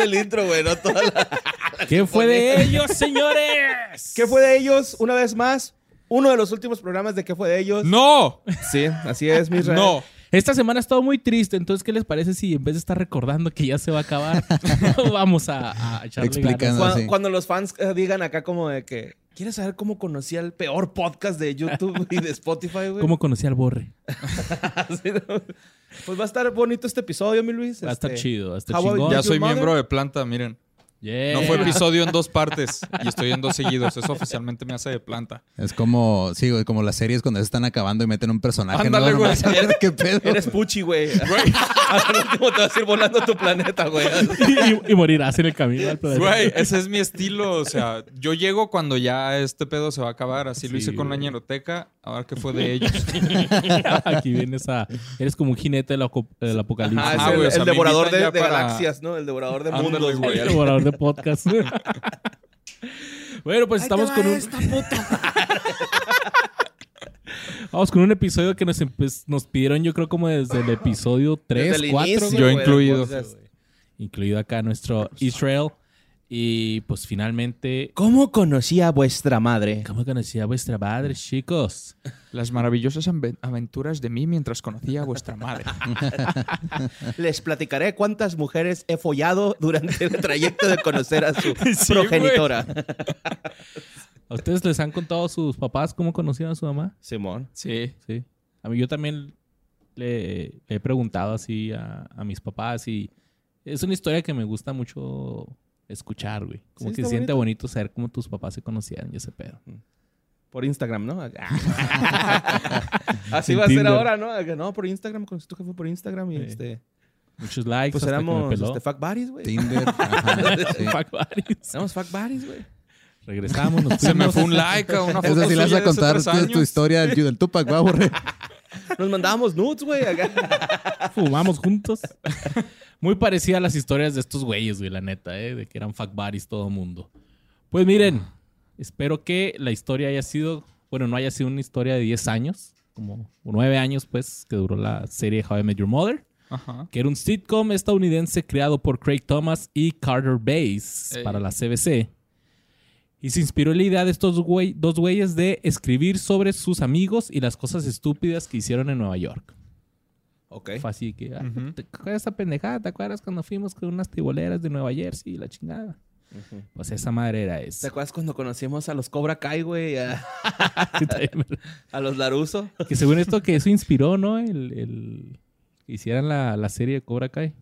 el intro, güey, no toda la... ¿Qué fue de ellos, señores? ¿Qué fue de ellos? Una vez más, uno de los últimos programas de ¿Qué fue de ellos? ¡No! Sí, así es, mis ¡No! Esta semana ha estado muy triste, entonces, ¿qué les parece si en vez de estar recordando que ya se va a acabar, vamos a, a echarle Explicando. ganas? Cuando, sí. cuando los fans eh, digan acá como de que... ¿Quieres saber cómo conocí al peor podcast de YouTube y de Spotify, güey? ¿Cómo conocí al Borre? Así, ¿no? Pues va a estar bonito este episodio, mi Luis. Va a estar Este, chido, va a estar how about chingón. you? Ya Your soy mother? miembro de planta, miren. Yeah. No Eh. fue episodio en dos partes y estoy en dos seguidos. Eso oficialmente me hace de planta. Es como, sí, güey, como las series cuando se están acabando y meten un personaje. Ándale, no, güey. Nomás a ver qué pedo. Eres puchi, güey. Al último te vas a ir volando a tu planeta, güey. y, y morirás en el camino al planeta. Güey, ese es mi estilo. O sea, yo llego cuando ya este pedo se va a acabar. Así lo Sí, hice con la güey. ñeroteca. Ahora que fue de ellos. Aquí vienes a. Eres como un jinete del, aco- del apocalipsis. Ah, Ah, es güey, el, o sea, el me devorador de, invitan ya de para- galaxias, ¿no? El devorador de Ándale, mundos, güey. güey. El devorador de podcast. bueno, pues estamos con un. Vamos con un episodio que nos, empe- nos pidieron, yo creo, como desde el episodio 3, Desde el 4. inicio, yo güey, incluido. del podcast. Incluido acá nuestro Israel. Y pues finalmente. ¿Cómo conocí a vuestra madre? ¿Cómo conocía vuestra madre, chicos? Las maravillosas ave- aventuras de mí mientras conocía a vuestra madre. Les platicaré cuántas mujeres he follado durante el trayecto de conocer a su Sí, progenitora. ¿A ustedes les han contado sus papás cómo conocían a su mamá? Simón. Sí. Sí. A mí yo también le, le he preguntado así a, a mis papás y es una historia que me gusta mucho escuchar, güey. Como Sí, que se está siente bonito saber cómo tus papás se conocían y ese pedo. Por Instagram, ¿no? Así En va a ser Tinder. ahora, ¿no? Que No, por Instagram, conocí a tu jefe por Instagram y Sí. este. Muchos likes. Pues hasta que me éramos peló. este, fuck buddies, güey. Tinder. ajá, este, sí. Fuck buddies. Éramos fuck buddies, güey. Regresamos, nos Se me fuimos. fue un like a una foto. Esa sí la vas suya a de hace contar pues, tres tu, tu años. historia del del Tupac, va, borre. Nos mandábamos nudes, güey. acá. Fumamos juntos. Muy parecida a las historias de estos güeyes, güey, la neta, ¿eh? De que eran fuck buddies todo mundo. Pues miren, espero que la historia haya sido, bueno, no haya sido una historia de 10 años, como 9 años, pues, que duró la serie How I Met Your Mother, Ajá. que era un sitcom estadounidense creado por Craig Thomas y Carter Bass Ey. para la CBC. Y se inspiró en la idea de estos güey- dos güeyes de escribir sobre sus amigos y las cosas estúpidas que hicieron en Nueva York. Ok. Fue así que, ah, Ujú. ¿te acuerdas esa pendejada? ¿Te acuerdas cuando fuimos con unas tiboleras de Nueva Jersey y la chingada? Ujú. Pues esa madre era ¿Te esa. acuerdas cuando conocimos a los Cobra Kai, güey? A, a los Laruso. que según esto que eso inspiró, ¿no? El, el- que hicieran la, la serie de Cobra Kai.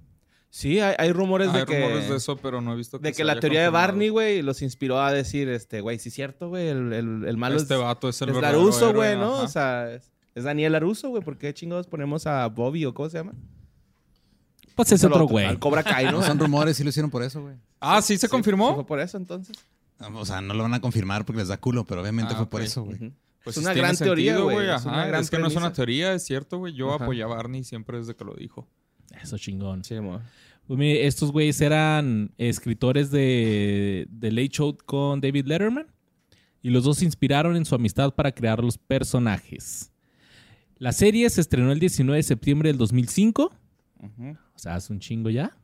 Sí, hay, hay rumores Ah, Hay Pues de que. rumores de eso, pero no he visto que De se que la haya teoría de confirmado. Barney, güey, los inspiró a decir, este, güey, sí es cierto, güey, el, el, el malo Este es, vato es el es verdadero Laruso, héroe, güey, ¿no? ajá. O sea, es, es Daniel Laruso, güey, ¿por qué chingados ponemos a Bobby o cómo se llama? Pues es Al otro güey. Al Cobra Kai, ¿no? No son rumores, sí lo hicieron por eso, güey. ah, sí se Sí, confirmó. Fue por eso, entonces. O sea, no lo van a confirmar porque les da culo, pero obviamente Ah, fue por ok. eso, güey. Ujú. Pues es una tiene gran teoría, sentido, güey. Es Ajá, una Es, gran que no es una premisa. teoría, es cierto, güey. Yo Ajá. apoyé a Barney siempre desde que lo dijo. Eso chingón. Sí, mo. Pues mire, estos güeyes eran escritores de, de Late Show con David Letterman. Y los dos se inspiraron en su amistad para crear los personajes. La serie se estrenó el 19 de septiembre del 2005. Ujú. O sea, hace un chingo ya.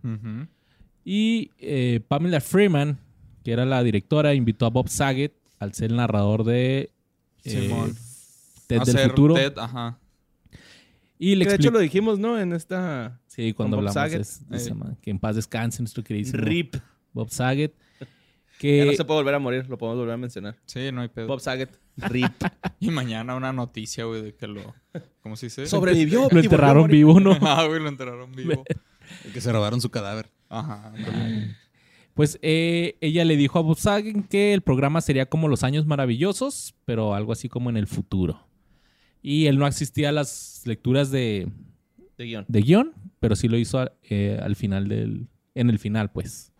Y eh, Pamela Freeman, que era la directora, invitó a Bob Saget al ser el narrador de eh, Simón. Ted del Hacer futuro. Ted, ajá. Y le Que de hecho expli- lo dijimos, ¿no? En esta Sí, cuando con Bob hablamos Saget. es- de esa Eh. madre, que en paz descanse nuestro queridísimo RIP. Bob Saget. Ya Que no se puede volver a morir, lo podemos volver a mencionar. Sí, no hay pedo. Bob Saget, RIP. Y mañana una noticia, güey, de que lo. ¿Cómo se dice? Sobrevivió. y lo volvió a enterraron morir. vivo, ¿no? Ah, güey, lo enteraron vivo. Que se robaron su cadáver. Ajá. Ah, ándale. Pues eh, ella le dijo a Bob Saget que el programa sería como los años maravillosos, pero algo así como en el futuro. Y él no asistía a las lecturas de, De guión. de guión, pero sí lo hizo a- eh, al final del... En el final, pues.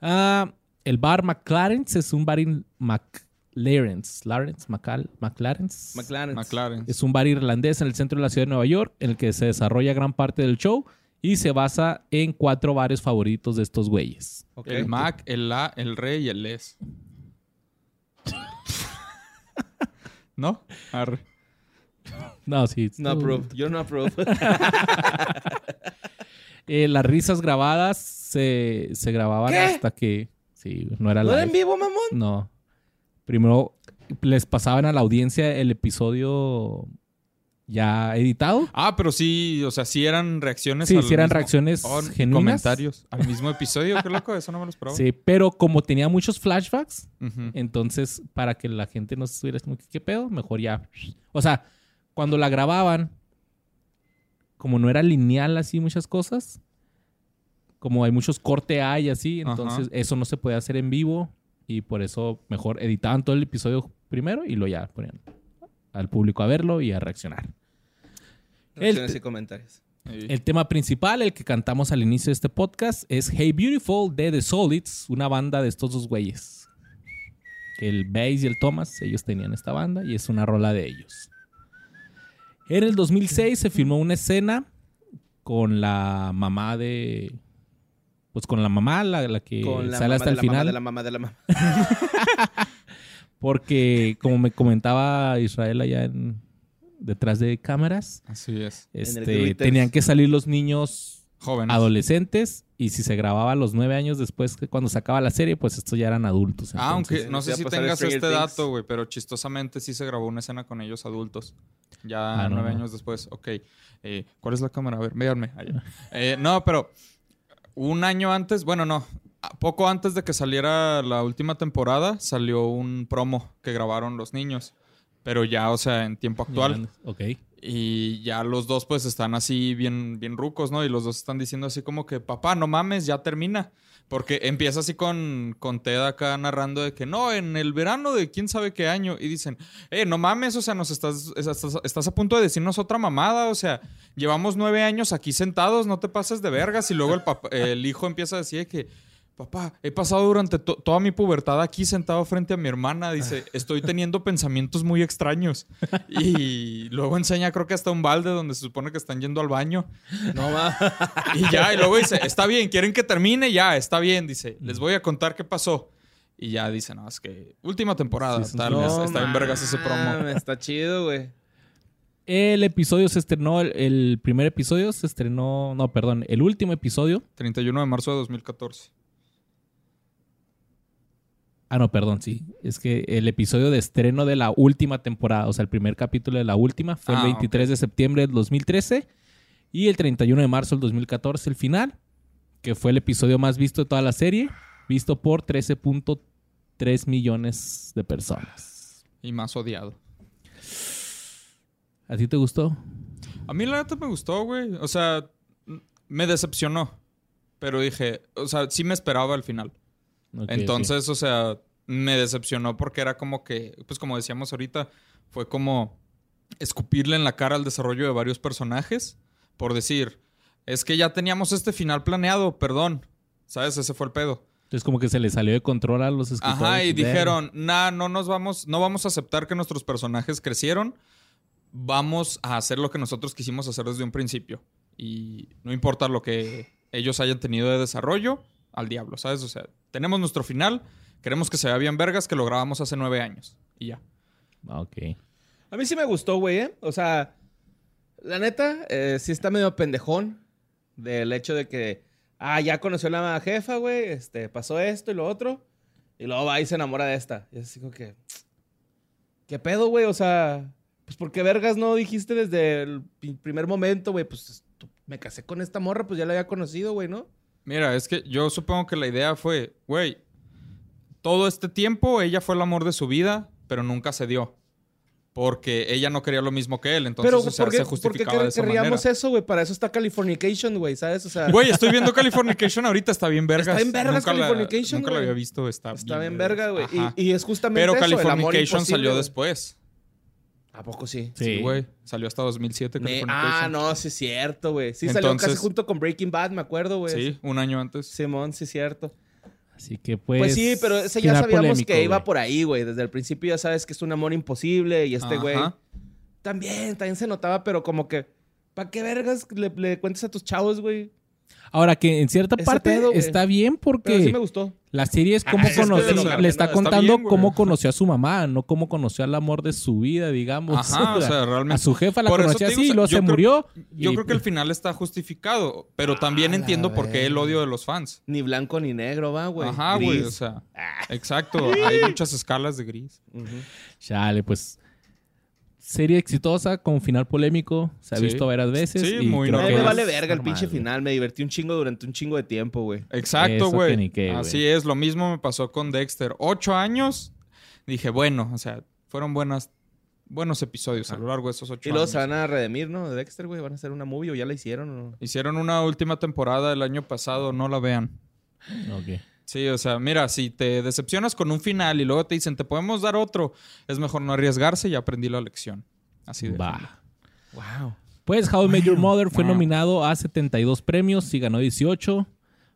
Ah, el bar McLaren's es un bar in McLaren's. Lawrence, Macal, McLaren's. McLaren. McLaren. Es un bar irlandés en el centro de la ciudad de Nueva York, en el que se desarrolla gran parte del show y se basa en cuatro bares favoritos de estos güeyes. Ok. El Mac, el La, el Re y el Les. ¿No? Arre. No, sí. No tú- approve. Yo no approve. eh, las risas grabadas se, se grababan ¿Qué? hasta que. Sí, no era ¿No live. era en vivo, mamón? No. Primero les pasaban a la audiencia el episodio ya editado. Ah, pero sí, o sea, sí eran reacciones. Sí, al sí eran mismo- reacciones Oh, genuinas. Comentarios al mismo episodio, qué loco, eso no me lo esperaba. Sí, pero como tenía muchos flashbacks, Eh, Ujú. entonces para que la gente no se estuviera como que, qué pedo, mejor ya. O sea, cuando la grababan, como no era lineal así muchas cosas, como hay muchos corte A y así, Ajá. entonces eso no se puede hacer en vivo y por eso mejor editaban todo el episodio primero y lo ya ponían al público a verlo y a reaccionar. Reacciones y comentarios. Ahí. El tema principal, el que cantamos al inicio de este podcast, es Hey Beautiful de The Solids, una banda de estos dos güeyes. Que el Bass y el Thomas, ellos tenían esta banda y es una rola de ellos. En el 2006 se filmó una escena con la mamá de. Pues con la mamá, la, la que Con la sale mamá hasta de el la mamá final. de la mamá de la mamá. Porque, como me comentaba Israel allá en- detrás de cámaras, Así es. el este, Critters. tenían que salir los niños Jóvenes. adolescentes y si se grababa a los nueve años después que cuando se acaba la serie, pues estos ya eran adultos. Ah, entonces. aunque no Voy sé a si pasar tengas Stranger este Things. dato, güey, pero chistosamente sí se grabó una escena con ellos adultos. Ya Ah, no, nueve no. años después. Ok. Eh, ¿Cuál es la cámara? A ver, véanme. allá. Eh, no, pero un año antes, bueno, no. a- Poco antes de que saliera la última temporada, salió un promo que grabaron los niños. Pero ya, o sea, en tiempo actual. Ok. Y ya los dos pues están así bien, bien rucos, ¿no? Y los dos están diciendo así como que, papá, no mames, ya termina. Porque empieza así con, con Ted acá narrando de que no, en el verano de quién sabe qué año. Y dicen, eh, no mames, o sea, nos estás, estás, estás a punto de decirnos otra mamada. O sea, llevamos nueve años aquí sentados, no te pases de vergas. Y luego el, papá- el hijo empieza a decir de que, papá, he pasado durante to- toda mi pubertad aquí sentado frente a mi hermana. Dice, estoy teniendo pensamientos muy extraños. Y luego enseña, creo que hasta un balde donde se supone que están yendo al baño. No mames. Y ya, y luego dice, está bien, quieren que termine, ya, está bien. Dice, les voy a contar qué pasó. Y ya dice, no, es que última temporada, Sí, sí, tal, sí. es- está en vergas ese promo. mames, Está chido, güey. El episodio se estrenó, el, el primer episodio se estrenó, no, perdón, el último episodio. 31 de marzo de 2014. Ah, no, perdón, sí. Es que el episodio de estreno de la última temporada, o sea, el primer capítulo de la última, fue Ah, el 23 de septiembre del 2013 y el 31 de marzo del 2014, el final, que fue el episodio más visto de toda la serie, visto por 13.3 millones de personas. Y más odiado. ¿A ti te gustó? A mí la neta me gustó, güey. O sea, n- me decepcionó. Pero dije, o sea, sí me esperaba al final. Ok, Entonces, o sea, me decepcionó porque era como que, pues como decíamos ahorita, fue como escupirle en la cara al desarrollo de varios personajes por decir, es que ya teníamos este final planeado, perdón. ¿Sabes? Ese fue el pedo. ok. Entonces como que se le salió de control a los escritores. Ajá, y Verga. dijeron, nah, no nos vamos, no vamos a aceptar que nuestros personajes crecieron. Vamos a hacer lo que nosotros quisimos hacer desde un principio. Y no importa lo que ellos hayan tenido de desarrollo, al diablo, ¿sabes? O sea, tenemos nuestro final, queremos que se vea bien vergas, que lo grabamos hace nueve años. Y ya. Ah, Ok. A mí sí me gustó, güey, ¿eh? O sea, la neta, eh, sí está medio pendejón del hecho de que, ah, ya conoció a la jefa, güey, este, pasó esto y lo otro, y luego va y se enamora de esta. Y es así como que, ¿qué pedo, güey? O sea, pues, ¿por qué vergas no dijiste desde el pi- primer momento, güey? Pues, tú- me casé con esta morra, pues ya la había conocido, güey, ¿no? Mira, es que yo supongo que la idea fue, güey, todo este tiempo ella fue el amor de su vida, pero nunca se dio. Porque ella no quería lo mismo que él, entonces o Pero, sea, pues, ¿por qué, se ¿por qué justificaba de quer- esa manera. querríamos eso, güey? Para eso está Californication, güey, ¿sabes? O sea, Güey, estoy viendo Californication ahorita, está bien vergas. Está bien vergas Nunca la- Californication, Nunca lo güey. había visto, está, está bien verga, güey. Y- Ajá. Y, es justamente Pero eso, el amor Californication imposible, salió güey. después. ¿A poco sí? Sí, güey. Salió hasta 2007 Ne- Californication. ah, no, sí es cierto, güey. Sí salió Entonces- casi junto con Breaking Bad, me acuerdo, güey. Sí, un año antes. Simón, sí es cierto. Así que pues... Pues, sí, pero ese ya final sabíamos polémico, que iba güey. por ahí, güey. Desde el principio ya sabes que es un amor imposible y este Ajá. güey también, también se notaba, pero como que, ¿para qué vergas le, le cuentas a tus chavos, güey? Ahora, que en cierta Ese parte pedo, güey. está bien Pero porque sí me gustó. la serie es cómo Ah, es que conoce, lo- le no, está está contando bien, güey. cómo conoció a su mamá, no cómo conoció al amor de su vida, digamos. Ajá, o sea, realmente. a su jefa la Por eso conocía te digo, así, o sea, luego yo se creo- murió. Yo y- creo que el final está justificado, pero también Ah, entiendo la por qué el verga. odio de los fans. Ni blanco ni negro, va, güey. Ajá, güey, Gris. Ah. o sea, exacto, hay muchas escalas de gris. Ujú. Chale, pues. Serie exitosa con final polémico. Se ha Sí. visto varias veces. Sí, y muy creo A normal. mí que me es vale verga el normal, pinche güey. final. Me divertí un chingo durante un chingo de tiempo, güey. Exacto, Eso que güey. ni qué, güey. Así es, lo mismo me pasó con Dexter. Ocho años, dije, bueno, o sea, fueron buenas, buenos episodios a lo largo de esos ocho Y luego años. se van a redimir, ¿no? De Dexter, güey. Van a hacer una movie o ya la hicieron. ¿o no? Hicieron una última temporada el año pasado, no la vean. Ok. Sí, o sea, mira, si te decepcionas con un final y luego te dicen, te podemos dar otro, es mejor no arriesgarse y aprendí la lección. Así de. Va. Wow. Pues How I Met Your Mother fue Wow. nominado a 72 premios y ganó 18.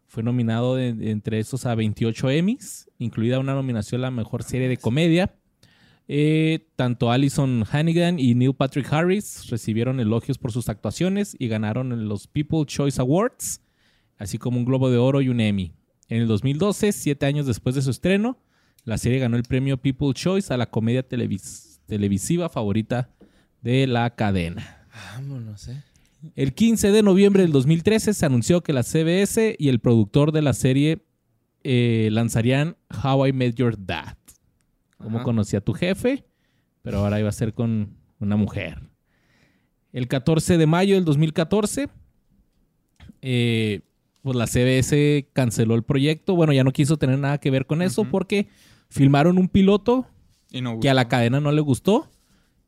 Fue nominado de- de entre esos a 28 Emmys, incluida una nominación a la mejor serie de comedia. Eh, tanto Allison Hannigan y Neil Patrick Harris recibieron elogios por sus actuaciones y ganaron en los People's Choice Awards, así como un Globo de Oro y un Emmy. En el 2012, siete años después de su estreno, la serie ganó el premio People's Choice a la comedia televis- televisiva favorita de la cadena. Vámonos, eh. El 15 de noviembre del 2013 se anunció que la CBS y el productor de la serie eh, lanzarían How I Met Your Dad. Cómo Ajá. conocí a tu jefe, pero ahora iba a ser con una mujer. El 14 de mayo del 2014, eh, pues la CBS canceló el proyecto. Bueno, ya no quiso tener nada que ver con eso Ujú. porque filmaron un piloto Y no que a la cadena no le gustó.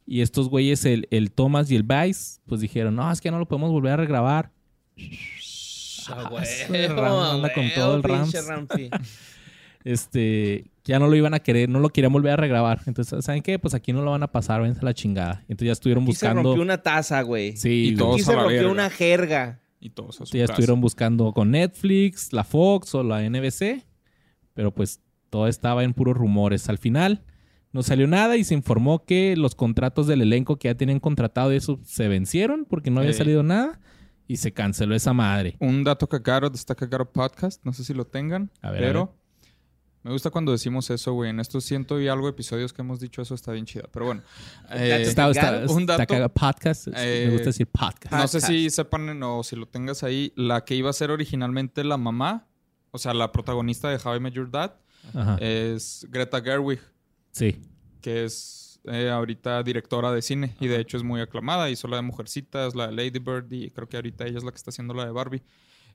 Y estos güeyes, el, el Thomas y el Vice, pues dijeron, no, es que no lo podemos volver a regrabar. Ah, eso de Rams, anda con todo el pinche Rams. Ramsey. Este, que ya no lo iban a querer, no lo querían volver a regrabar. Entonces, ¿saben qué? Pues aquí no lo van a pasar, váyanse a la chingada. Entonces ya estuvieron Aquí se buscando... rompió una taza, güey. Sí, Y güey. todo Aquí Todos se a la rompió verga. una jerga. Y todos a su ya casa. estuvieron buscando con Netflix, la Fox o la NBC, pero pues todo estaba en puros rumores. Al final no salió nada y se informó que los contratos del elenco que ya tenían contratado y eso se vencieron porque no había Ey. salido nada y se canceló esa madre. Un dato cagaro de esta cagaro podcast, no sé si lo tengan, A ver, pero a ver. me gusta cuando decimos eso, güey. En estos ciento y algo episodios que hemos dicho eso está bien chida. Pero bueno, eh, Dato Está- está- un está dato- caga- podcast, es- Eh, me gusta decir podcast. no sé podcast. si sepan o si lo tengas ahí, la que iba a ser originalmente la mamá, o sea, la protagonista de How I Met Your Dad, Ajá. eh, es Greta Gerwig, sí. que es eh, ahorita directora de cine y de hecho es muy aclamada. Hizo la de Mujercitas, la de Lady Bird y creo que ahorita ella es la que está haciendo la de Barbie.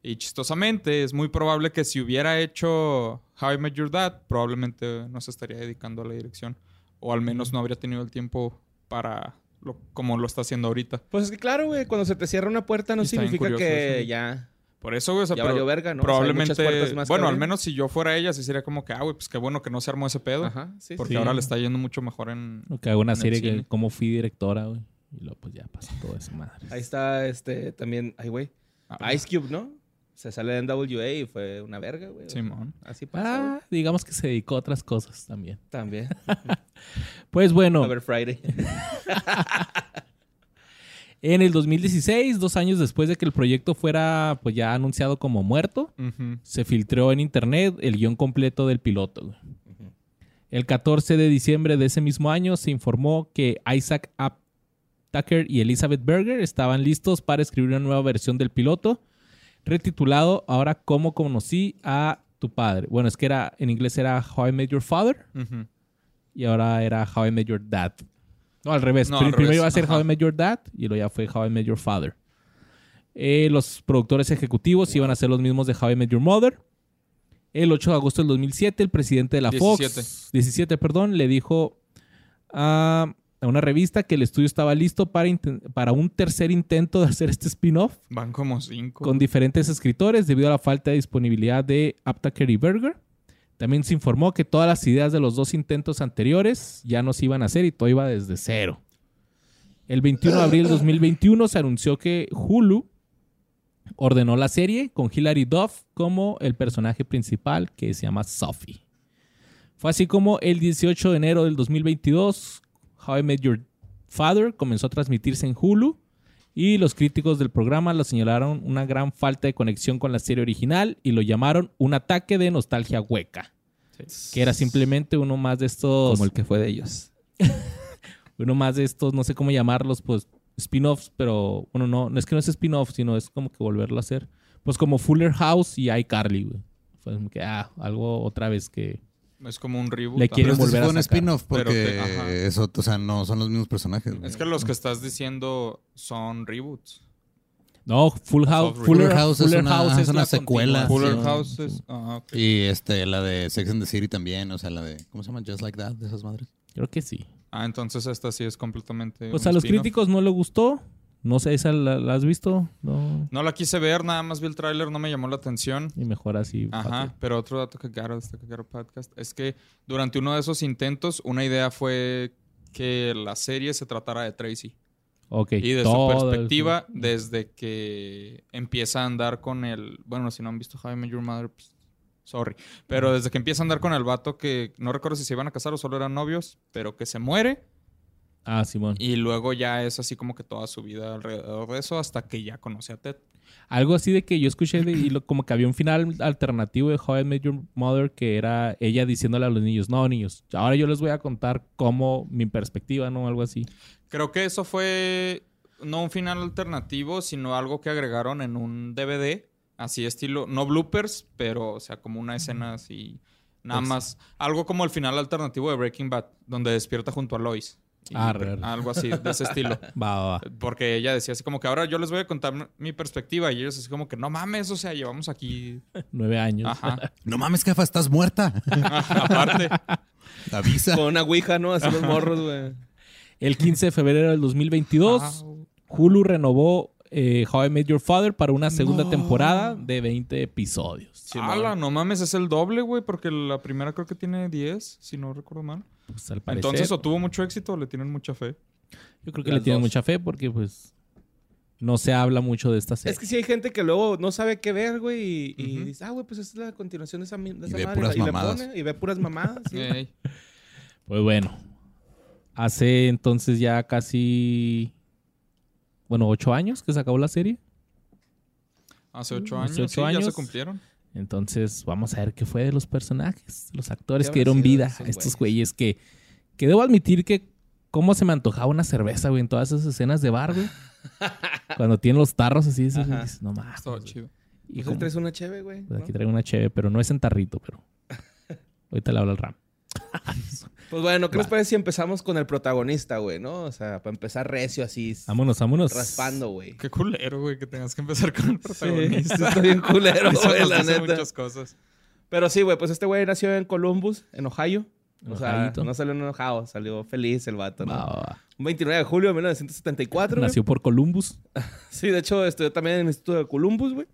Y chistosamente, es muy probable que si hubiera hecho How I Met Your Dad, probablemente no se estaría dedicando a la dirección. O al menos no habría tenido el tiempo para lo, como lo está haciendo ahorita. Pues es que claro, güey, cuando se te cierra una puerta no Y está bien significa curioso que eso. ya, Por eso, güey, o sea, ya pero valió verga, ¿no? O sea, hay probablemente. muchas puertas más que bueno, al abrir. menos si yo fuera ella, sí sería como que, ah, güey, pues qué bueno que no se armó ese pedo. Ajá, sí, sí, porque sí. ahora le está yendo mucho mejor en. Lo que hago una En el serie que cine. como fui directora, güey. Y luego pues ya pasó todo eso, madre. Ahí está este también, ay güey, Ah. Ice Cube, ¿no? Se sale de NWA y fue una verga, güey. Simón. Así pasa, güey. Ah, digamos que se dedicó a otras cosas también. También. Pues bueno, A ver, Friday. en el 2016, dos años después de que el proyecto fuera pues ya anunciado como muerto, Ujú. se filtró en internet el guión completo del piloto. güey. El 14 de diciembre de ese mismo año se informó que Isaac A. Tucker y Elizabeth Berger estaban listos para escribir una nueva versión del piloto, retitulado Ahora cómo conocí a tu padre. Bueno, es que era en inglés era How I Met Your Father Ujú. y ahora era How I Met Your Dad. No, al revés. No, Pri- al Primero revés, iba a ser ajá. How I Met Your Dad y luego ya fue How I Met Your Father. Eh, los productores ejecutivos iban a ser los mismos de How I Met Your Mother. El 8 de agosto del 2007, el presidente de la Fox, 17. 17, perdón, le dijo a, a una revista que el estudio estaba listo para, inten- para un tercer intento de hacer este spin-off Van como cinco. con diferentes escritores debido a la falta de disponibilidad de Aptaker y Berger. También se informó que todas las ideas de los dos intentos anteriores ya no se iban a hacer y todo iba desde cero. El 21 de abril del 2021 se anunció que Hulu ordenó la serie con Hilary Duff como el personaje principal que se llama Sophie. Fue así como el 18 de enero del 2022 How I Met Your Father comenzó a transmitirse en Hulu Y los críticos del programa lo señalaron una gran falta de conexión con la serie original y lo llamaron un ataque de nostalgia hueca. Que era simplemente uno más de estos. Como el que fue de ellos. uno más de estos, no sé cómo llamarlos, pues spin-offs, pero bueno, no, no es que no es spin-off, sino es como que volverlo a hacer. Pues como Fuller House y iCarly, güey. Fue como que, ah, algo otra vez que. Es como un reboot. Le ajá. quieren Pero este sí volver a fue un sacar. spin-off Pero porque te- ajá. es otro- o sea, no son los mismos personajes. güey. Es que los que estás diciendo son reboots. No, Full House. Fuller Fuller House es Fuller una- ajá, es la una secuela. continuación. Fuller sí. House es... ah, ok. Y este, la de Sex and the City también, o sea, la de, ¿cómo se llama? Just Like That, de esas madres. Creo que sí. Ah, entonces esta sí es completamente... Pues un a los Eh, spin-off. críticos no le gustó. No sé, ¿esa la, la has visto? No. No la quise ver, nada más vi el tráiler, no me llamó la atención. Y mejor así. Ajá, fácil. pero otro dato que quiero destacar del podcast es que durante uno de esos intentos, una idea fue que la serie se tratara de Tracy. Ok. Y desde su todo el- perspectiva, desde que empieza a andar con el. Bueno, si no han visto Jaime Your Mother, pues, sorry. Pero desde que empieza a andar con el vato que no recuerdo si se iban a casar o solo eran novios, pero que se muere. Ah, Simón. Y luego ya es así como que toda su vida alrededor de eso hasta que ya conoce a Ted. Algo así de que yo escuché de- y lo- como que había un final alternativo de How I Met Your Mother que era ella diciéndole a los niños, no, niños, ahora yo les voy a contar cómo mi perspectiva, ¿no? Algo así. Creo que eso fue no un final alternativo, sino algo que agregaron en un DVD, así estilo, no bloopers, pero o sea, como una escena así, nada Ex- más, algo como el final alternativo de Breaking Bad, donde despierta junto a Lois. Y Arre, arre. Algo así, de ese estilo. Va, va, va. Porque ella decía así como que ahora yo les voy a contar mi- mi perspectiva y ellos así como que no mames, o sea, llevamos aquí... Nueve años. Ajá, No mames, jefa, estás muerta. aparte. Avisa. Con una ouija, ¿no? Así los morros, güey. El 15 de febrero del 2022, Hulu renovó eh, How I Met Your Father para una segunda No. temporada de 20 episodios. Sí, Ala, no mames, es el doble, güey, porque la primera creo que tiene 10, si no recuerdo mal. Pues al parecer, Entonces o tuvo mucho éxito o le tienen mucha fe. yo creo que las le tienen dos. mucha fe porque pues no se habla mucho de esta serie. Es que sí hay gente que luego no sabe qué ver, güey, y, y Ujú. dice, ah, güey, pues esta es la continuación de esa, mi- de Y esa ve madre", puras y la mamadas. pone, y ve puras mamadas. sí. Ey. Pues bueno, hace entonces ya casi, bueno, ocho años que se acabó la serie. Hace ocho Hace años. ocho sí, ya años. se cumplieron. Entonces vamos a ver qué fue de los personajes, los actores ¿Qué que habrá sido dieron de vida esos a estos güeyes? güeyes que, que debo admitir que cómo se me antojaba una cerveza, güey, en todas esas escenas de bar, güey. Cuando tienen los tarros así, dices, Ajá. dices, no mames. Estaba güey". chido. Y Pues como- él traes una cheve, güey. pues ¿no? aquí traigo una cheve, pero no es en tarrito, pero ahorita le hablo al Ram. Pues bueno, ¿qué les Va. parece si empezamos con el protagonista, güey, no? O sea, para empezar recio así, s- Vámonos, vámonos. raspando, güey. Qué culero, güey, que tengas que empezar con el protagonista. Sí, está bien culero, Eso güey, nos la dice neta. muchas cosas. Pero sí, güey, pues este güey nació en Columbus, en Ohio. O sea, Enojadito. no salió enojado, salió feliz el vato, Va, ¿no? va, va. Un 29 de julio de 1974, güey. Nació por Columbus. Sí, de hecho, estudió también en el Instituto de Columbus, güey.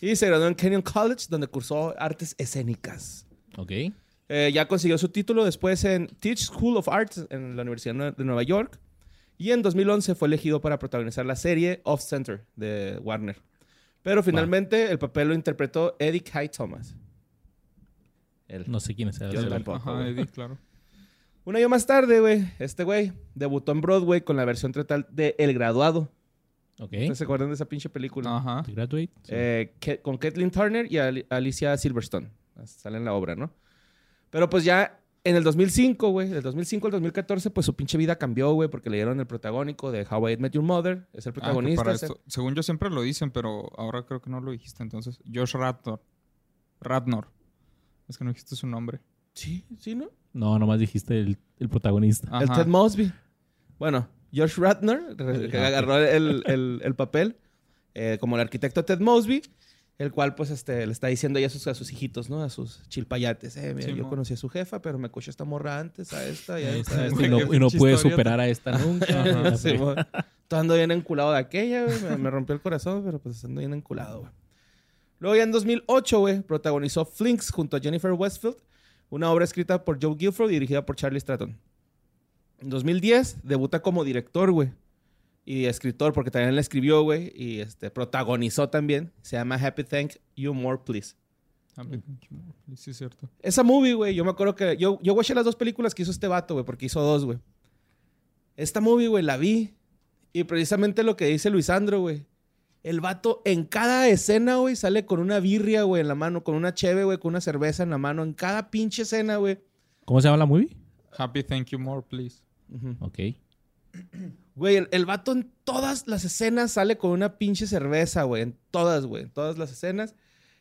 Y se graduó en Kenyon College, donde cursó artes escénicas. Ok. Eh, ya consiguió su título después en Teach School of Arts en la Universidad Nue- de Nueva York. Y en 2011 fue elegido para protagonizar la serie Off Center de Warner. Pero finalmente el papel lo interpretó Eddie Kai Thomas. Él. No sé quién es. Yo tampoco. Ajá, Eddie, claro. Un año más tarde, güey, este güey debutó en Broadway con la versión teatral de El Graduado. Ok. ¿Ustedes se acuerdan de esa pinche película? Ajá. Ah, ¿The Graduate. Sí. Eh, Ke- con Kathleen Turner y Ali- Alicia Silverstone. Sale en la obra, ¿no? Pero pues ya en el 2005, güey, del 2005 al 2014, pues su pinche vida cambió, güey, porque le dieron el protagónico de How I Met Your Mother. Es el Ah, que protagonista. ¿eh? para es el- esto- según yo siempre lo dicen, pero ahora creo que no lo dijiste. Entonces, Josh Ratnor. Ratnor. Es que no dijiste su nombre. Sí, sí, ¿no? No, nomás dijiste el, el protagonista. Ajá. El Ted Mosby. Bueno, Josh Ratner, re- que Ah, ok. agarró el, el- el papel eh, como el arquitecto Ted Mosby, el cual pues este, le está diciendo ya a sus, a sus hijitos, ¿no? A sus chilpayates. Eh, mira, Sí, yo mo. conocí a su jefa, pero me cochó esta morra antes, a esta y a esta. a esta". Esta, esta, güey, y este no, qué y no pinche pude historia. superar a esta nunca. Ajá, Ajá, sí, mo. Todo ando bien enculado de aquella, güey. Me, me rompió el corazón, pero pues ando bien enculado, güey. Luego ya en 2008, güey, protagonizó Flinks junto a Jennifer Westfield, una obra escrita por Joe Guilford y dirigida por Charlie Stratton. En 2010 debuta como director, güey. Y escritor, porque también la escribió, güey. Y este, protagonizó también. Se llama Happy Thank You More Please. Sí, es cierto. Esa movie, güey, yo me acuerdo que... Yo, yo watché las dos películas que hizo este vato, güey, porque hizo dos, güey. Esta movie, güey, la vi Y precisamente lo que dice Luisandro, güey. El vato en cada escena, güey, sale con una birria, güey, en la mano, con una cheve, güey, con una cerveza en la mano. En cada pinche escena, güey. ¿Cómo se llama la movie? Happy thank you more, please. Ujú. Ok. Güey, el, el vato en todas las escenas sale con una pinche cerveza, güey. En todas, güey. En todas las escenas.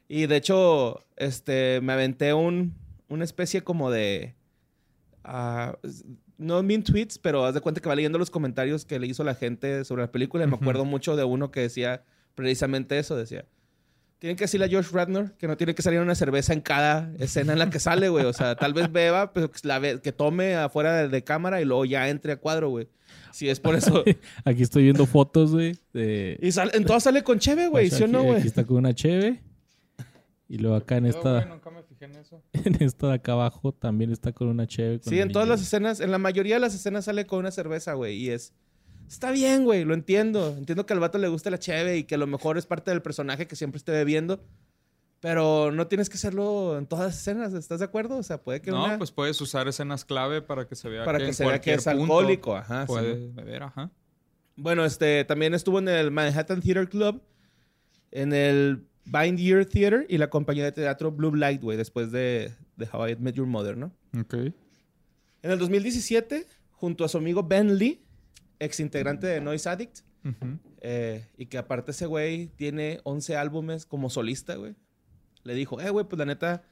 Y de hecho, este, me aventé un, una especie como de... ah, s- no mean tweets, pero haz de cuenta que va leyendo los comentarios que le hizo la gente sobre la película. Y me acuerdo mucho de uno que decía precisamente eso. Decía, tienen que decirle a Josh Radnor que no tiene que salir una cerveza en cada escena en la que sale, güey. O sea, tal vez beba, pero que, la ve- que tome afuera de, de cámara y luego ya entre a cuadro, güey. Si es por eso. Aquí estoy viendo fotos, güey. De... Y sale, en todas sale con cheve, güey. ¿Sí o no, Aquí- güey? Aquí está con una cheve. Y luego acá en esta, nunca me fijé en eso. en esta de acá abajo también está con una cheve. con Sí, en anillo. todas las escenas, en la mayoría de las escenas sale con una cerveza, güey, y es... Está bien, güey, lo entiendo. Entiendo que al vato le gusta la cheve y que a lo mejor es parte del personaje que siempre esté bebiendo, pero no tienes que hacerlo en todas las escenas, ¿estás de acuerdo? O sea, puede que No, una- pues puedes usar escenas clave para que se vea para que, que, en se vea que cualquier es punto alcohólico, ajá. sí. puede beber, ajá. Bueno, este, también estuvo en el Manhattan Theater Club, en el Bind Year Theater y la compañía de teatro Blue Light, güey, después de, de How I Met Your Mother, ¿no? Ok. En el 2017, junto a su amigo Ben Lee, ex integrante de Noise Addict, Ujú. eh, y que aparte ese güey tiene 11 álbumes como solista, güey. Le dijo, eh, güey, pues la neta,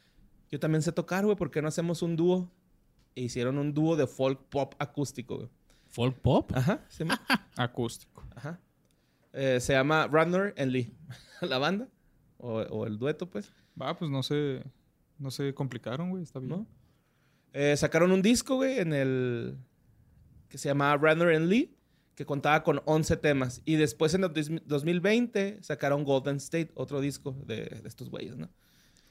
yo también sé tocar, güey, ¿por qué no hacemos un dúo? E hicieron un dúo de folk pop acústico, güey. ¿Folk pop? Ajá. se llama- Acústico. Ajá. Eh, se llama Radnor and Lee, la banda, o, o el dueto, pues. Va, pues no se, no se complicaron, güey. Está bien. ¿no? Eh, sacaron un disco, güey, en el. que se llamaba Rather and Lee, que contaba con 11 temas. Y después en el dos- 2020 sacaron Golden State, otro disco de, de estos güeyes, ¿no?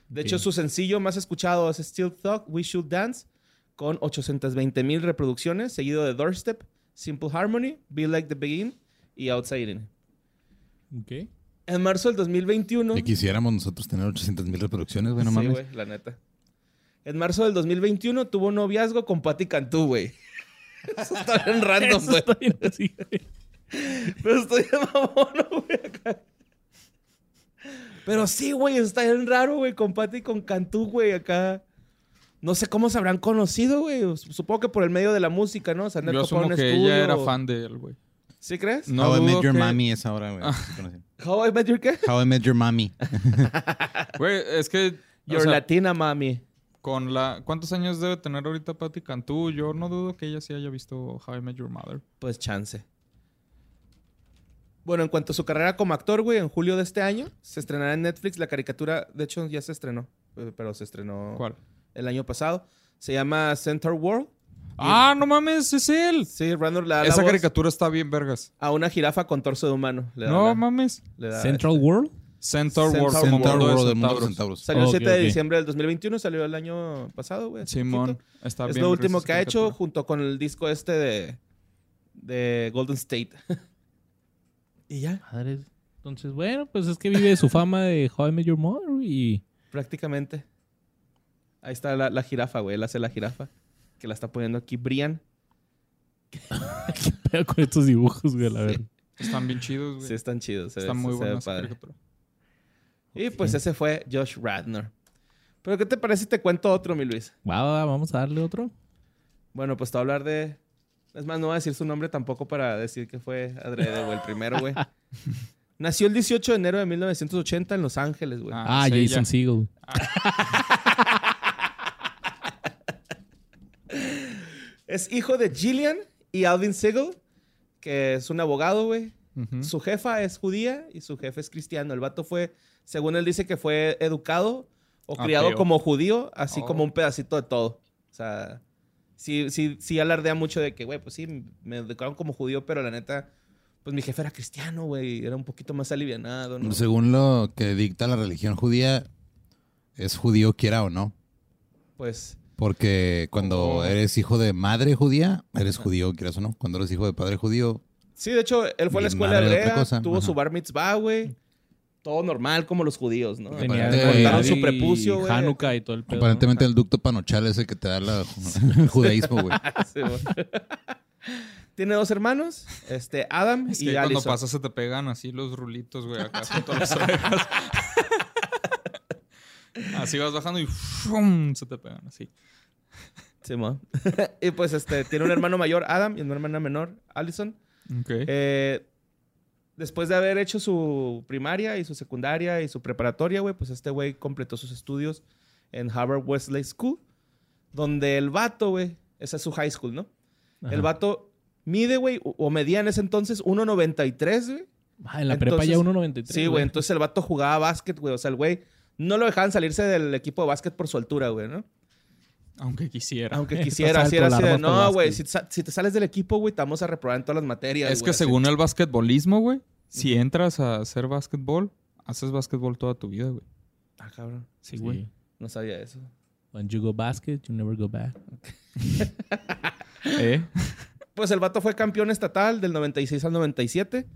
De hecho, Ok. su sencillo más escuchado es Still Thug, We Should Dance, con 820 mil reproducciones, seguido de Doorstep, Simple Harmony, Be Like the Begin y Outside In. Ok. En marzo del 2021. Que quisiéramos nosotros tener 800 mil reproducciones, güey, no Sí, mames. güey, la neta. En marzo del 2021 tuvo noviazgo con Patti Cantú, güey. Eso está bien random, Eso güey. está bien así, güey. Pero estoy de mamón, güey. acá. Pero sí, güey, está bien raro, güey, con Patti y con Cantú, güey, acá. No sé cómo se habrán conocido, güey. Supongo que por el medio de la música, ¿no? O sea, han Yo topado en asumo un que estudio. ella era fan de él, güey. ¿Sí crees? No How I Met dudo Your que- Mommy es ahora, güey. así conocido. How I Met Your ¿qué? How I Met Your Mommy. Güey, es que... o Your sea, Latina Mami. con la... ¿Cuántos años debe tener ahorita Patti Cantú? Yo no dudo que ella sí haya visto How I Met Your Mother. Pues chance. Bueno, en cuanto a su carrera como actor, güey, en julio de este año se estrenará en Netflix la caricatura. De hecho, ya se estrenó, eh, pero se estrenó ¿Cuál? el año pasado. Se llama Center World. ¡Ah, no mames! ¡Es él! Sí, Randall le da la Esa voz caricatura está bien vergas. a una jirafa con torso de humano. Le da No la- mames. le da- Central World. Centaur Centaur World. World. como Centaur mundo de World del mundo de centauros. centauros. Salió el Ok, 7 de ok. diciembre del 2021, salió el año pasado, güey. hace Simón. poquito. Está Es bien lo vergas último esa que ha hecho caricatura. junto con el disco este de, de Golden State. y ya, Madres. Entonces, bueno, pues es que vive de su fama de How I Met Your Mother güey, y... Prácticamente. Ahí está la, la jirafa, güey. Él hace la jirafa. Que la está poniendo aquí Brian. ¿Qué pedo con estos dibujos, güey? A ver. Están bien chidos, güey. Sí, están chidos. se ve- Está muy se ve buena esa padre. caricatura. Y pues Ok. ese fue Josh Radnor. Pero ¿qué te parece si te cuento otro, mi Luis? Va, va, vamos a darle otro. Bueno, pues te voy a hablar de... Es más, no voy a decir su nombre tampoco para decir que fue Adrede, güey, el primero, güey. Nació el 18 de enero de 1980 en Los Ángeles, güey. Ah, Ah, sí, Jason ya. Segel. Es hijo de Gillian y Alvin Siegel, que es un abogado, güey. Ujú. Su jefa es judía y su jefe es cristiano. El vato fue, según él dice, que fue educado o Ateo. criado como judío, así Oh. como un pedacito de todo. O sea, sí, sí, sí alardea mucho de que, güey, pues sí, me educaron como judío, pero la neta, pues mi jefe era cristiano, güey, era un poquito más alivianado, ¿no? Según lo que dicta la religión judía, es judío quiera o no. Pues, Porque cuando Oh. eres hijo de madre judía, eres judío, quieras o no. Cuando eres hijo de padre judío, sí, de hecho, él fue a la Mi escuela madre, hebrea, otra cosa. tuvo su Ajá. bar mitzvah, güey. Todo normal, como los judíos, ¿no? Tenía- Aparte, cortaron su y prepucio, güey. Hanukkah y todo el pedo. aparentemente el ducto panochal es el que te da la- el judaísmo, güey. Sí, güey. Tiene dos hermanos, este, Adam Es y que ahí cuando Allison. pasas se te pegan así los rulitos, güey, acá junto a las orejas. Así vas bajando y ¡fum! se te pegan así. Simón. y pues este, tiene un hermano mayor, Adam, y una hermana menor, Allison. Ok. Eh, después de haber hecho su primaria y su secundaria y su preparatoria, güey, pues este güey completó sus estudios en Harvard Wesley School, donde el vato, güey, esa es su high school, ¿no? El vato mide, güey, o o medía en ese entonces 1.93, güey. Ah, en la Entonces- prepa ya 1.93. Sí, güey, entonces el vato jugaba básquet, güey, o sea, el güey no lo dejaban salirse del equipo de básquet por su altura, güey, ¿no? Aunque quisiera. Aunque Estás quisiera, así alto, era la así de, armas por no, güey, si, básquet". sa- si te sales del equipo, güey, te vamos a reprobar en todas las materias. es güey, que así. según el basquetbolismo, güey, si entras a hacer basquetbol, haces basquetbol toda tu vida, güey. Ah, cabrón, Sí, güey. no sabía eso. When you go basket, you never go back. ¿Eh? Pues el vato fue campeón estatal del 96 al 97.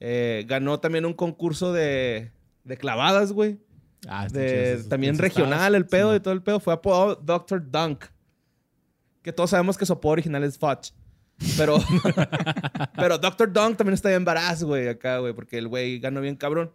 Eh, ganó también un concurso de, de clavadas, güey. Ah, están de- chidas esas- también esas regional, tablas. el pedo Sí, y todo el pedo. Fue apodado Dr. Dunk. Que todos sabemos que su apodo original es Fudge. Pero, pero Dr. Dunk también está bien varaz, güey, acá, güey, porque el güey ganó bien cabrón.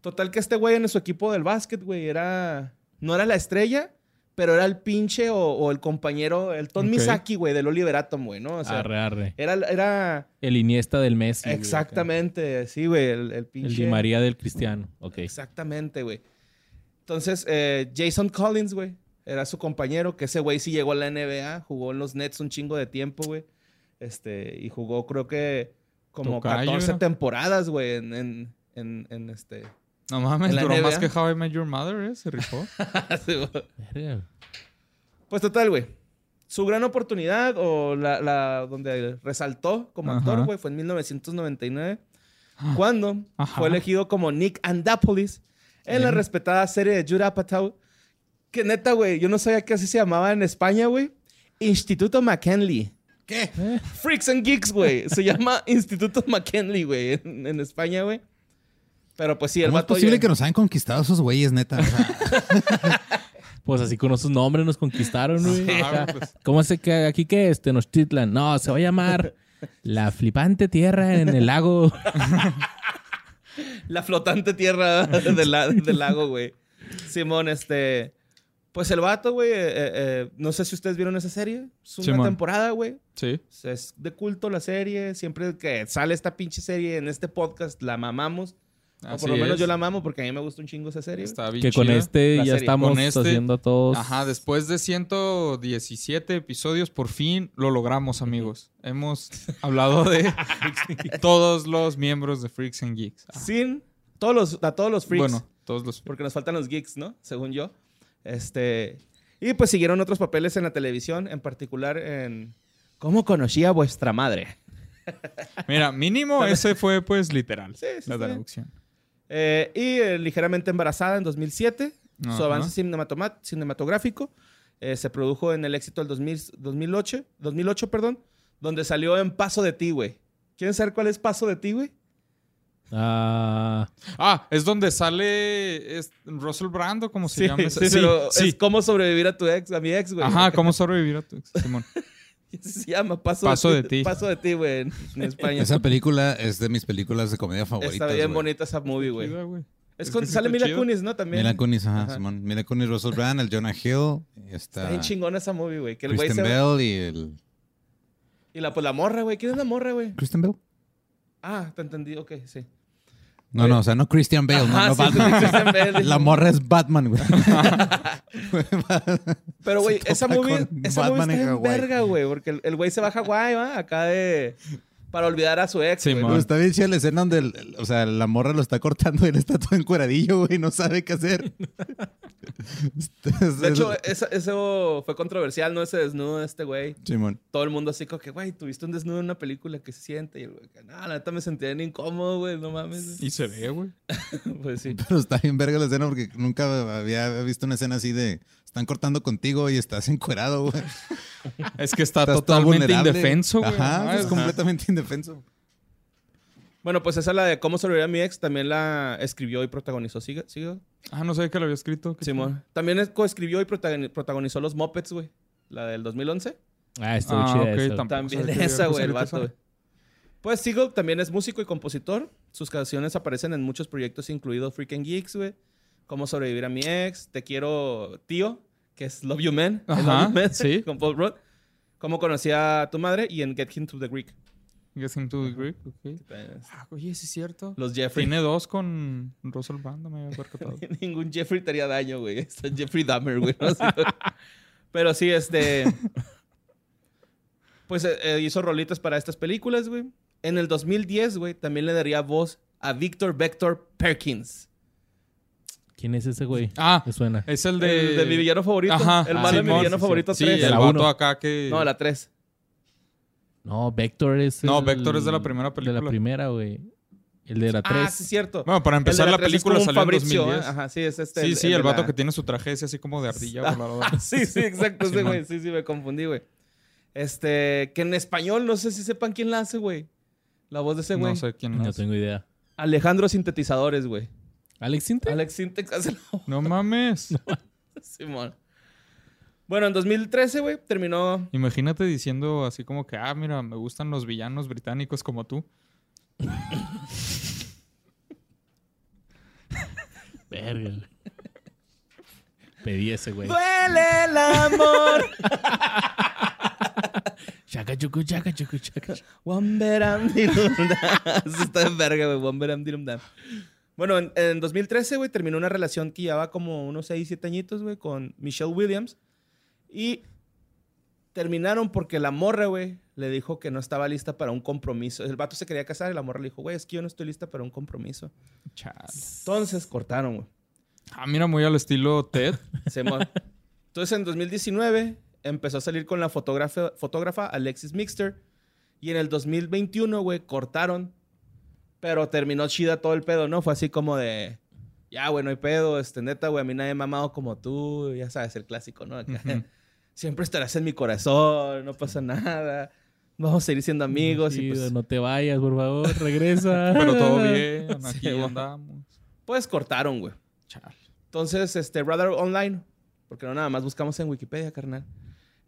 Total que este güey en su equipo del básquet, güey, era... No era la estrella, pero era el pinche o, o el compañero, el Tom Ok. Misaki, güey, del Oliver Atom, güey, ¿no? O sea, arre, arre. era... era El Iniesta del Messi. Ah, güey, acá. exactamente, sí, güey, el, el pinche... El Di María del Cristiano. Ok. Exactamente, güey. Entonces, eh, Jason Collins, güey, era su compañero, que ese güey sí llegó a la NBA, jugó en los Nets un chingo de tiempo, güey. Este, y jugó creo que como Tocayo, 14 ¿no? temporadas, güey, en, en, en, en este... No mames, En la duró más NBA. que How I Met Your Mother, ¿eh? Se rifó. Verga. pues total, güey. Su gran oportunidad o la, la- donde resaltó como actor, Ajá. güey, fue en 1999, Ah. cuando Ajá. fue elegido como Nick Andapolis en la Bien. respetada serie de Judd Apatow. Que neta, güey, yo no sabía que así se llamaba en España, güey. Instituto McKinley. ¿Qué? Freaks and Geeks, güey. Se llama Instituto McKinley, güey, en, en España, güey. Pero pues sí, el ¿Cómo es vato... posible ya- que nos hayan conquistado esos güeyes, neta? O sea, Pues así con esos nombres nos conquistaron, güey. Ah, Acá. pues. ¿Cómo se que aquí que este nos titlan? No, se va a llamar La flipante tierra en el lago. La flotante tierra del, la- del lago, güey. Simón, este... Pues el vato, güey, eh, eh, eh, no sé si ustedes vieron esa serie. Es una Simón. temporada, güey. Sí. O sea, es de culto la serie. Siempre que sale esta pinche serie en este podcast, la mamamos. o así por lo menos es. yo la mamo porque a mí me gusta un chingo esa serie. Está bien Que con chida. este La ya serie. estamos Con este- haciendo a todos. Ajá, después de 117 episodios, por fin lo logramos, amigos. Hemos hablado de todos los miembros de Freaks and Geeks. Ah, Sin todos los, a todos los freaks. Bueno, todos los Porque nos faltan los geeks, ¿no? Según yo. Este. Y pues siguieron otros papeles en la televisión, en particular en. ¿Cómo conocí a vuestra madre? Mira, mínimo ese fue pues literal. Sí, sí, la está traducción. Eh, y eh, ligeramente embarazada en 2007. Su Ajá. avance cinematoma- cinematográfico eh, se produjo en el éxito del 2000 2008, 2008, perdón, donde salió en Paso de ti, güey. ¿Quieren saber cuál es Paso de ti, güey? Ah, Ah, es donde sale es- Russell Brando, como se llama. ese? sí, pero sí. es cómo sobrevivir a tu ex, a mi ex, güey. Ajá, ¿cómo sobrevivir a tu ex, Simón? Se llama Paso, Paso de ti. Paso de ti, güey, en, en España. esa película es de mis películas de comedia favoritas. Está bien güey. bonita esa movie, güey. Chida, güey. Es Es cuando que sale está Mila chido. Kunis, ¿no? También. Mira Kunis, ajá, Ajá. Simón. Mira Kunis, Russell Brand, el Jonah Hill, Está está bien chingona esa movie, güey. Que el güey Kristen se... Bell y el... Y la, pues, la morra, güey. ¿Quién es la morra, güey? ¿Kristen Bell? Ah, te entendí. Ok, sí. No, no, o sea, no Christian Bale, no, Ajá, no sí, sí, Batman. Kristen Bell. La morra es Batman, güey. Pero, güey, se esa topa movie, con esa movie Batman está en en Hawái. verga, güey. Porque el- el güey se va a Hawái, ¿va? Acá de... Para olvidar a su ex, Sí, güey. mo. Pero está bien chida la escena donde, el- el- o sea, la morra lo está cortando y él está todo encueradillo, güey, no sabe qué hacer. Este, De hecho, eh, esa- eso fue controversial, ¿no? Ese desnudo de este güey. Simón. Todo el mundo así como que, güey, tuviste un desnudo en una película que se siente. Y el güey, no, la neta me sentía bien incómodo, güey. No mames. Y se ve, güey. pues sí. Pero está bien verga la escena porque nunca había visto una escena así de están cortando contigo y estás encuerado, güey. Es que está Estás todo totalmente vulnerable. indefenso, güey. Ah, Ajá, ¿no? Ah, es completamente indefenso. Bueno, pues esa es la de Cómo sobrevivir a mi ex. También la escribió y protagonizó. ¿Sigue? ¿Sigue? Ah, no sabía que lo había escrito. Qué Simón. También es- coescribió y protagoni- protagonizó Los Muppets, güey. La del 2011. Ah, estuvo Ah, chida ok, esa. tampoco También sabía que esa, había güey, el cosas vato, güey. Pues Seagull también es músico y compositor. Sus canciones aparecen en muchos proyectos, incluido Freaking Geeks, güey. Cómo sobrevivir a mi ex, Te quiero, tío, que es Love You Man. es Ajá, Love You Man, sí. Con Paul Rudd. Cómo conocí a tu madre y en Get Him to the Greek. Guessing to the Greek, ok. Ah, oye, sí es cierto. Los Jeffrey. Tiene dos con Russell Brand, no me había percatado. Ningún Jeffrey te haría daño, güey. Está Jeffrey Dahmer, güey. ¿no? Sí, güey. Pero sí, este. Pues eh, eh, hizo rolitas para estas películas, güey. En el 2010, güey, también le daría voz a Victor Vector Perkins. ¿Quién es ese güey? Ah, Me suena. es el de... De, de mi villano favorito. Ajá. El Ah, malo de mi Simón, villano sí, favorito Sí, 3. de el la vato uno. acá que... No, la 3. No, Vector es. No, el- Vector es de la primera De la película. primera, güey. El de la Ah, 3. sí, es cierto. Bueno, para empezar, El de la, tres es película como un salió en Fabrizio, 2010. ¿eh? Ajá, sí, es este. Sí, sí, el, de vato la- que tiene su traje ese así como de ardilla Ah, voladora. sí, sí, exacto, ese Simón. güey. Sí, sí, me confundí, güey. Este, que en español, no sé si sepan quién la hace, güey. La voz de ese este güey. No sé quién No es. tengo idea. Alejandro Sintetizadores, güey. ¿Alex Sintek? Alex Sintex hace la voz, No mames. Simón. Bueno, en 2013, güey, terminó. Imagínate diciendo así como que, ah, mira, me gustan los villanos británicos como tú. Verga. güey. Pedí ese, güey. ¡Duele el amor! Chaca, chucu, chaca, chucu, chaca. One Beram Dilum Dam. Eso está de verga, güey. One Beram Dilum Dam. Bueno, en, en 2013, güey, terminó una relación que llevaba como unos 6, 7 añitos, güey, con Michelle Williams. Y terminaron porque la morra, güey, le dijo que no estaba lista para un compromiso. El vato se quería casar y la morra le dijo, güey, es que yo no estoy lista para un compromiso. Chale. Entonces cortaron, güey. Ah, mira, muy al estilo Ted. Se mo- Entonces en 2019 empezó a salir con la fotógrafa, fotógrafa Alexis Mixter y en el 2021, güey, cortaron, pero terminó chida todo el pedo, ¿no? Fue así como de, ya, güey, no hay pedo, este, neta, güey, a mí nadie me ha mamado como tú, ya sabes, el clásico, ¿no? Acá, Ujú. Siempre estarás en mi corazón, no pasa nada, vamos a seguir siendo amigos y Chido, pues, No te vayas, por favor. Regresa. Pero todo bien, aquí Sí, bueno. andamos. pues cortaron, güey. Chale. Entonces, este, Radar Online, porque no nada más buscamos en Wikipedia, carnal.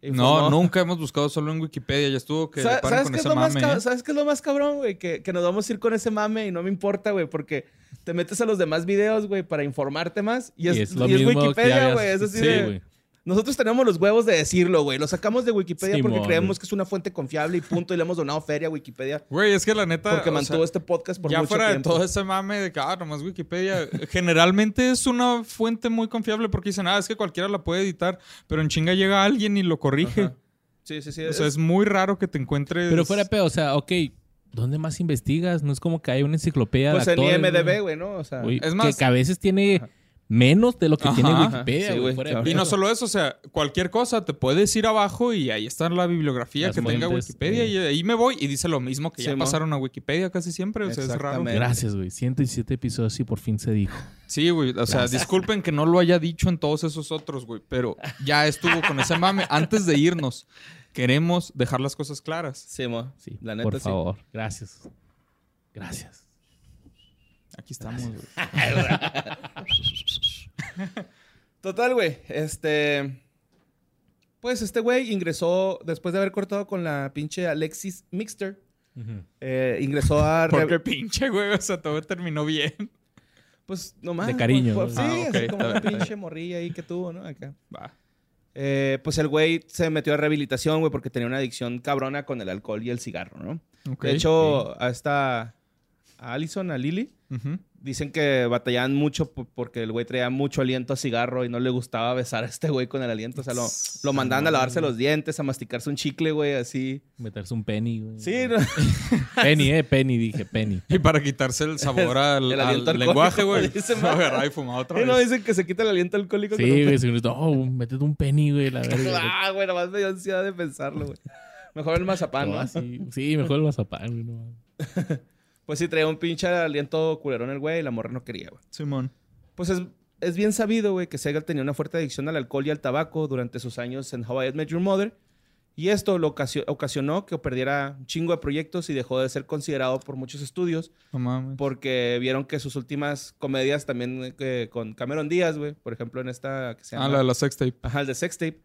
No, Informó- nunca hemos buscado solo en Wikipedia. Ya estuvo que le Sa- paren ¿Sabes con qué es ese lo más mame. ca- ¿eh? sabes qué es lo más cabrón, güey? Que, que nos vamos a ir con ese mame y no me importa, güey, porque te metes a los demás videos, güey, para informarte más. Y es, y es Wikipedia, habías- güey. Es así sí, de- güey. Nosotros tenemos los huevos de decirlo, güey. Lo sacamos de Wikipedia Simón, porque creemos güey. que es una fuente confiable y punto. Y le hemos donado feria a Wikipedia Güey, es que la neta. porque o mantuvo sea, este podcast por ya mucho fuera tiempo. de todo ese mame de que, ah, nomás Wikipedia, generalmente es una fuente muy confiable porque dicen, ah, es que cualquiera la puede editar, pero en chinga llega alguien y lo corrige. Ajá. Sí, sí, sí. O sea, es- es muy raro que te encuentres. Pero fuera de pedo, o sea, ok. ¿Dónde más investigas? No es como que hay una enciclopedia pues de en actores. IMDB, güey, ¿no? O sea, Güey, Es más- que, que a veces tiene menos de lo que Ajá. tiene Ajá, Wikipedia, sí, güey. güey, fuera de claro. Y pedo. no solo eso, o sea, cualquier cosa, te puedes ir abajo y ahí está la bibliografía Las que tenga fuentes, Wikipedia sí. y ahí me voy y dice lo mismo que ya Simón. pasaron a Wikipedia casi siempre, o sea, es raro. Exactamente. Gracias, güey. 107 episodios y por fin se dijo. Sí, güey, o sea, disculpen que no lo haya dicho en todos esos otros, güey, pero ya estuvo con ese mame. Antes de irnos, queremos dejar las cosas claras. sí, mo. Sí, La neta, por sí. favor. Gracias. Gracias. Aquí estamos, güey. Total, güey. Este. Pues este güey ingresó, después de haber cortado con la pinche Alexis Mixter, eh, ingresó a. Re- Porque pinche, güey, o sea, todo terminó bien. Pues nomás. De cariño, pues, ¿no? sí, Ah, ok, así como está una bien, está pinche morrilla ahí que tuvo, ¿no? Acá. Va. Eh, pues el güey se metió a rehabilitación, güey, porque tenía una adicción cabrona con el alcohol y el cigarro, ¿no? Ok. De hecho, a esta. A Allison, a Lily, Ujú. dicen que batallaban mucho po- porque el güey traía mucho aliento a cigarro y no le gustaba besar a este güey con el aliento. O sea, lo, lo mandaban a lavarse los dientes, a masticarse un chicle, güey, así. Meterse un penny, güey. Sí, no. Mm. Penny, eh, penny, dije, penny. Y para quitarse el sabor al, El al aliento alcohólico, lenguaje, güey. dice, Se agarraba y fumaba otra Y vez. no dicen que se quita el aliento alcohólico. con Sí, un- güey, se gritó, oh, métete un penny, güey, la verga. Ah, güey, nomás me dio ansiedad de pensarlo, güey. Mejor el mazapán, Todo Ah, ¿no? así. Sí, mejor el mazapán, güey. no. Pues sí, traía un pinche aliento culerón el güey y la morra no quería, güey. Simón. Pues es, es bien sabido, güey, que Segal tenía una fuerte adicción al alcohol y al tabaco durante sus años en How I Met Your Mother. Y esto lo ocasio- ocasionó que perdiera un chingo de proyectos y dejó de ser considerado por muchos estudios No mames. porque vieron que sus últimas comedias también eh, que- con Cameron Díaz, güey, por ejemplo, en esta que se llama... Ah, la de la sextape. Ajá, el de sextape.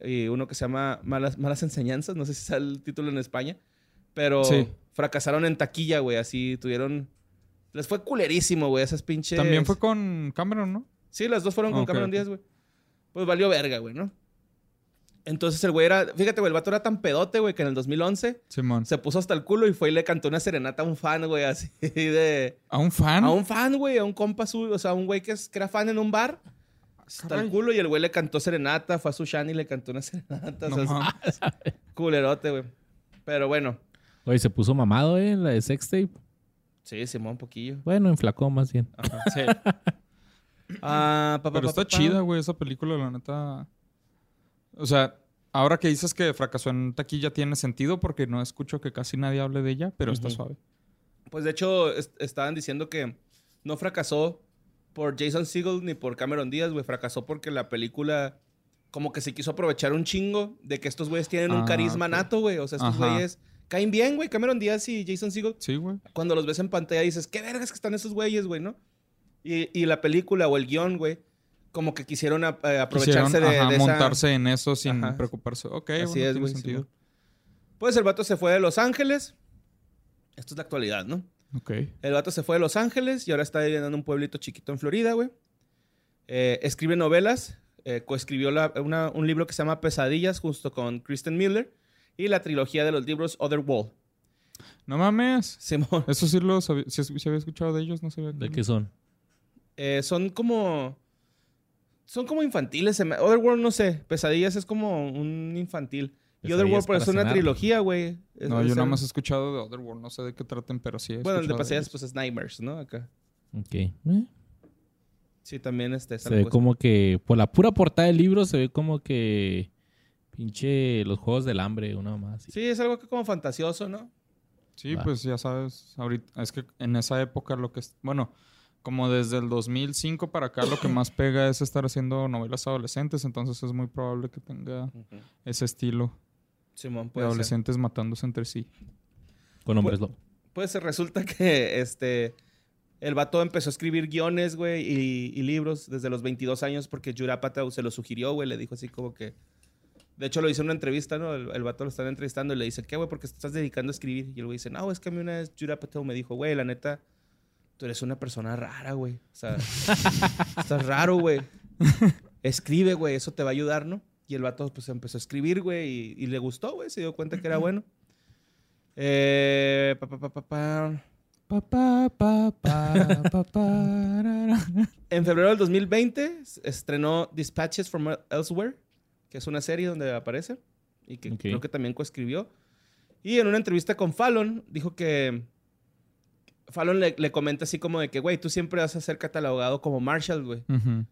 y uno que se llama Malas, Malas Enseñanzas, no sé si es el título en España, pero Sí. fracasaron en taquilla, güey, así tuvieron... Les fue culerísimo, güey, esas pinches... También fue con Cameron, ¿no? Sí, las dos fueron con Ok, Cameron ok. Díaz, güey. Pues valió verga, güey, ¿no? Entonces el güey era... Fíjate, güey, el vato era tan pedote, güey, que en el 2011 Simón. se puso hasta el culo y fue y le cantó una serenata a un fan, güey, así de... ¿A un fan? A un fan, güey, a un compa suyo, o sea, un güey que, es- que era fan en un bar. Hasta el caray. culo y el güey le cantó serenata, fue a su Shan y le cantó una serenata. No o sea, mames. culerote, güey. Pero bueno, Oye, se puso mamado, ¿eh? La de sextape. sí, Simón, un poquillo. Bueno, enflacó más bien. Ajá, sí. Ah, pa, pa, Pero pa, está pa, pa. chida, güey, esa película, la neta. O sea, ahora que dices que fracasó en taquilla tiene sentido porque no escucho que casi nadie hable de ella, pero está Ujú. suave. Pues de hecho, es- estaban diciendo que no fracasó por Jason Segel ni por Cameron Díaz, güey. Fracasó porque la película como que se quiso aprovechar un chingo de que estos güeyes tienen un Ah, carisma ok. nato, güey. O sea, estos Ajá. güeyes caen bien, güey. Cameron Díaz y Jason Segel Sí, güey. cuando los ves en pantalla dices, qué vergas que están esos güeyes, güey, ¿no? Y, y la película o el guión, güey, como que quisieron ap- eh, aprovecharse Quisieron, de, ajá, de esa- montarse en eso sin Ajá. preocuparse. Ok, Así bueno, es, tiene güey, sentido. Simón. Pues el vato se fue de Los Ángeles. Esto es la actualidad, ¿no? Ok. El vato se fue de Los Ángeles y ahora está viviendo en un pueblito chiquito en Florida, güey. Eh, escribe novelas. eh, coescribió la- una- un libro que se llama Pesadillas junto con Kristen Miller y la trilogía de los libros Otherworld. No mames. Simón. Eso sí lo sabía. Si, es- si había escuchado de ellos, no sabía. ¿De qué son? Eh, son como. Son como infantiles. se me- Otherworld, no sé. Pesadillas es como un infantil. Y Pesadillas Otherworld, pero para es una cenar. trilogía, güey. Es- No, es yo nada el- más he escuchado de Otherworld. No sé de qué traten, pero sí he Bueno, el de escuchado pesadillas, ellos. pues es Nightmares, ¿no? Acá. Ok. Eh, Sí, también este. esa Se la ve cuesta. como que, por la pura portada del libro, se ve como que pinche los juegos del hambre, una más. Sí, es algo que como fantasioso, ¿no? Sí, Va. pues ya sabes, ahorita es que en esa época lo que es, bueno, como desde el 2005 para acá lo que más pega es estar haciendo novelas adolescentes, entonces es muy probable que tenga ese estilo Simón, de puede ser. adolescentes matándose entre sí. Con hombres lobo. Pues resulta que este. El vato empezó a escribir guiones, güey, y, y libros desde los 22 años porque Jurapatau se lo sugirió, güey. Le dijo así como que. De hecho, lo hizo en una entrevista, ¿no? El, el vato lo están entrevistando y le dice, ¿qué, güey? Porque te estás dedicando a escribir. Y el güey dice, no, es que a mí una vez Jurapatau me dijo, güey, la neta, tú eres una persona rara, güey. O sea, estás raro, güey. Escribe, güey, eso te va a ayudar, ¿no? Y el vato, pues, empezó a escribir, güey, y, y le gustó, güey. Se dio cuenta que era bueno. Eh, pa, pa, pa, pa, pa. En febrero del 2020 s- estrenó Dispatches from Elsewhere, que es una serie donde aparece y que Ok. creo que también coescribió. Y en una entrevista con Fallon dijo que Fallon le, le comenta así como de que, güey, tú siempre vas a ser catalogado como Marshall, güey. Ujú.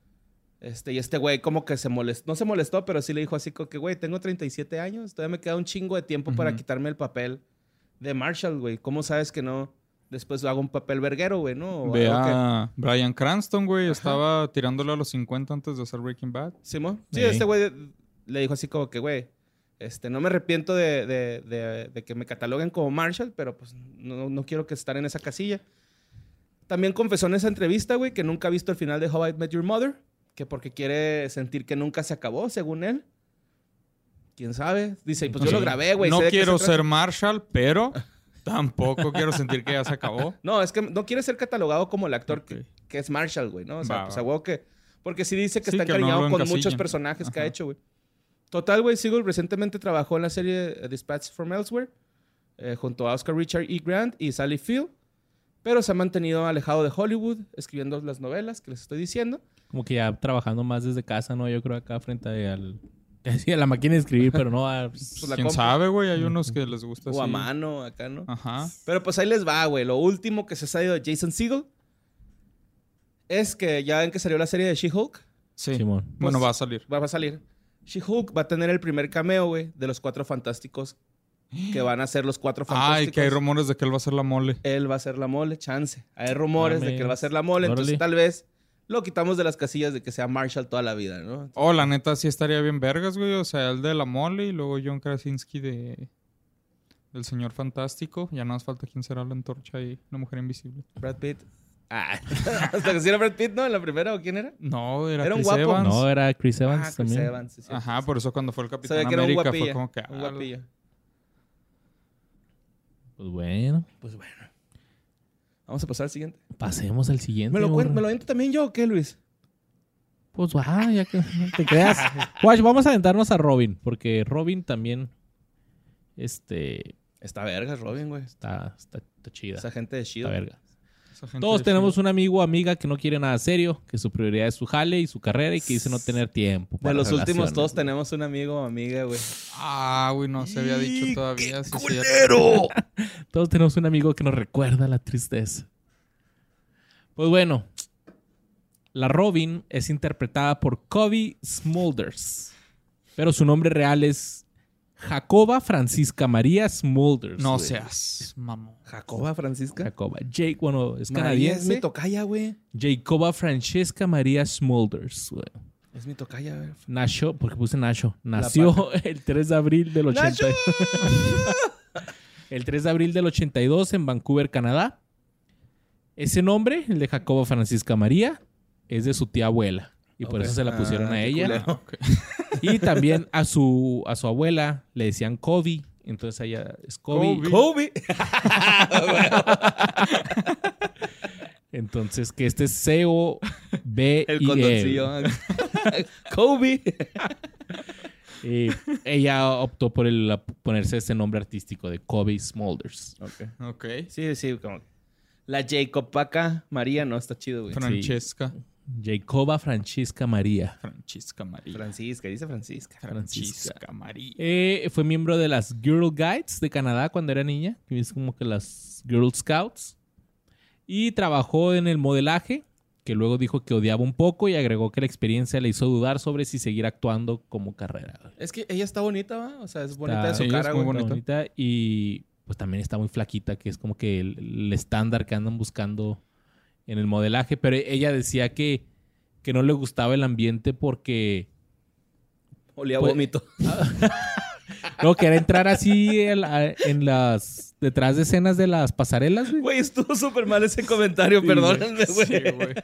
Este, y este güey como que se molestó, no se molestó, pero sí le dijo así como que, güey, tengo 37 años, todavía me queda un chingo de tiempo para Ujú. quitarme el papel de Marshall, güey. ¿Cómo sabes que no después hago un papel verguero, güey, no? O Ve algo que- a Brian Cranston, güey, estaba tirándole a los 50 antes de hacer Breaking Bad. Simón. Sí, Ey. este güey le dijo así como que, güey, este, no me arrepiento de, de- de- de que me cataloguen como Marshall, pero pues no, no quiero que estar en esa casilla. También confesó en esa entrevista, güey, que nunca ha visto el final de How I Met Your Mother, que porque quiere sentir que nunca se acabó, según él. ¿Quién sabe? Dice, y pues yo Sí. lo grabé, güey. No sé de qué se quiero trata. ser Marshall, pero tampoco quiero sentir que ya se acabó. No, es que no quiere ser catalogado como el actor que, Ok. que es Marshall, güey, ¿no? O sea, Va, pues va. a huevo que. Porque sí dice que Sí, está que no encariñado lo con encasillan. muchos personajes que ha Ajá. hecho, güey. Total, güey, Seagull recientemente trabajó en la serie eh, Dispatch from Elsewhere eh, junto a Oscar Richard E. Grant y Sally Field, pero se ha mantenido alejado de Hollywood escribiendo las novelas que les estoy diciendo. Como que ya trabajando más desde casa, ¿no? Yo creo acá frente al... Sí, a la máquina de escribir, pero no ah, a... la ¿Quién compra. sabe, güey? Hay unos que les gusta O a así. mano, acá, ¿no? Ajá. Pero pues ahí les va, güey. Lo último que se ha salido de Jason Segel es que ya ven que salió la serie de She-Hulk. Sí. Simón. Bueno, Pues- va a salir. va a salir. She-Hulk va a tener el primer cameo, güey, de los cuatro fantásticos que van a ser los cuatro fantásticos. Ay, que hay rumores de que él va a ser la mole. Él va a ser la mole, chance. Hay rumores de que él va a ser la mole, Órale. entonces tal vez lo quitamos de las casillas de que sea Marshall toda la vida, ¿no? Oh, la neta, sí estaría bien vergas, güey. O sea, el de la mole y luego John Krasinski de... Del señor fantástico. Ya no más falta quién será la antorcha y la mujer invisible. Brad Pitt. Ah, hasta que sí era Brad Pitt, ¿no? En la primera, ¿o quién era? No, era, Era un Chris guapo. Evans. No, era Chris Evans Ah, Chris también. Evans, sí, sí. Ajá, por eso cuando fue el Capitán Sabía que era un América fue guapillo. como que... un ah, guapillo. Pues bueno, Pues bueno. Vamos a pasar al siguiente. pasemos al siguiente. ¿Me lo, morra. cuen- ¿Me lo aviento también yo o qué, Luis? Pues va, ya que no te creas. Watch, vamos a aventarnos a Robin, porque Robin también este, Está verga, Robin, güey. está, está, está chida. Esa gente de chido. Está verga. "Ah, esa gente Todos de tenemos un amigo o amiga que no quiere nada serio, que su prioridad es su jale y su carrera y que dice no tener tiempo. De para los últimos, relaciones. todos tenemos un amigo o amiga, güey. Ah, güey, no se había dicho todavía. sí, sí, ya- Todos tenemos un amigo que nos recuerda la tristeza. Pues bueno, la Robin es interpretada por Covey Smulders, pero su nombre real es Jacoba Francisca María Smulders. No güey. seas, mamón. Jacoba Francisca. Jacoba. Jake, bueno, María Es es mi canadiense. tocaya, güey. Jacoba Francesca María Smulders. güey. Es mi tocaya, güey. Nació, porque puse Nacho. La Nació el 3 de abril del 80. el 3 de abril del 82 en Vancouver, Canadá. Ese nombre, el de Jacoba Francisca María, es de su tía abuela. Y por Ok. eso se la pusieron Ah, a qué ella. culero. Ok. Y también a su, a su abuela le decían Kobe. Entonces ella es Kobe. Kobe. Kobe. Entonces que este es CEO B E. El condoncillo. Kobe. Y ella optó por el, la- ponerse ese nombre artístico de Kobe Smulders. Ok. Ok. Sí, sí, como. que- La Jacopaca María no está chido, güey. Francesca. Jacoba Francisca María. Francesca María. Francisca, dice Francisca. Francisca. Francisca. María. Eh, fue miembro de las Girl Guides de Canadá cuando era niña, que es como que las Girl Scouts. Y trabajó en el modelaje, que luego dijo que odiaba un poco y agregó que la experiencia le hizo dudar sobre si seguir actuando como carrera. Es que ella está bonita, ¿va? O sea, es bonita de Está- su sí, cara, es muy güey. bonita. Está bonita y pues también está muy flaquita, que es como que el, el estándar que andan buscando en el modelaje. Pero ella decía que, que no le gustaba el ambiente porque... Olía a Pues- vómito. No, que era entrar así en, la- en las... Detrás de escenas de las pasarelas, güey. Güey, estuvo súper mal ese comentario, perdónenme, güey. Sí, güey.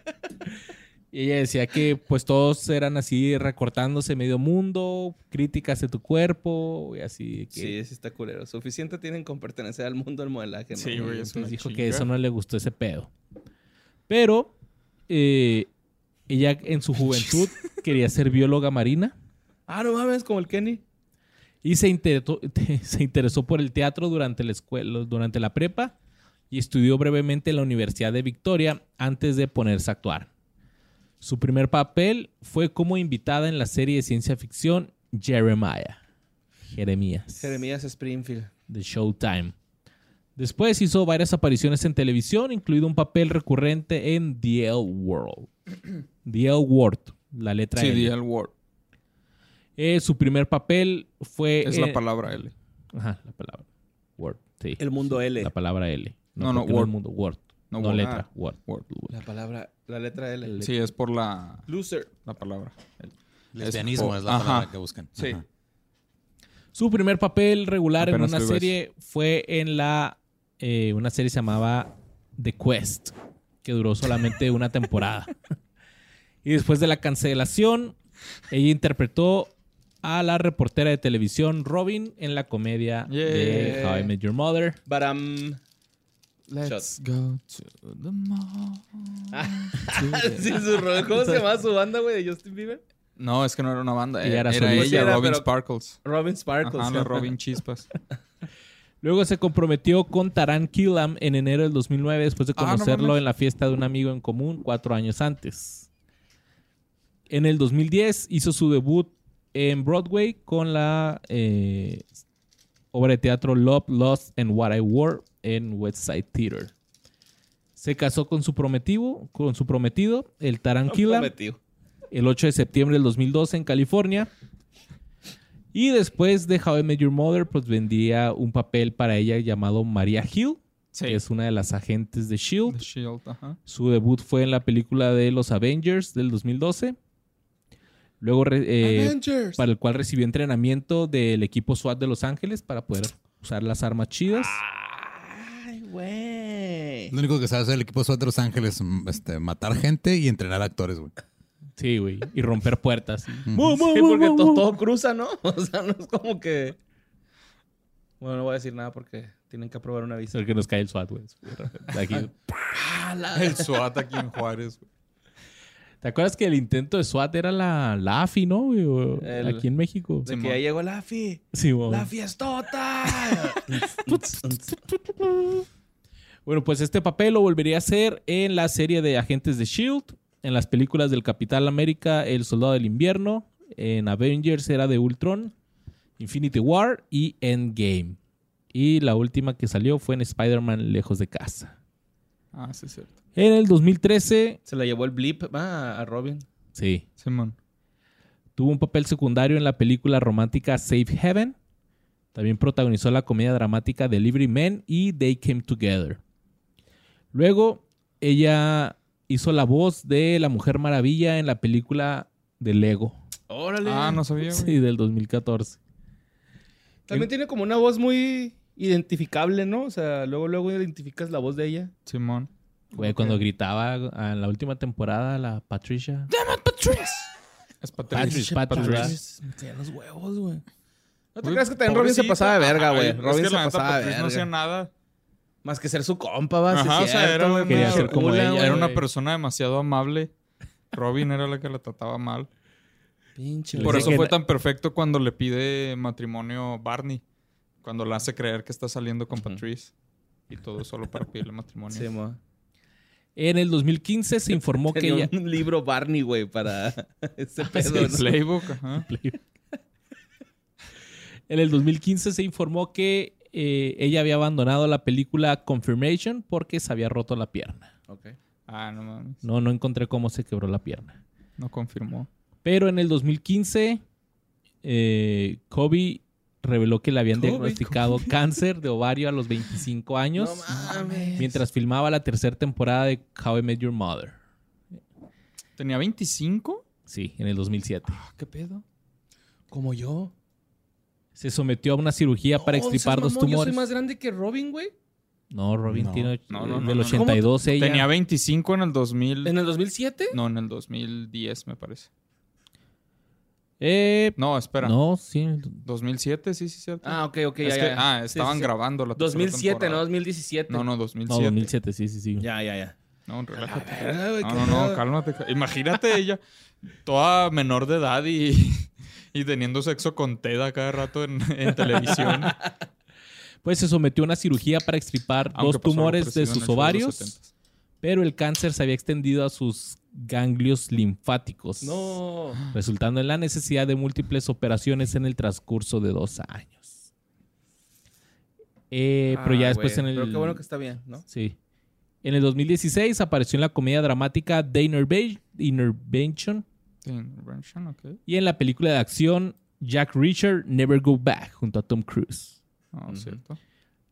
Y ella decía que pues todos eran así recortándose medio mundo, críticas de tu cuerpo y así. Que, Sí, sí está culero. Suficiente tienen con pertenecer al mundo del modelaje, ¿no? Sí, güey. es Entonces una pues, dijo chinga. que eso no le gustó ese pedo. Pero eh, ella en su juventud quería ser bióloga marina Ah, no mames, como el Kenny. y se interesó, se interesó por el teatro durante la escuela, durante la prepa y estudió brevemente en la Universidad de Victoria antes de ponerse a actuar. Su primer papel fue como invitada en la serie de ciencia ficción Jeremiah. Jeremías. Jeremías Springfield. de Showtime. Después hizo varias apariciones en televisión, incluido un papel recurrente en The L World. The L Word, la letra Sí, L. di el word. Eh, su primer papel fue... Es la eh, palabra L. Ajá, la palabra. Word, sí. El mundo L. La palabra L. No, no, porque Word. El mundo, Word. No, No, Word. letra, Ah. Word. Word. La palabra, la letra L. Sí, es por la, Loser. la palabra. L. Lesbianismo Es es la por- palabra ajá. que buscan. Sí. Ajá. Su primer papel regular Apenas en una lo iba a serie fue en la... eh, una serie se llamaba The Quest, que duró solamente una temporada. y después de la cancelación, ella interpretó a la reportera de televisión Robin en la comedia de Yeah. How I Met Your Mother. Baram. Let's go to the mall. Sí, su rol- ¿Cómo se llamaba su banda, güey? De Justin Bieber. No, es que no era una banda. eh, Y era Era, era Pues solista. ella, Era, Robin pero- Sparkles. Robin Sparkles. Ajá, la Robin Chispas. Luego se comprometió con Taran Killam en enero del 2009 después de Ah, no mames. conocerlo en la fiesta de un amigo en común cuatro años antes. En el 2010 hizo su debut en Broadway con la eh, obra de teatro Love, Lost and What I Wore en West Side Theater. Se casó con su prometido, con su prometido, el Taran Killam, Prometido. el 8 de septiembre del 2012 en California. Y después de How I Met Your Mother, pues vendía un papel para ella llamado María Hill, Sí. que es una de las agentes de The Shield. Shield, ajá. Su debut fue en la película de los Avengers del 2012. Luego, re- eh, Avengers. para el cual recibió entrenamiento del equipo Ah. SWAT de Los Ángeles para poder usar las armas chidas. Ay, güey. güey. Lo único que sabe hacer el equipo SWAT de Los Ángeles mm, este, matar gente y entrenar actores, güey. Sí, güey. Y romper puertas. Mu, Sí, porque to- todo cruza, ¿no? O sea, no es como que. Bueno, no voy a decir nada porque tienen que aprobar una visa. El que nos cae el SWAT, güey. De aquí. El SWAT aquí en Juárez. güey. ¿Te acuerdas que el intento de SWAT era la, la AFI, no? güey? O- El- Aquí en México. De Simón. que ya llegó la AFI. Sí, güey. ¡La fiestota! Bueno, pues este papel lo volvería a hacer en la serie de Agentes de Shield, E en las películas del Capital América, El Soldado del Invierno, en Avengers era de Ultron, Infinity War y Endgame. Y la última que salió fue en Spider-Man Lejos de Casa. Ah, sí, es cierto. En el 2013, Se la llevó el blip ah, a Robin. sí, Simón. Tuvo un papel secundario en la película romántica Safe Heaven. También protagonizó la comedia dramática Delivery Men y They Came Together. Luego, ella hizo la voz de la Mujer Maravilla en la película de Lego. ¡Órale! Ah, no sabía, güey. Sí, del 2014. También tiene como una voz muy identificable, ¿no? O sea, luego, luego identificas la voz de ella. Simón. Güey, cuando gritaba ah, en la última temporada la Patricia. Es Patricia, Patricia. Patricia. Me caían los huevos, güey. No te Güey, creas que también Robin se pobrecita. pasaba de verga, Ay, güey. es Robin que se la neta, pasaba de Patricia No hacía verga. nada. Más que ser su compa, va. Ajá, o sea, era una- Quería ser como ella. Era una güey. persona demasiado amable. Robin era la que la trataba mal. Pinche. Le Por dice eso que fue na- tan perfecto cuando le pide matrimonio Barney. Cuando la hace creer que está saliendo con Patrice. Y todo solo para pedirle matrimonio. Sí, mo. En el 2015 se informó que Tenía ella... un libro Barney, güey, para ese Es pedo. el ¿no? playbook, ajá. En el 2015 se informó que eh, ella había abandonado la película Confirmation porque se había roto la pierna. Ok. Ah, no mames. No, no encontré cómo se quebró la pierna. No confirmó. Pero en el 2015, eh, Kobe reveló que le habían Kobe, diagnosticado cáncer de ovario a los 25 años No mames. mientras filmaba la tercera temporada de How I Met Your Mother. ¿Tenía 25? Sí, en el 2007. Ah, ¿Qué pedo? Como yo. Se sometió a una cirugía para extirpar dos Yo soy tumores. más grande que Robin, güey. No, Robin No. tiene och- No, no, no, del no. 82 ella. Tenía 25 en el 2000. ¿En el 2007? No, en el 2010, me parece. Eh, No, espera. no, sí, en el- ¿2007? Sí, sí, cierto. Ah, ok, ok, Es ya, que- ya. ah, Sí, estaban sí, sí. grabando la tercera 2007, no temporada. 2017. No, no, No, 2007. 2007, sí, sí, sí. Ya, ya, ya. No, relájate. Verga, güey, qué No, no, pedo. no, cálmate. cá- Imagínate ella, toda menor de edad y, y teniendo sexo con Teda cada rato en, en televisión. Pues se sometió a una cirugía para extirpar Aunque dos pasó algo tumores de parecido en sus el show de los ovarios, 70s. pero el cáncer se había extendido a sus ganglios linfáticos, No. resultando en la necesidad de múltiples operaciones en el transcurso de dos años. Eh, pero ya Ah, después güey, en el... Pero qué bueno que está bien, ¿no? Sí. En el 2016 apareció en la comedia dramática The Innerva- Intervention Sí, Intervention, ok. y en la película de acción Jack Reacher Never Go Back junto a Tom Cruise. Ah, Ujú. cierto.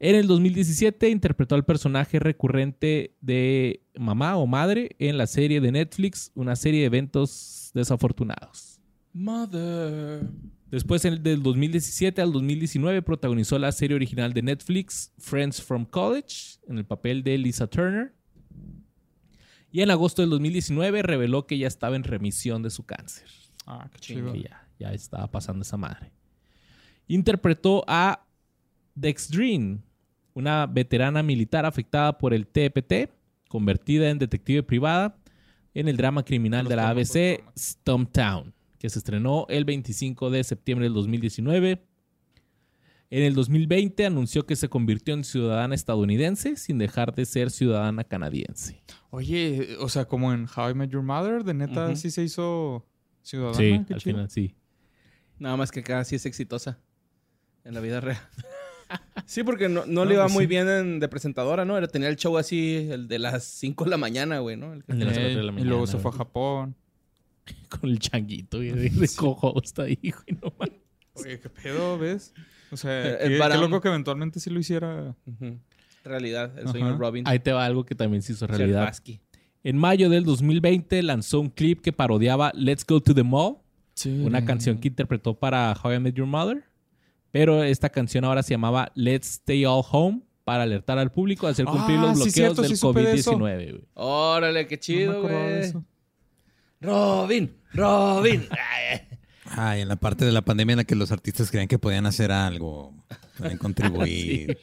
En el 2017 interpretó al personaje recurrente de mamá o madre en la serie de Netflix, una serie de eventos desafortunados. Mother. Después, en el del 2017 al 2019, protagonizó la serie original de Netflix, Friends from College, en el papel de Lisa Turner. Y en agosto del 2019 reveló que ya estaba en remisión de su cáncer. Ah, qué chido. Chingue. Que ya, ya estaba pasando esa madre. Interpretó a Dex Dream, una veterana militar afectada por el TPT, convertida en detective privada en el drama criminal Los de la tomo, los ABC tomo. Stumptown, que se estrenó el 25 de septiembre del 2019. En el 2020 anunció que se convirtió en ciudadana estadounidense sin dejar de ser ciudadana canadiense. Oye, o sea, como en How I Met Your Mother, de neta Ujú. sí se hizo ciudadana. Sí, Ah, qué al chido. final sí. Nada más que acá sí es exitosa. En la vida real. Sí, porque no, no No, le iba pues muy sí. bien en- de presentadora, ¿no? Era, tenía el show así, el de las 5 de la mañana, güey, ¿no? El que- El de las cuatro de la Ey, Eh, y mañana, luego se fue a güey. Japón. Con el changuito güey, de, de co-host ahí, güey, no mames. Oye, qué pedo, ¿ves? O sea, El- qué, el qué Baram. loco que eventualmente sí lo hiciera. Ujú. Realidad, el sueño Ajá. de Robin. Ahí te va algo que también se hizo Ser realidad. Barsky. En mayo del 2020 lanzó un clip que parodiaba Let's Go to the Mall, Sí. una canción que interpretó para How I Met Your Mother, pero esta canción ahora se llamaba Let's Stay All Home para alertar al público al hacer cumplir Ah, los sí, bloqueos cierto, del sí supe de eso. COVID-19, güey. Órale, qué me chido, acordaba de güey. eso. Robin, Robin. Ay, eh. Ah, y en la parte de la pandemia en la que los artistas creían que podían hacer algo, podían contribuir.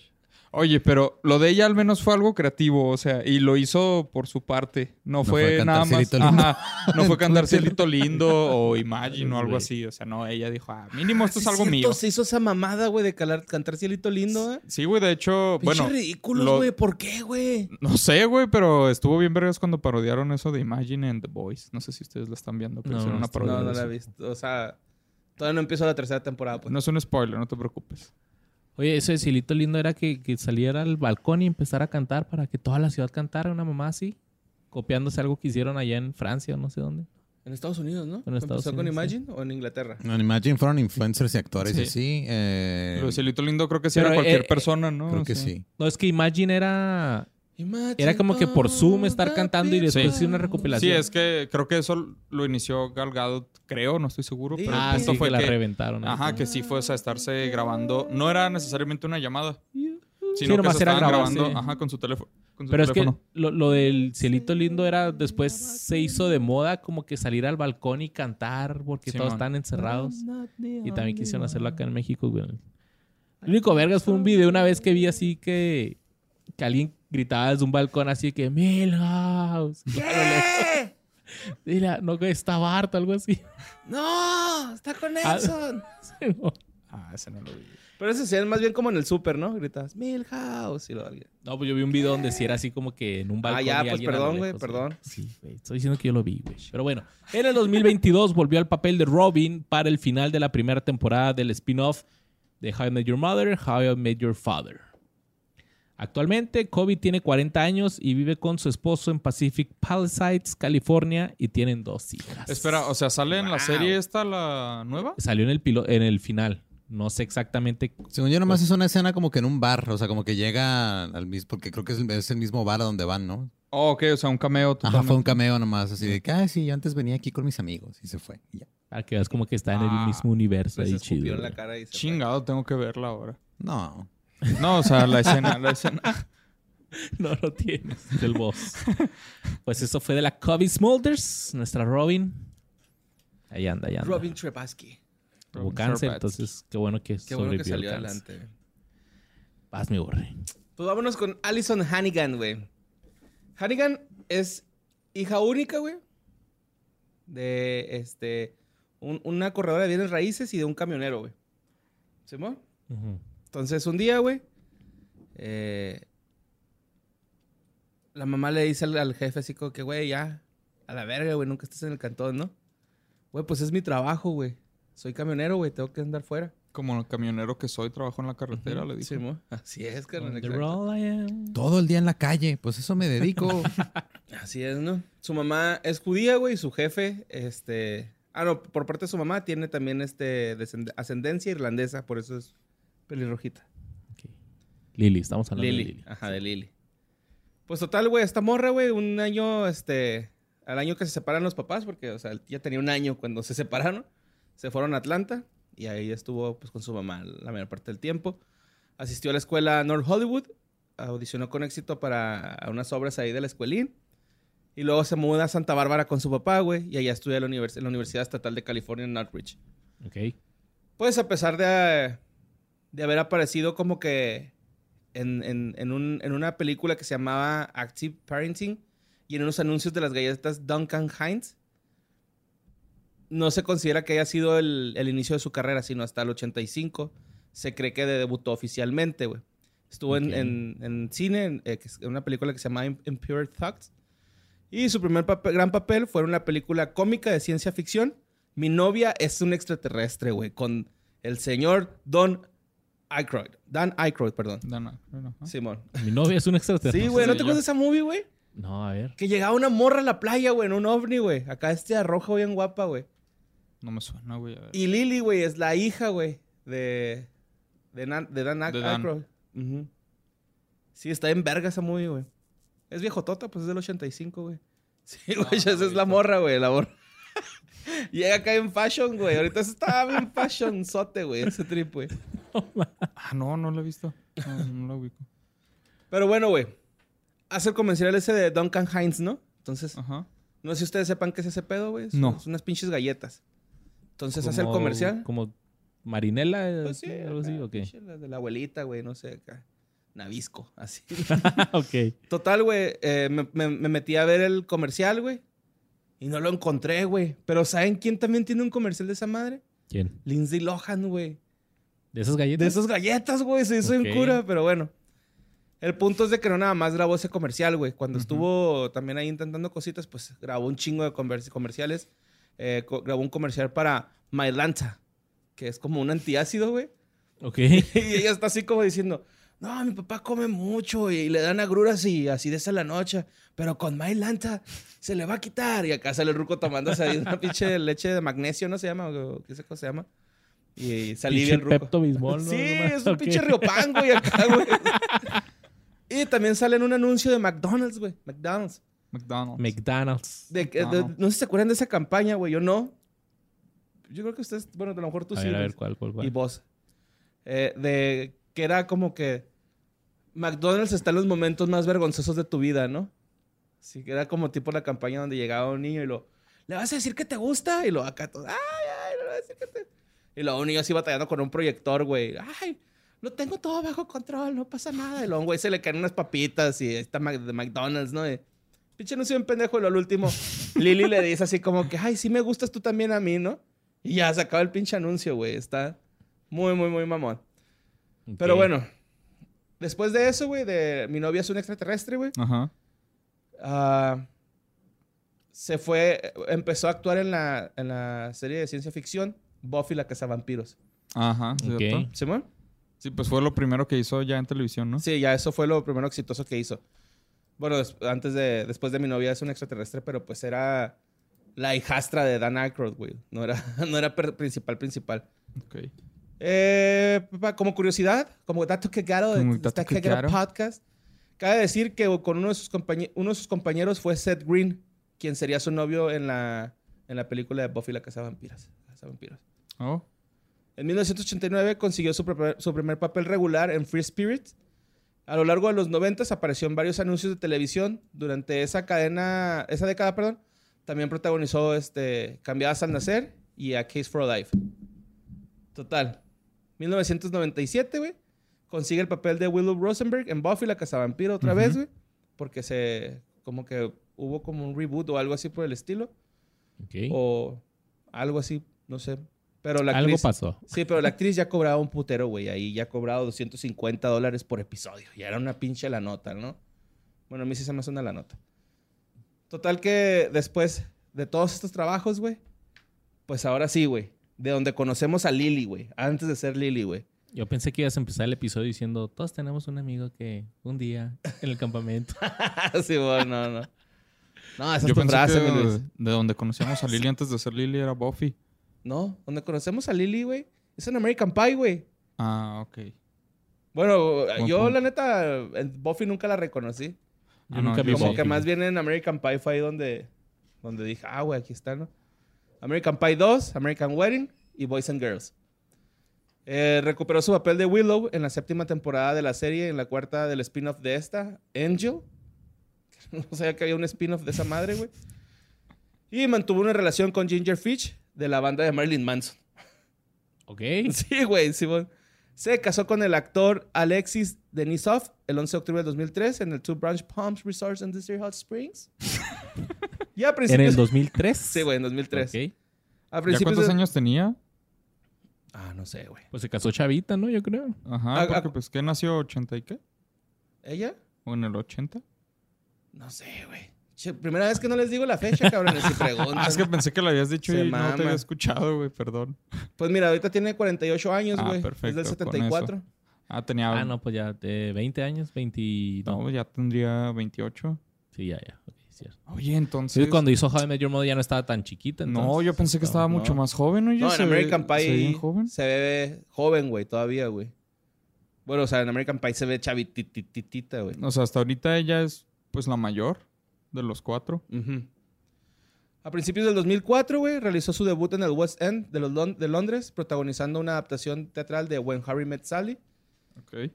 Oye, pero lo de ella al menos fue algo creativo, o sea, y lo hizo por su parte. No, No fue, fue nada cantar más. Cielito Lindo. Ajá, no fue cantar Cielito Lindo o Imagine o algo Pues, Güey. así. O sea, no, ella dijo, ah, mínimo esto es Sí, algo cierto, mío. Se hizo esa mamada, güey, de calar- cantar cielito lindo, eh. Sí, güey, de hecho, Pinches bueno. ridículos, lo- güey. ¿Por qué, güey? No sé, güey, pero estuvo bien vergas cuando parodiaron eso de Imagine and The Boys. No sé si ustedes la están viendo, pero No, no hicieron una estoy- parodia. No, no de la he eso. visto. O sea, todavía no empiezo la tercera temporada, pues. No es un spoiler, no te preocupes. Oye, eso de Silito Lindo era que, que saliera al balcón y empezara a cantar para que toda la ciudad cantara una mamá así, copiándose algo que hicieron allá en Francia o no sé dónde. En Estados Unidos, ¿no? En Estados ¿Empezó Unidos, con Imagine o en Inglaterra? No, en Imagine fueron influencers y actores Sí. y así. eh, Pero Cielito Lindo creo que sí pero, era cualquier eh, persona, ¿no? creo O que sea, sí. No, es que Imagine era... Era como que por Zoom estar cantando y después Sí. hice una Sí, recopilación. es que creo que eso lo inició Gal Gadot, creo, no estoy seguro. Pero Ah, el punto sí, fue que la que, reventaron. ¿no? Ajá, que sí fue, o sea, estarse grabando. No era necesariamente una llamada, sino que nomás se era estaban grabarse. grabando ajá, con su teléfono. Con su Pero es que teléfono. lo, lo del cielito lindo era después se hizo de moda como que salir al balcón y cantar porque todos Simón. están encerrados. Y también quisieron hacerlo acá en México, güey. Lo único vergas fue un video una vez que vi así que, que alguien gritaba desde un balcón así que Milhouse. ¿Qué? Mira, no, que estaba harto, algo así. ¡No! ¡Está con Ah. Nelson! Ah, ese no lo vi. Pero ese sería más bien como en el súper, ¿no? Gritas, Milhouse y lo alguien. No, pues yo vi un video donde sí era así como que en un balcón. Ah, ya, y pues alguien a lo perdón, güey, lejos, perdón. Sí, güey. Estoy diciendo que yo lo vi, güey. Pero bueno, en el 2022 volvió al papel de Robin para el final de la primera temporada del spin-off de How I Met Your Mother, How I Met Your Father. Actualmente, Kobe tiene 40 años y vive con su esposo en Pacific Palisades, California, y tienen dos hijas. Espera, o sea, ¿sale en la Wow. serie esta la nueva? Salió en el, pilo- en el final. No sé exactamente. Según yo, nomás es una escena como que en un bar, o sea, como que llega al mismo, porque creo que es, es el mismo bar a donde van, ¿no? Oh, ok, o sea, un cameo Ajá, fue un totalmente. cameo nomás, así de que, ah, sí, yo antes venía aquí con mis amigos y se fue. y ya. Para que veas como que está en Ah, el mismo universo. Se Ahí escupieron chido. la güey. cara y se fue. Chingado, tengo que verla ahora. No. No, o sea, la escena, la escena. No lo tienes. Del boss. Pues eso fue de la Cubby Smulders, nuestra Robin. Ahí anda, ahí anda. Robin Trebaski. Tuvo cáncer, Sherpat. entonces qué bueno que Qué bueno que sobrevivió al salió cáncer. adelante. Paz, mi borre. Pues vámonos con Allison Hannigan, güey. Hannigan es hija única, güey. De este. un- una corredora de bienes raíces y de un camionero, güey. ¿Simón? Entonces, un día, güey. eh, la mamá le dice al, al jefe así como que, güey, ya. A la verga, güey, nunca estés en el cantón, ¿no? Güey, pues es mi trabajo, güey. Soy camionero, güey, tengo que andar fuera. Como el camionero que soy, trabajo en la carretera, le dije. Simón. Así es, carnal. On the exacto. roll I am. Todo el día en la calle, pues eso me dedico. Así es, ¿no? Su mamá es judía, güey, y su jefe, este... Ah, no, por parte de su mamá tiene también este descend- ascendencia irlandesa, por eso es pelirrojita. Ok. Lili, estamos hablando Lily. de Lili. Ajá, de Lily. Pues total, güey, esta morra, güey, un año, este... Al año que se separan los papás, porque, o sea, ya tenía un año cuando se separaron, se fueron a Atlanta y ahí estuvo, pues, con su mamá la mayor parte del tiempo. Asistió a la escuela North Hollywood, audicionó con éxito para unas obras ahí de la escuelín. Y luego se muda a Santa Bárbara con su papá, güey, y allá estudia en la, univers- en la Universidad Estatal de California en Northridge. Ok. Pues a pesar de, de haber aparecido como que en, en- en un- en una película que se llamaba Active Parenting y en unos anuncios de las galletas Duncan Hines, no se considera que haya sido el, el inicio de su carrera, sino hasta el 85. Se cree que debutó oficialmente, güey. Estuvo en, Ok. en- en cine, en, eh, que es- en una película que se llamaba Im- Impure Thoughts. Y su primer papel- gran papel fue en una película cómica de ciencia ficción. Mi novia es un extraterrestre, güey, con el señor Don Aykroyd. Dan Aykroyd, perdón. Dana, bueno, ajá. Simón. Mi novia es un extraterrestre. Sí, güey, ¿no sí, te yo. acuerdas de esa movie, güey? No, a ver. Que llegaba una morra a la playa, güey, en un ovni, güey. Acá este roja bien guapa, güey. No me suena, güey. a ver. Y Lily, güey, es la hija, güey, de, de, Nan- de Dan Ack- De Dan. Aykroyd. Ujú. Sí, está en verga esa movie, güey. Es viejotota, pues es del 85, güey. Sí, Ah, güey, esa es la morra, güey, la morra. Llega acá en fashion, güey. Ahorita está bien fashion sote, güey, ese trip, güey. Ah, no, no lo he visto. No, no lo ubico. Pero bueno, güey. Hace el comercial ese de Duncan Hines, ¿no? Entonces, Ajá. no sé si ustedes sepan qué es ese pedo, güey. Son, Ah. No. Pues son unas pinches galletas. Entonces hace el Como- comercial. Como marinela, eh, Pues sí, algo así, acá, ¿o qué? pinche las de la abuelita, güey, no sé, acá. Navisco, así. ok. Total, güey, eh, me, me- me metí a ver el comercial, güey. Y no lo encontré, güey. Pero ¿saben quién también tiene un comercial de esa madre? ¿Quién? Lindsay Lohan, güey. ¿De esas galletas? De esas galletas, güey. Se hizo Ok. en cura, pero bueno. El punto es de que no nada más grabó ese comercial, güey. Cuando Ujú. estuvo también ahí intentando cositas, pues grabó un chingo de conver- comerciales. Eh, co- grabó un comercial para Mylanta, que es como un antiácido, güey. Ok. Y ella está así como diciendo, no, mi papá come mucho y le dan agruras y así de esa la noche, pero con Mylanta se le va a quitar. Y acá sale el ruco tomándose ahí una pinche leche de magnesio, ¿no se llama? O ¿Qué sé cómo se llama? Y salí Pinche bien ruco. Pepto Bismol. ¿no? Sí, Algo más. es un Ok. pinche riopan, güey, acá, güey. Y también sale en un anuncio de McDonald's, güey. McDonald's. McDonald's. McDonald's. De, que- de- Wow. no sé si se acuerdan de esa campaña, güey. Yo no. Yo creo que ustedes, bueno, a lo mejor tú a sí. ver, a güey ver, ¿cuál, cuál, cuál? y vos. Eh, de que era como que McDonald's está en los momentos más vergonzosos de tu vida, ¿no? Así que era como tipo la campaña donde llegaba un niño y lo, ¿le vas a decir que te gusta? Y lo acá todo, ay, ay, no le vas a decir que te... Y luego un niño así batallando con un proyector, güey. Ay, lo tengo todo bajo control, no pasa nada. Y luego, güey, se le caen unas papitas y ahí está Mac- de McDonald's, ¿no? Y, Pinche no soy un pendejo. Y luego al último, Lily le dice así como que, ay, sí me gustas tú también a mí, ¿no? Y ya se acaba el pinche anuncio, güey. Está muy, muy, muy mamón. Ok. Pero bueno, después de eso, güey, de mi novia es un extraterrestre, güey. Ajá. ah, se fue, empezó a actuar en la, en la serie de ciencia ficción Buffy la Cazavampiros. Ajá. ¿cierto? Ok. ¿Simón? Sí, pues fue lo primero que hizo ya en televisión, ¿no? Sí, ya eso fue lo primero exitoso que hizo. Bueno, des- antes de, después de mi novia es un extraterrestre, pero pues era la hijastra de Dan Aykroyd, güey. No era, no era per- principal, principal. Ok. Eh, papá, como curiosidad, como dato que claro de Como está dato que que claro claro. podcast, cabe decir que con uno de sus, compañe- uno de sus compañeros fue Seth Green, quien sería su novio en la, en la película de Buffy la Casa Vampiras. Oh. En 1989 consiguió su, primer- su primer papel regular en Free Spirit. A lo largo de los 90 apareció en varios anuncios de televisión. Durante esa cadena, esa década, perdón, también protagonizó este, Cambiadas al Nacer y A Case for Life. Total. 1997, güey. Consigue el papel de Willow Rosenberg en Buffy la Cazavampiro otra vez, Ujú. güey. Porque se... Como que hubo como un reboot o algo así por el estilo. Ok. O algo así, no sé. Pero la Algo actriz- pasó. Sí, pero la actriz ya cobraba un putero, güey. Ahí ya cobraba 250 dólares por episodio. Ya era una pinche la nota, ¿no? Bueno, a mí sí se me hace una la nota. Total que después de todos estos trabajos, güey, pues ahora sí, güey. De donde conocemos a Lily, güey. Antes de ser Lily, güey. Yo pensé que ibas a empezar el episodio diciendo, todos tenemos un amigo que un día en el campamento. Ah, sí, bueno, no, no. No, esa es Yo tu pensé frase, que mi Luis. de donde conocíamos a Lily antes de ser Lily era Buffy. No, donde conocemos a Lily, güey. Es en American Pie, güey. Ah, ok. Bueno, yo punto. la neta, en Buffy nunca la reconocí. Yo Ah, no, nunca yo vi sí. Como Buffy. que más bien en American Pie fue ahí donde, donde dije, ah, güey, aquí está, ¿no? American Pie 2, American Wedding y Boys and Girls. Eh, recuperó su papel de Willow en la séptima temporada de la serie, en la cuarta del spin-off de esta, Angel. No sabía que había un spin-off de esa madre, güey. Y mantuvo una relación con Ginger Fitch de la banda de Marilyn Manson. Ok. Sí, güey, Simón. Se casó con el actor Alexis Denisov el 11 de octubre del 2003 en el Two Branch Palms Resort and Desert Hot Springs. y a En el principios... 2003. Sí, güey, en 2003. Ok. A ¿Ya principios cuántos de- años tenía? Ah, no sé, güey. Pues se casó Chavita, ¿no? Yo creo. Ajá, Ah, porque ah. pues que nació 80 y qué? ¿Ella? ¿O en el 80? No sé, güey. Che, Primera vez que no les digo la fecha, cabrones, si preguntan. Ah, es que pensé que lo habías dicho Se y no te mama. había escuchado, güey, perdón. Pues mira, ahorita tiene 48 años, Ah, güey. es perfecto, del con 74. Ah, tenía... Ah, no, pues ya eh, 20 años, 20... No. No, pues, ya tendría 28. Sí, ya, ya. Ok, cierto. Oye, Sí, entonces... cuando hizo How I Met Your Mother ya no estaba tan chiquita. No, entonces, yo pensé que estaba no. mucho más joven, oye. No, en se ve- American Pie Se ve bien joven. se ve joven, güey, todavía, güey. Bueno, o sea, en American Pie se ve chavitititita, güey. O sea, hasta ahorita ella es, pues, la mayor de los cuatro. Ujú. A principios del 2004, güey, realizó su debut en el West End de, los Lon- de Londres, protagonizando una adaptación teatral de When Harry Met Sally, Ok.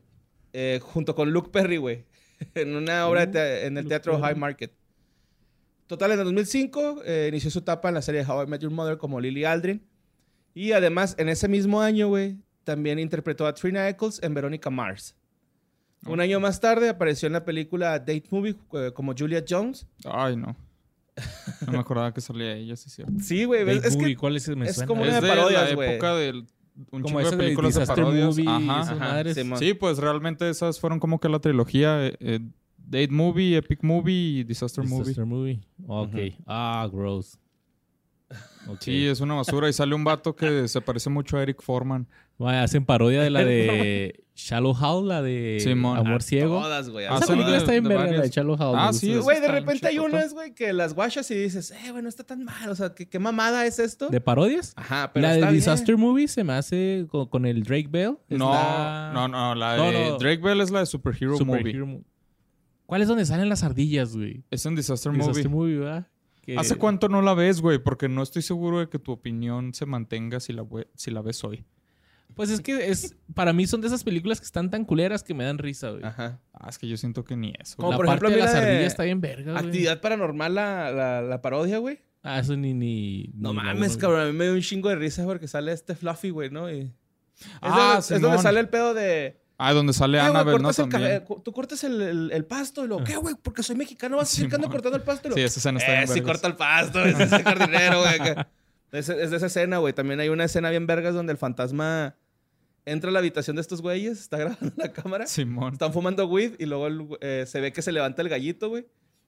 eh, junto con Luke Perry, güey. en una obra de Uh, te- en el lo teatro cual. High Market. Total, en el 2005 eh, inició su etapa en la serie How I Met Your Mother como Lily Aldrin. Y además, en ese mismo año, güey, también interpretó a Trina Eccles en Veronica Mars. Un año más tarde apareció en la película Date Movie eh, como Julia Jones. Ay, no. No me acordaba que salía ella, sí, es cierto. Sí, güey. Date ves- Es Movie, que ¿cuál es? Me es suena. como Una es de de parodias, la güey. época del un como chingo esa de de películas de, Disaster parodias. Movie. Ajá. esas Ajá, madres. Simón. Sí, pues realmente esas fueron como que la trilogía eh, eh, Date Movie, Epic Movie y Disaster, Movie. Disaster Movie. Ok. Ah, gross. Ok. Sí, es una basura y sale un vato que se parece mucho a Eric Foreman. Vaya, hacen parodia de la de Shallow Hall, la de Simón. Amor Ciego. todas, güey. Ah, Esa son película de- está bien de verga, la de varias. Shallow Hall. Ah, me sí, gusta. es- Güey, de está bien repente hay chacotón. unas, güey, que las guachas y dices, eh, güey, no está tan mal. O sea, ¿qué, qué mamada es esto? ¿De parodias? Ajá, pero La de está bien. Disaster Movie se me hace con, con el Drake Bell. Es No, la- no, no, la No, de no. Drake Bell es la de Superhero, Movie. Superhero Mo- ¿Cuál es donde salen las ardillas, güey? Es en Disaster, Disaster Movie. Movie, ¿verdad? Que- Eh. ¿Hace cuánto no la ves, güey? Porque no estoy seguro de que tu opinión se mantenga si la, we- si la ves hoy. Pues es que es, para mí son de esas películas que están tan culeras que me dan risa, güey. Ajá. Ah, es que yo siento que ni eso. Como la güey. por parte ejemplo, de a mí las la de ardillas está bien verga, güey. Actividad paranormal, la, la, la parodia, güey. Ah, eso ni... ni No ni la mames, uno, cabrón. A mí me dio un chingo de risa porque sale este Fluffy, güey, ¿no? Y... Es, Ah, donde, es donde Simón. sale el pedo de. Ah, donde sale "Eh, güey, Annabelle, ¿no? cortas el ca- También. eh, cu- tú cortas el, el- el pasto y lo. ¿Qué, güey? Porque soy mexicano, vas acercando Simón. cortando el pasto. y lo, Sí, esa escena está eh, bien sí vergas. corta el pasto, es ese jardinero, güey. acá. Es, es de esa escena, güey. También hay una escena bien vergas donde el fantasma entra a la habitación de estos güeyes, está grabando la cámara. Simón. Están fumando weed y luego el gü- eh, se ve que se levanta el gallito, güey.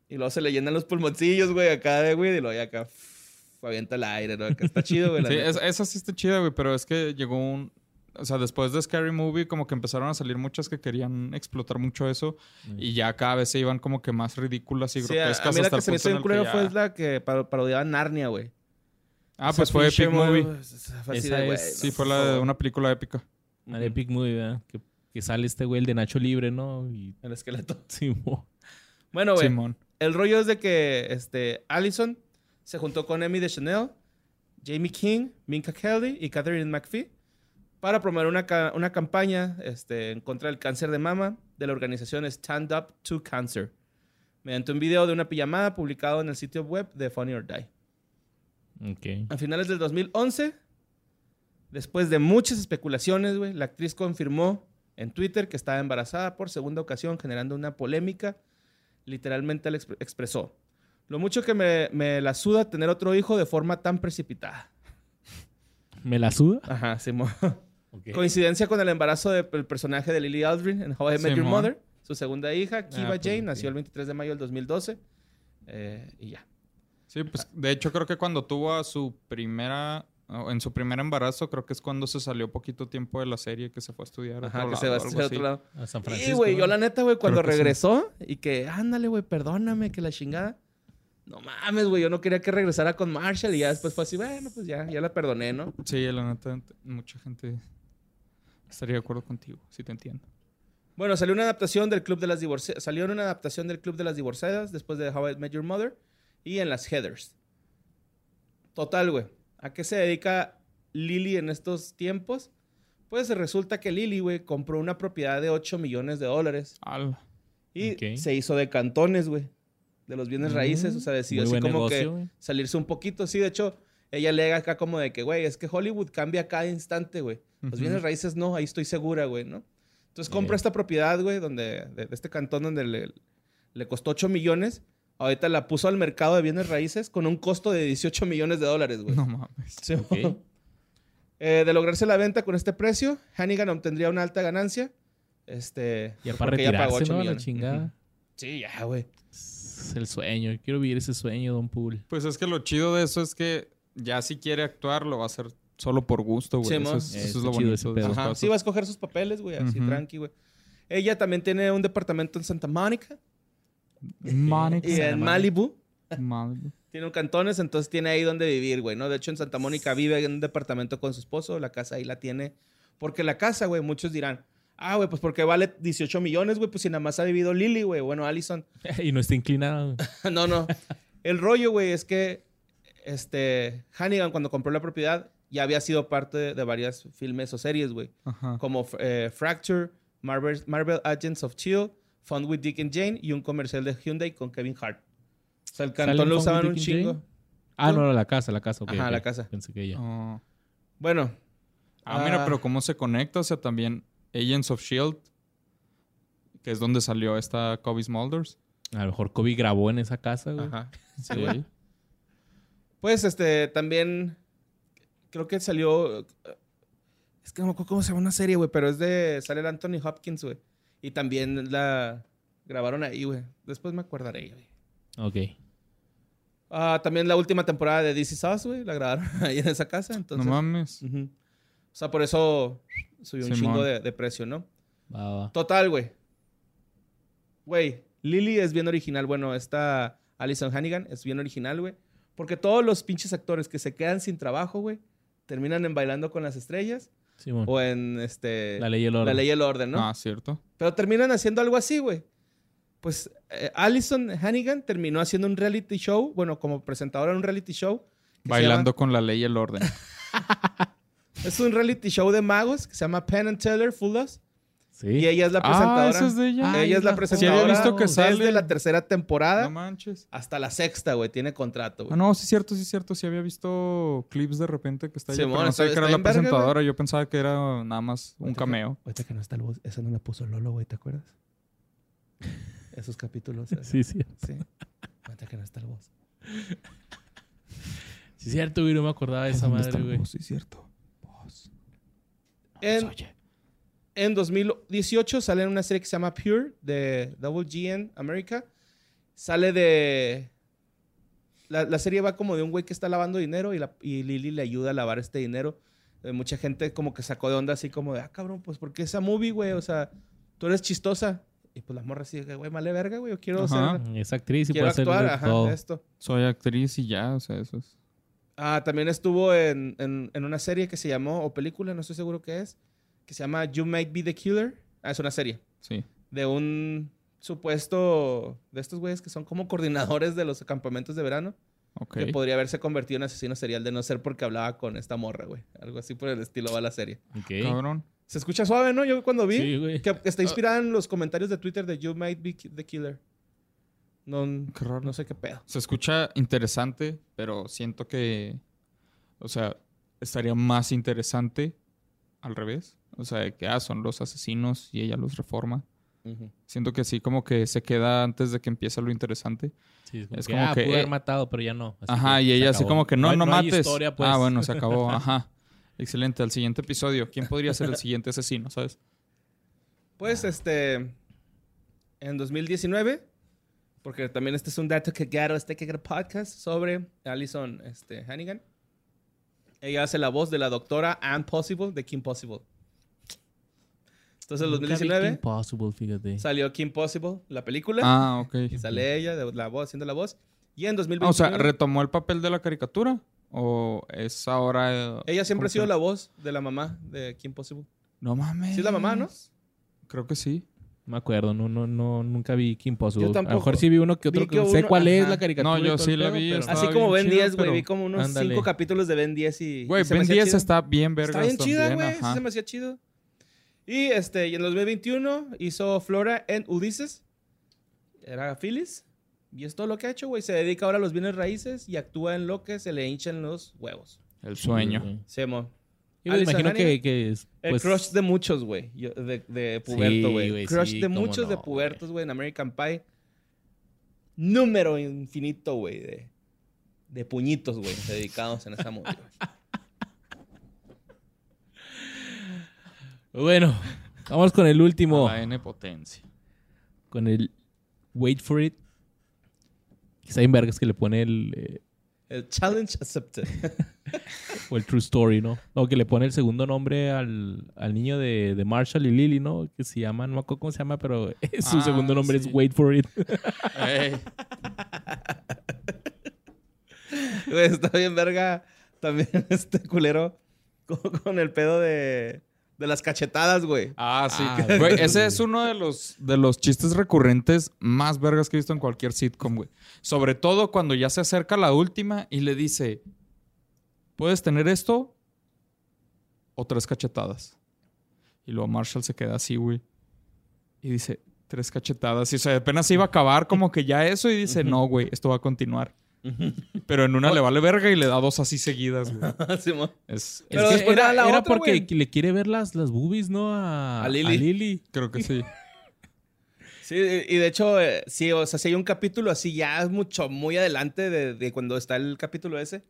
Y luego se le llenan los pulmoncillos, güey, acá de weed y luego ya acá pff, avienta el aire, ¿no? Acá está chido, güey. la Sí, neta. es- esa sí está chida, güey, pero es que llegó un... O sea, después de Scary Movie como que empezaron a salir muchas que querían explotar mucho eso y ya cada vez se iban como que más ridículas y Sí, a- grotescas a mí la hasta que el se me punto hizo en bien el que culero ya- fue la que par- parodiaba Narnia, güey. Ah, Esa pues fue pinche, Epic güey, Movie. fue así Esa de, güey, es- Sí, no, fue por la de favor. una película épica. Al Epic Movie, ¿verdad? Que, que sale este güey, el de Nacho Libre, ¿no? Y... El esqueleto. Sí, mo. Bueno, güey, Simón. El rollo es de que este, Allison se juntó con Emmy de Chanel, Jamie King, Minka Kelly y Catherine McPhee para promover una, ca- una campaña este, en contra del cáncer de mama de la organización Stand Up to Cancer mediante un video de una pijamada publicado en el sitio web de Funny or Die. Ok. A finales del 2011, después de muchas especulaciones, güey, la actriz confirmó en Twitter que estaba embarazada por segunda ocasión, generando una polémica. Literalmente le expre- expresó: Lo mucho que me, me la suda tener otro hijo de forma tan precipitada. ¿Me la suda? Ajá, Simón. Ok. Coincidencia con el embarazo del personaje de Lily Aldrin en How I Met Your Simón. Ah, Mother. Su segunda hija, Kiva pues, Jane, ok. nació el 23 de mayo del 2012. Eh, y ya. Sí, pues de hecho creo que cuando tuvo a su primera... o En su primer embarazo creo que es cuando se salió poquito tiempo de la serie que se fue a estudiar. a Ajá, otro que se va lado, a algo hacer así. otro lado. A San Francisco. Sí, güey, ¿no? yo la neta, güey, cuando que sí. regresó y que, ándale, güey, perdóname, que la chingada. No mames, güey, yo no quería que regresara con Marshall y ya después fue así, bueno, pues ya, ya la perdoné, ¿no? Sí, la neta, mucha gente estaría de acuerdo contigo, si te entiendo. Bueno, salió una adaptación del Club de las Divorciadas, salió en una adaptación del Club de las Divorciadas después de How I Met Your Mother y en las Heathers. Total, güey, ¿a qué se dedica Lily en estos tiempos? Pues resulta que Lily, güey, compró una propiedad de 8 millones de dólares Al. Y Ok. Mm, se hizo de cantones, güey. De los bienes raíces. O sea, decidió muy así buen como que negocio, güey. salirse un poquito. Sí, de hecho, ella alega acá como de que, güey, es que Hollywood cambia cada instante, güey. Los Ujú. bienes raíces no, ahí estoy segura, güey, ¿no? Entonces compra Eh. esta propiedad, güey, donde, de, de este cantón donde le, le costó 8 millones. Ahorita la puso al mercado de bienes raíces con un costo de 18 millones de dólares, güey. No mames. Sí. Ok. Eh, de lograrse la venta con este precio, Hannigan obtendría una alta ganancia. Este, Ya pues, para porque ella pagó 8 retirarse, ¿no? A La millones. chingada. Sí, ya, güey. Es el sueño. Quiero vivir ese sueño, Don Pool. Pues es que lo chido de eso es que ya si quiere actuar lo va a hacer solo por gusto, güey. Sí, mo. eso es, Eh, eso es está lo chido bonito ese de pedo. esas Ajá, cosas. sí, va a escoger sus papeles, güey, así Ujú. tranqui, güey. Ella también tiene un departamento en Santa Mónica Manic, y Santa en Mónica. Malibu. mal. Tiene un cantones, entonces tiene ahí donde vivir, güey, ¿no? De hecho, en Santa Mónica vive en un departamento con su esposo, la casa ahí la tiene. Porque la casa, güey, muchos dirán, ah, güey, pues porque vale 18 millones, güey, pues si nada más ha vivido Lily, güey, bueno, Allison. y no está inclinado. güey. no, no. El rollo, güey, es que este, Hannigan, cuando compró la propiedad, ya había sido parte de, de varias filmes o series, güey. Ajá. como eh, Fracture, Marvel, Marvel Agents of Chill, Fun with Dick and Jane y un comercial de Hyundai con Kevin Hart. O sea, el ¿Sale cantón lo Fun usaban with un Dick and chingo. Jane? Ah, no, la casa, la casa. ok, Ajá, ok. la casa. Ah. Pensé que ya. Oh. Bueno, Ah, Ah. mira, pero cómo se conecta. O sea, también Agents of Shield, E que es donde salió esta Kobe Smulders. A lo mejor Kobe grabó en esa casa, güey. Ajá. Sí. pues este también creo que salió eh, es que no me acuerdo cómo se llama una serie, güey, pero es de sale el Anthony Hopkins, güey. Y también la grabaron ahí, güey. Después me acordaré, güey. Ok. Ah, también la última temporada de DC Us, güey, la grabaron ahí en esa casa, No entonces. mames. Ujú. O sea, por eso subió un Simón. chingo de, de precio, ¿no? Va, va. Total, güey. Güey, Lily es bien original. Bueno, esta Alison Hannigan es bien original, güey. Porque todos los pinches actores que se quedan sin trabajo, güey, terminan en Bailando con las Estrellas Simón. o en este, La ley y el orden. La Ley y el Orden, ¿no? Ah, cierto. Pero terminan haciendo algo así, güey. Pues eh, Alison Hannigan terminó haciendo un reality show, bueno, como presentadora en un reality show. que se Bailando con la ley y el orden. llama- es un reality show de magos que se llama Penn and Teller Fullos. Sí. Y ella es la ah, presentadora. esa es de ella. Ah, ella es ya la la- Sí, había presentadora visto que Desde sale. desde la tercera temporada No manches. hasta la sexta, güey. Tiene contrato, Ah, güey. no, sí, cierto, sí, cierto. Sí, había visto clips de repente que está ahí. Simón, pero no está- sabía que está era la bien verga, güey. presentadora. Yo pensaba que era nada más un cameo. Ahorita que no está el voz, esa no la puso Lolo, güey, ¿te acuerdas? Esos capítulos. ¿sabes? Sí, sí. Sí. Ahorita que no está el voz. Sí, cierto, güey. No me acordaba de esa madre, güey. Sí, cierto. En, en 2018 sale en una serie que se llama Pure de Double G en América. Sale de. La, la serie va como de un güey que está lavando dinero y, la, y Lily le ayuda a lavar este dinero. Eh, mucha gente como que sacó de onda así como de, ah, cabrón, pues ¿por qué esa movie, güey? O sea, tú eres chistosa. Y pues la morra así, de que, güey, male verga, güey, yo quiero, Ajá. ser- Es actriz y quiero puede hacer actuar, de ajá, todo. de esto. Soy actriz y ya, o sea, eso es. Ah, también estuvo en, en- en una serie que se llamó, o película, no estoy seguro qué es, que se llama You Might Be the Killer. Ah, es una serie Sí. de un supuesto de estos güeyes que son como coordinadores de los campamentos de verano, Ok. que podría haberse convertido en asesino serial de no ser porque hablaba con esta morra, güey. Algo así por el estilo va la serie. Ok. Cabrón. Se escucha suave, ¿no? Yo cuando vi Sí, güey. que que está inspirada en los comentarios de Twitter de You Might Be Ki- the Killer. No, Qué raro. no sé qué pedo. Se escucha interesante, pero siento que. O sea, estaría más interesante al revés. O sea, de que ah, son los asesinos y ella los reforma. Siento que sí, como que se queda antes de que empiece lo interesante. Sí, es como, Es que, como ah, que, pude eh, haber matado, pero ya no. Así Ajá, que y se ella así acabó. como que no, no, hay- mates. hay historia, pues. Ah, bueno, se acabó. Ajá. Excelente, al siguiente episodio. ¿Quién podría ser el siguiente asesino, sabes? Pues Ah. este. En 2019, porque también este es un dato que Garo este que Garo podcast sobre Allison este, Hannigan. Ella hace la voz de la doctora Ann Possible de Kim Possible. Entonces, en Nunca vi 2019 Impossible, fíjate. salió Kim Possible, la película, Ah, ok. y sale ella de la voz, haciendo la voz. Y en Ah, o sea, 2019, ¿retomó el papel de la caricatura? ¿O es ahora...? eh, ella siempre ha como sido que- la voz de la mamá de Kim Possible. No mames. Sí, es la mamá, ¿no? Creo que sí. No me acuerdo, no, no, no, nunca vi Kim Possible. Yo A lo mejor tampoco. sí vi uno que otro Vi que, que sé uno- cuál es ajá. la caricatura. No, y yo todo sí el la pedo, vi, pero- estaba- Así como bien Ben chido, 10, güey, pero- vi como unos ándale. 5 capítulos de Ben 10 y... y Güey, se me Ben hacía 10 chido. está bien verga Está bien chida, güey. también, sí Se ajá. me hacía chido. Y este, y en los 2021 hizo Flora en Ulises. Era Phyllis. Y es todo lo que ha hecho, güey. Se dedica ahora a los bienes raíces y actúa en lo que se le hinchan los huevos. El sueño. Se mo. Yo me Alison imagino que, Hannigan. que es, El pues, crush de muchos, güey. Yo- De, de puberto, Sí, güey. güey, crush sí, de cómo muchos de no, pubertos, güey, en American Pie. Número infinito, güey, de, de puñitos, güey, dedicados en esa movie, güey. Bueno, vamos con el último. La N potencia. Con el Wait for It. Quizá en vergas que le pone el. eh, El challenge accepted. o el True Story, ¿no? No, que le pone el segundo nombre al, al niño de, de Marshall y Lily, ¿no? Que se llama, no me acuerdo cómo se llama, pero su Ah, segundo nombre sí. es Wait for It. Ey, Güey, está bien verga también este culero con, con el pedo de, de las cachetadas, güey. Ah, sí. Ah, Güey, güey. ese es uno de los, de los chistes recurrentes más vergas que he visto en cualquier sitcom, güey. Sobre todo cuando ya se acerca la última y le dice, ¿puedes tener esto o tres cachetadas? Y luego Marshall se queda así, güey. Y dice, Tres cachetadas. Y o sea, apenas se iba a acabar como que ya eso y dice, no, güey, esto va a continuar. Pero en una le vale verga y le da dos así seguidas, güey. Simón. Es, Es Pero que después era era, la era otra, porque güey. le quiere ver las, las boobies, ¿no? A, A Lily. creo que sí. Sí, y de hecho, eh, sí, o sea, si hay un capítulo así ya es mucho, muy adelante de, de cuando está el capítulo ese.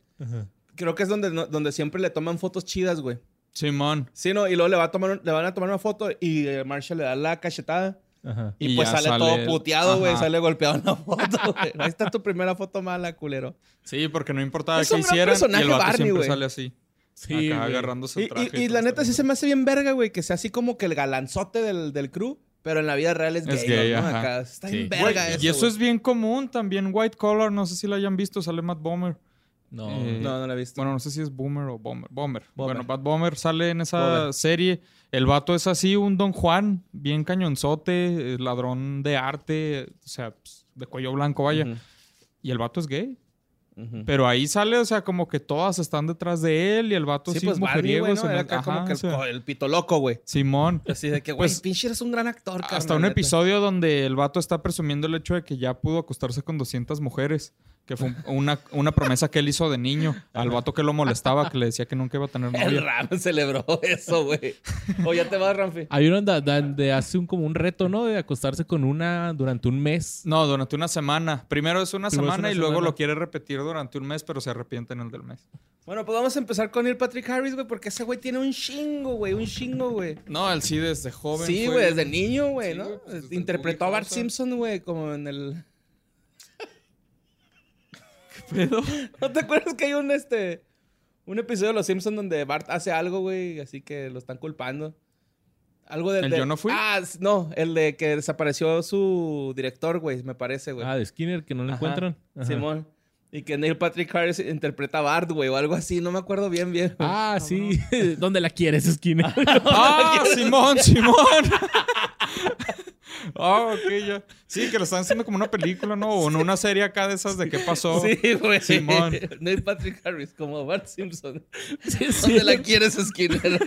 Creo que es donde, no- donde siempre le toman fotos chidas, güey. Simón. Sí, no, y luego le, va a tomar, un- le van a tomar una foto y eh, Marshall le da la cachetada. Ajá. Y, Y pues ya sale, sale todo el- puteado, güey. Ajá. Sale golpeado en la foto, güey. Ahí está tu primera foto mala, culero. Sí, porque no importaba Es qué un gran hicieran. Y personaje el vato Barney, siempre güey. sale así. Sí, acá güey. agarrándose Y, el traje. y- y todo la este neta sí rollo. se me hace bien verga, güey, que sea así como que el galanzote del, del crew, pero en la vida real es gay, Es gay, ¿no? ajá. Acá está Sí. bien Güey, verga eso. y eso es bien común también. White Collar, no sé si la hayan visto, sale Matt Bomer. No. Eh, No, no la he visto. Bueno, no sé si es Boomer o Bomber. Bomber. Bomber. Bueno, Bad Bomber sale en esa Bomber. serie. El vato es así, un Don Juan, bien cañonzote, eh, ladrón de arte, o sea, pues, de cuello blanco, vaya. Y el vato es gay. Ujú, ujú. Pero ahí sale, o sea, como que todas están detrás de él y el vato sí, Sí, pues es Barney, mujeriego. güey, ¿no? se me- Era acá como Ajá, que o el, sea, co- el pito loco, güey. Simón. Así de que, güey, Pues, pinche eres un gran actor, carnal, Hasta un neta. episodio donde el vato está presumiendo el hecho de que ya pudo acostarse con 200 mujeres, que fue un- una, una promesa que él hizo de niño al vato que lo molestaba, que le decía que nunca iba a tener El novia. Ram celebró eso, güey. O ya te vas, Ramfi. Hay uno da- da- donde hace un, como un reto, ¿no? De acostarse con una durante un mes. No, durante una semana. Primero es una Primero es semana una y luego semana. lo quiere repetir durante un mes, pero se arrepiente en el del mes. Bueno, pues vamos a empezar con el Patrick Harris, güey, porque ese güey tiene un chingo, güey, un chingo, güey. No, el sí desde joven. Sí, fue güey, el- desde niño, güey, Sí, ¿no? güey, pues, desde el Interpretó a Boogie Bart House, Simpson, güey, como en el... ¿Qué pedo? ¿No te acuerdas que hay un, este, un episodio de Los Simpson donde Bart hace algo, güey, así que lo están culpando? Algo de... ¿El de- yo no fui? Ah, s- no, el de que desapareció su director, güey, me parece, güey. Ah, de Skinner, que no lo Ajá. encuentran. Ajá. Simón. Y que Neil Patrick Harris interpreta a Bart, güey, o algo así, no me acuerdo bien, bien. Ah, sí. ¿Dónde la quieres, Skinner? ¡Ah, Simón, Simón! Ah, ok, ya. Sí, que lo están haciendo como una película, ¿no? O en una serie acá de esas de qué pasó. Sí, güey. Simón. Neil Patrick Harris, como Bart Simpson. Sí, sí. ¿Dónde la quieres, Skinner?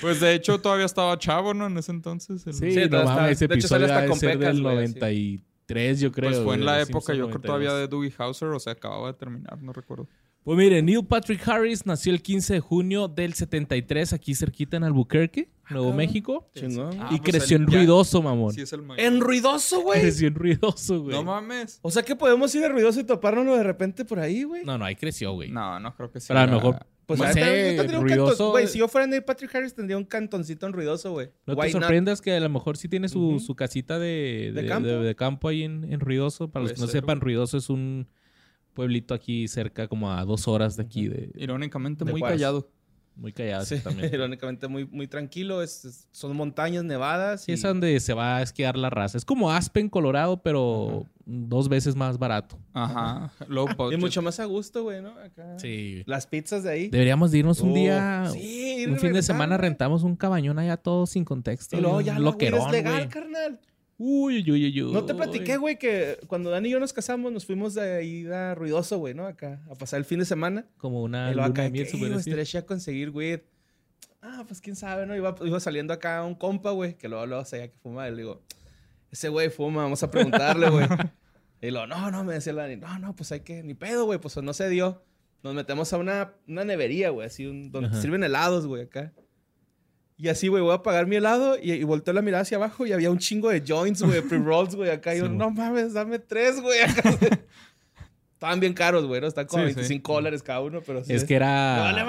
Pues de hecho todavía estaba chavo, ¿no? En ese entonces. el- Sí, Sí, no todo está- mames, ese de hecho, sale episodio hasta ha de con ser pecas, del güey, sí. 93, yo creo. Pues fue en güey, la de época, Simpson yo creo todavía 92. de Doogie Hauser, o sea, acababa de terminar, no recuerdo. Pues mire, Neil Patrick Harris nació el 15 de junio del 73, aquí cerquita en Albuquerque, Nuevo México. Chingón. y Ah, pues creció el- en ya. ruidoso, mamón. Sí, es el mayor. En ruidoso, güey. creció en ruidoso, güey. No No, mames. O sea que podemos ir a ruidoso y toparnos de repente por ahí, güey. no, ahí creció, güey. No, no creo que sí. Pero a lo era- mejor- Pues No la sé, neta, yo tendría un ruidoso- cantón- Güey, si yo fuera Neil Patrick Harris, tendría un cantoncito en ruidoso, güey. No te Why not? sorprendas que a lo mejor sí tiene su, Ujú. su casita de, ¿De de- campo? de- de campo ahí en, en Ruidoso. Para los Puede que no ser, sepan, Ruidoso es un pueblito aquí cerca, como a dos horas de aquí, de, Irónicamente, De muy Juárez. callado. muy callado Sí, exactamente. irónicamente muy, muy tranquilo. es- es- son montañas nevadas. Sí, y- es donde se va a esquiar la raza. Es como Aspen, Colorado, pero dos veces más barato. Ajá. Low y budget. mucho más a gusto, güey, ¿no? Acá. Sí. Las pizzas de ahí. Deberíamos de irnos un Ah. Oh, día, sí, ir un fin de regresar, semana güey. rentamos un cabañón allá todo sin contexto. Y luego ya un lo querón, es loquerón, legal, güey. carnal. Uy, uy, uy, uy. No te platiqué, güey, que cuando Dani y yo nos casamos, nos fuimos de ahí a Ruidoso, güey, ¿no? Acá, a pasar el fin de semana. Como una y lo luna acá, de de miel, que, se "Ey, puede güey, decir. estaría chido conseguir, güey. Ah, pues quién sabe, ¿no? Iba, iba saliendo acá un compa, güey, que luego luego sabía que fumaba. Y le digo, ese güey fuma, vamos a preguntarle, güey. y lo, no, no, me decía el Dani, no, no, pues hay que, ni pedo, güey, pues no se dio. Nos metemos a una, una nevería, güey, así, un- donde Ajá. sirven helados, güey, acá. Y así, güey, voy a pagar mi helado y, y volteo la mirada hacia abajo y había un chingo de joints, güey, pre-rolls, güey, acá. Y yo, Sí, no mames, dame tres, güey, acá. Estaban bien caros, güey, ¿no? Están como Sí, sí. 25 dólares cada uno, pero sí. Es que ah, ¡Me vale era,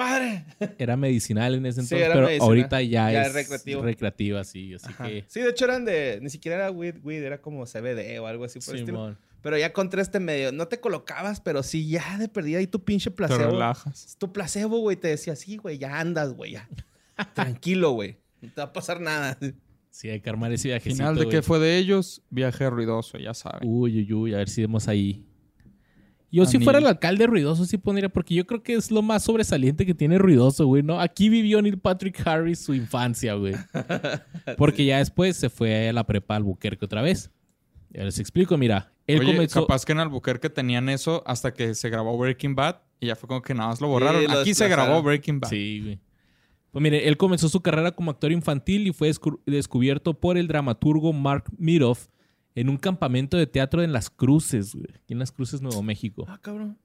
madre! era medicinal en ese Sí, entonces, era pero medicinal. ahorita ya, Ya es, es recreativo. recreativa, sí. Así que, Sí, de hecho eran de... Ni siquiera era weed, weed, era como CBD o algo así por el estilo. Simón. Pero ya contra este medio, no te colocabas, pero sí ya de perdida ahí tu pinche Te placebo. relajas. Tu placebo, güey, te decía, sí, güey, ya andas, güey, ya. Tranquilo, güey. No te va a pasar nada. sí, hay que armar ese viajecito, Final de güey. Uh, qué fue de ellos, viaje ruidoso, ya saben. Uy, uy, uy, a ver si vemos ahí. Yo A si mí- fuera el alcalde ruidoso sí pondría, porque yo creo que es lo más sobresaliente que tiene ruidoso, güey, ¿no? Aquí vivió Neil Patrick Harris su infancia, güey. Porque ya después se fue a la prepa al Buquerque otra vez. Ya les explico, mira. Él Oye, comenzó... capaz que en Albuquerque tenían eso hasta que se grabó Breaking Bad y ya fue como que nada más lo borraron. Sí, lo Aquí se desplazaron. grabó Breaking Bad. Sí, güey. Pues mire, él comenzó su carrera como actor infantil y fue descu- descubierto por el dramaturgo Mark Miroff en un campamento de teatro en Las Cruces, güey. Aquí en Las Cruces, Nuevo México. Ah, cabrón.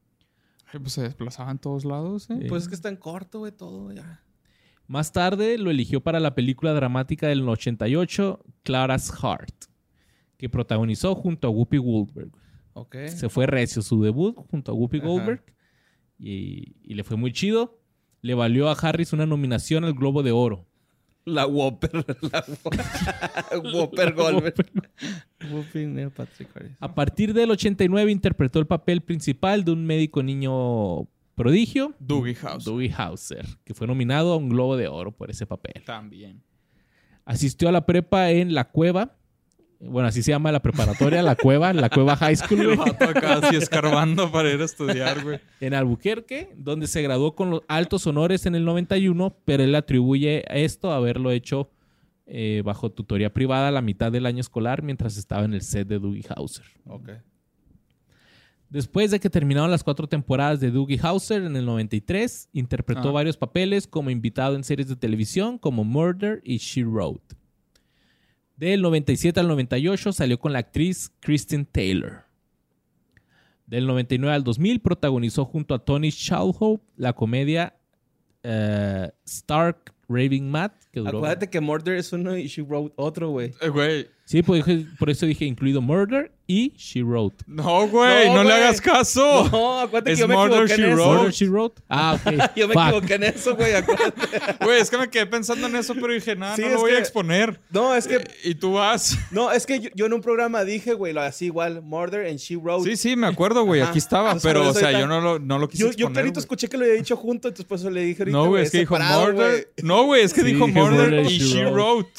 Ay, pues se desplazaba en todos lados, ¿eh? Sí. Pues es que es tan corto, güey, todo, ya. Más tarde lo eligió para la película dramática del 88, Clara's Heart, que protagonizó junto a Whoopi Goldberg. Ok. Se fue recio su debut junto a Whoopi Ajá. Goldberg y, y le fue muy chido. Le valió a Harris una nominación al Globo de Oro. La Whopper. La Whopper, Whopper Goldberg. Whopper Neil Patrick Harris. A partir del 89 interpretó el papel principal de un médico niño prodigio, Doogie House. Dewey Hauser, que fue nominado a un Globo de Oro por ese papel. También. Asistió a la prepa en La Cueva. Bueno, así se llama la preparatoria, La Cueva, La Cueva High School. El güey. vato acá así escarbando para ir a estudiar, güey. en Albuquerque, donde se graduó con los altos honores en el 91, pero él atribuye a esto a haberlo hecho eh, bajo tutoría privada a la mitad del año escolar mientras estaba en el set de Doogie Hauser. Ok. Después de que terminaron las cuatro temporadas de Doogie Hauser en el 93, interpretó Ah. varios papeles como invitado en series de televisión como Murder y She Wrote. Del 97 al 98 salió con la actriz Kristen Taylor. Del 99 al 2000 protagonizó junto a Tony Shalhoub la comedia eh, Stark Raving Mad. Que duró- Acuérdate que Murder es uno y She Wrote otro, güey. Eh, güey. Sí, por, por eso dije incluido Murder y She Wrote. No, güey. No, No, le güey. hagas caso. No, acuérdate Es que yo me Murder, equivoqué She en eso. Wrote. Murder, She Wrote. Ah, ok. Yo me Fuck. equivoqué en eso, güey. acuérdate. Güey, es que me quedé pensando en eso, pero dije, nada, Sí, no es lo voy que- a exponer. No, es que, Y tú vas. no, es que yo, yo en un programa dije, güey, lo- así igual, Murder and She Wrote. Sí, sí, me acuerdo, güey. Ajá. Aquí estaba. Pues, por Pero, o eso sea, ahorita- yo no lo, no lo quise Yo, yo exponer. clarito güey. escuché que lo había dicho junto, entonces por eso le dije ahorita, No, güey, es que dijo separado, Murder. güey. No, güey, es que Sí, dijo dije Murder Murder y She She Wrote. Wrote.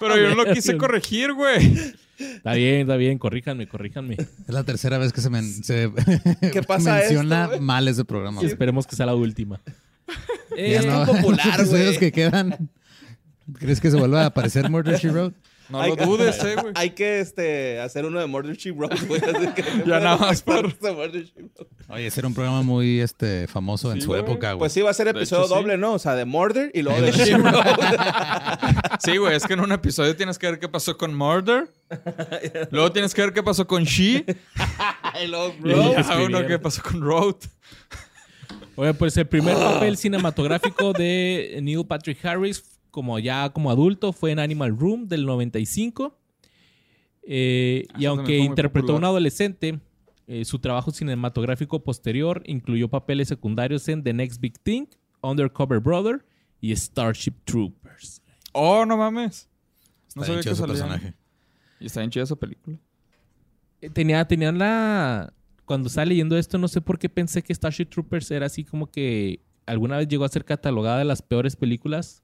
Pero yo no lo quise corregir, güey. Está bien, está bien, corríjanme, corríjanme. Es la tercera vez que se, men- se ¿Qué pasa menciona esto, güey? mal ese programa. güey. Esperemos que sea la última. Ya Eh, no, popular, los episodios güey. que quedan. ¿Crees que se vuelva a aparecer Murder She Wrote? No Ay, lo dudes, eh, güey. Hay que este, hacer uno de Murder She Wrote, güey. así que- Ya nada más por- de Murder, She Wrote. Oye, ese era un programa muy este, famoso en Sí, su güey. época, güey. Pues sí, va a ser Ah, De episodio hecho, sí. doble, ¿no? O sea, de Murder y luego de She Wrote. Sí, güey, es que en un episodio tienes que ver qué pasó con Murder. Luego tienes que ver qué pasó con y She. luego Y luego Luego Wrote. ya uno escribieron. qué pasó con Road. Oye, pues el primer Ah. papel cinematográfico de Neil Patrick Harris, como ya como adulto, fue en Animal Room del 95. Eh, Ah, y eso aunque también fue muy interpretó a un popular. adolescente, eh, su trabajo cinematográfico posterior incluyó papeles secundarios en The Next Big Thing, Undercover Brother y Starship Troopers. Oh, no mames. Está No sabía bien chido que su salía. personaje. Y está bien chida esa película. Eh, Tenía, tenían la. Cuando estaba leyendo esto, no sé por qué pensé que Starship Troopers era así como que alguna vez llegó a ser catalogada de las peores películas.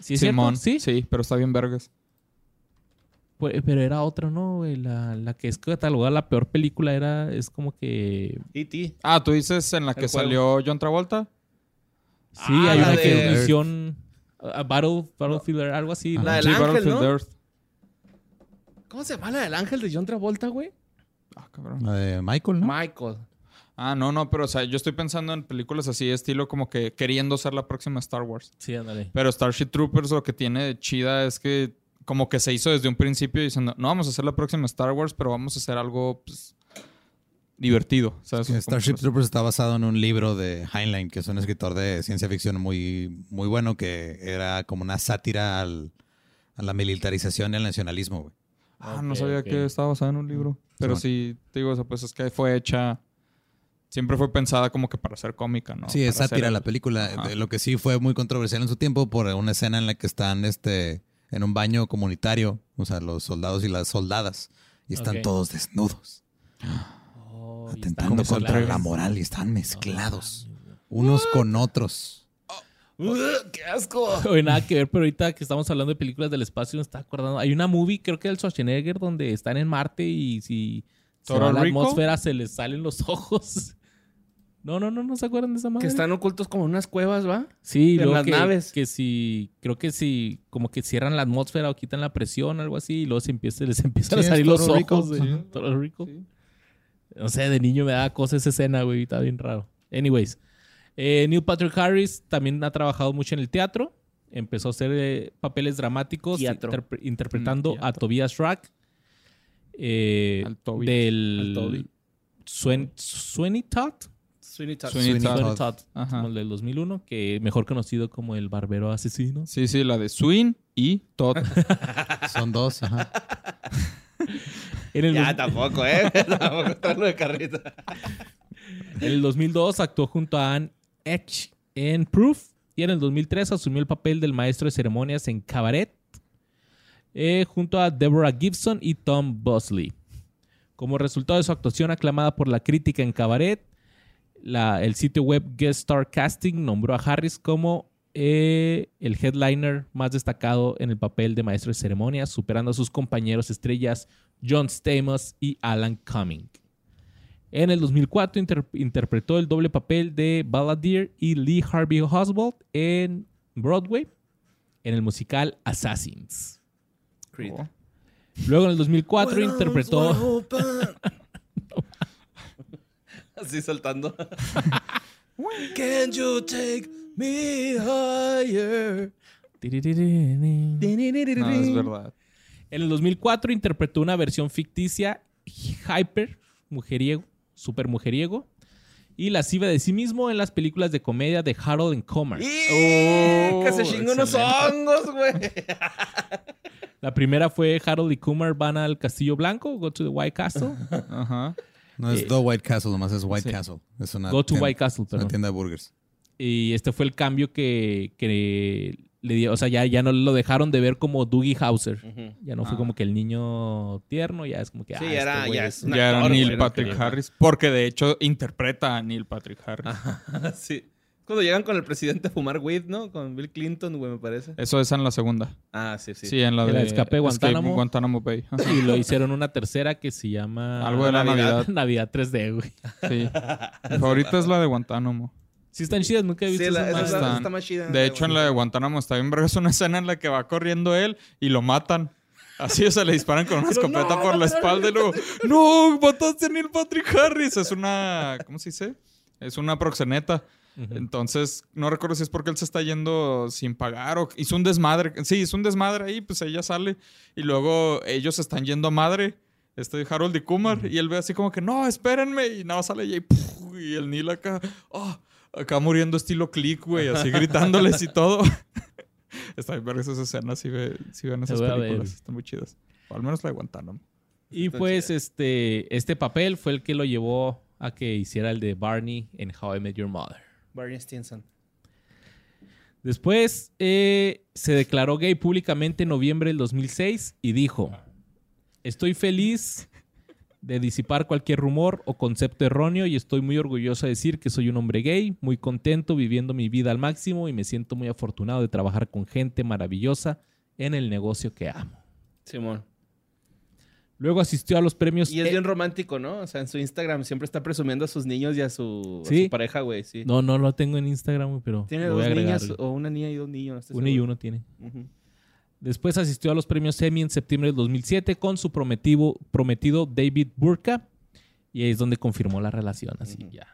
¿Sí es Simón. cierto? Sí. Sí, pero está bien vergas. Pues, pero era otra, ¿no? güey? La, la que es catalogada la peor película era. Es como que. E.T. Ah, tú dices en la que El juego. salió John Travolta. Sí, Ah, hay la una que de- es misión. a- a Battle, Battlefield, algo así. ¿no? Ah, La del Sí, ángel, Battlefield ¿no? Earth. ¿Cómo se llama la del ángel de John Travolta, güey? Ah, cabrón. La de Michael, ¿no? Michael. Ah, no, no, pero o sea, yo estoy pensando en películas así, estilo como que queriendo ser la próxima Star Wars. Sí, ándale. Pero Starship Troopers lo que tiene de chida es que como que se hizo desde un principio diciendo, no vamos a hacer la próxima Star Wars, pero vamos a hacer algo pues, divertido. ¿sabes? Que Como Starship que- Troopers está basado en un libro de Heinlein, que es un escritor de ciencia ficción muy, muy bueno, que era como una sátira al- a la militarización y al nacionalismo, güey. Ah, no Ok, sabía ok. que estaba basada en un libro. Pero Simón. sí, te digo, o sea, pues es que fue hecha. Siempre fue pensada como que para ser cómica, ¿no? Sí, es Para ser sátira el- la película. Ajá. De Lo que sí fue muy controversial en su tiempo por una escena en la que están este, en un baño comunitario, o sea, los soldados y las soldadas, y están Ok. todos desnudos, Oh, y están atentando Ah, contra mezcladas. la moral y están No, mezclados, mames, güey. unos con otros. Ugh, ¡Qué asco! Oye, nada que ver, pero ahorita que estamos hablando de películas del espacio, me está acordando. Hay una movie, creo que del Schwarzenegger, donde están en Marte y si se ¿Toro va la Rico? atmósfera se les salen los ojos. No, no, no, no se acuerdan de esa madre. Que están ocultos como en unas cuevas, ¿va? sí, en luego las que, naves. que si, creo que si, como que cierran la atmósfera o quitan la presión, algo así, y luego se empieza, les empiezan Sí, a es salir los Toro Rico, ojos. de sí. Toro Rico. Sí. No sé, de niño me daba cosa esa escena, güey, estaba bien raro. Anyways, Eh, Neil Patrick Harris también ha trabajado mucho en el teatro. Empezó a hacer eh, papeles dramáticos Teatro. interpre- interpretando Mm, a teatro. Tobias Rack eh, Al Toby. del Al Toby. Swen- Sweeney Todd, Sweeney Todd. Sweeney Sweeney Todd. Todd. Sweeney Todd, Ajá. como el del 2001, que mejor conocido como el barbero asesino. Sí, sí, la de Swin y Todd. Son dos, ajá. En el, Ya, tampoco, ¿eh? tampoco está lo de carrita. En el 2002 actuó junto a Anne Etch en Proof y en el 2003 asumió el papel del maestro de ceremonias en Cabaret eh, junto a Deborah Gibson y Tom Bosley. Como resultado de su actuación aclamada por la crítica en Cabaret, la- el sitio web Guest Star Casting nombró a Harris como eh, el headliner más destacado en el papel de maestro de ceremonias, superando a sus compañeros estrellas John Stamos y Alan Cumming. En el 2004 inter- interpretó el doble papel de Balladeer y Lee Harvey Oswald en Broadway en el musical Assassins. Oh. Luego en el 2004 interpretó Así saltando. Can you take me higher? En No, es verdad. el 2004 interpretó una versión ficticia hyper mujeriego, super mujeriego y lasciva de sí mismo en las películas de comedia de Harold and Comer. ¡Y! ¡Que se chingó unos hongos, güey! La primera fue Harold y Comer van al Castillo Blanco, Go to the White Castle. Ajá. No es Eh, The White Castle, nomás es White sí. Castle. Es una, Go to tienda- White Castle, es una perdón. tienda de burgers. Y este fue el cambio que, que le dio. O sea, ya, ya no lo dejaron de ver como Doogie Hauser. Ya no fue Ah. como que el niño tierno, ya es como que. Sí, ah, era- este güey ya es- es un ya era actor, Neil güey, Patrick no Harris. Porque de hecho interpreta a Neil Patrick Harris. Ajá, sí. Cuando llegan con el presidente a fumar weed, ¿no? Con Bill Clinton, güey, me parece. Eso es en la segunda. Ah, sí, sí. Sí, en la En la de de Escape Guantánamo. Guantánamo Bay. Ajá. Y lo hicieron una tercera que se llama. Algo de la Navidad. Navidad 3D, güey. Sí. Mi favorita es la de Guantánamo. Sí, están chidas, nunca he visto. Sí, la- esas esa madres. es la- Están- está más chida. De hecho, en la de Guantánamo está bien verga. Es una escena en la que va corriendo él y lo matan. Así, o sea, le disparan con una escopeta por la espalda y luego, ¡No! ¡Mataste a Neil Patrick Harris! Es una. ¿Cómo se dice? Es una proxeneta. Entonces, no recuerdo si es porque él se está yendo sin pagar o hizo un desmadre. Sí, hizo un desmadre ahí, pues ella sale. Y luego ellos se están yendo a madre. Este Harold y Kumar. Y él ve así como que, no, espérenme. Y nada, sale ella y, ¡puf! y el Neil acá, "Ah", acá muriendo estilo click, güey, así gritándoles y todo. está bien ver esas escenas, si, ve, si ven esas voy a ver. películas, están muy chidas. O al menos la de Guantánamo. Y pues este, este papel fue el que lo llevó a que hiciera el de Barney en How I Met Your Mother. Barney Stinson. Después eh, se declaró gay públicamente en noviembre del 2006 y dijo, estoy feliz de disipar cualquier rumor o concepto erróneo y estoy muy orgulloso de decir que soy un hombre gay, muy contento viviendo mi vida al máximo y me siento muy afortunado de trabajar con gente maravillosa en el negocio que amo. Simón. Luego asistió a los premios... Y es E- bien romántico, ¿no? O sea, en su Instagram siempre está presumiendo a sus niños y a su, a Sí. su pareja, güey, sí. No, no lo tengo en Instagram, güey, pero... Tiene lo voy dos a agregar. niñas o una niña y dos niños. no estoy Uno y seguro. uno tiene. Ujú. Después asistió a los premios Emmy en septiembre del 2007 con su prometido, prometido David Burka. Y ahí es donde confirmó la relación, así Ujú. ya.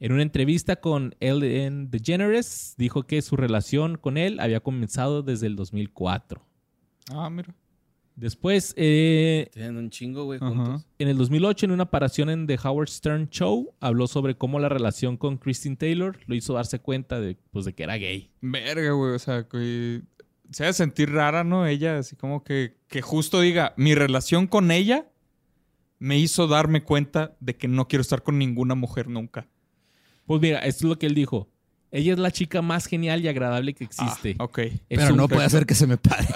En una entrevista con Ellen DeGeneres, dijo que su relación con él había comenzado desde el 2004. Ah, mira. Después, eh, Tienen un chingo, güey, Ajá. juntos. en el 2008, en una aparición en The Howard Stern Show, habló sobre cómo la relación con Christine Taylor lo hizo darse cuenta de, pues, de que era gay. Verga, güey. O sea, que se ha de sentir rara, ¿no? Ella, así como que, que justo diga, mi relación con ella me hizo darme cuenta de que no quiero estar con ninguna mujer nunca. Pues mira, esto es lo que él dijo. Ella es la chica más genial y agradable que Ah, existe. ok. Es Pero un no puede hacer que se me pare.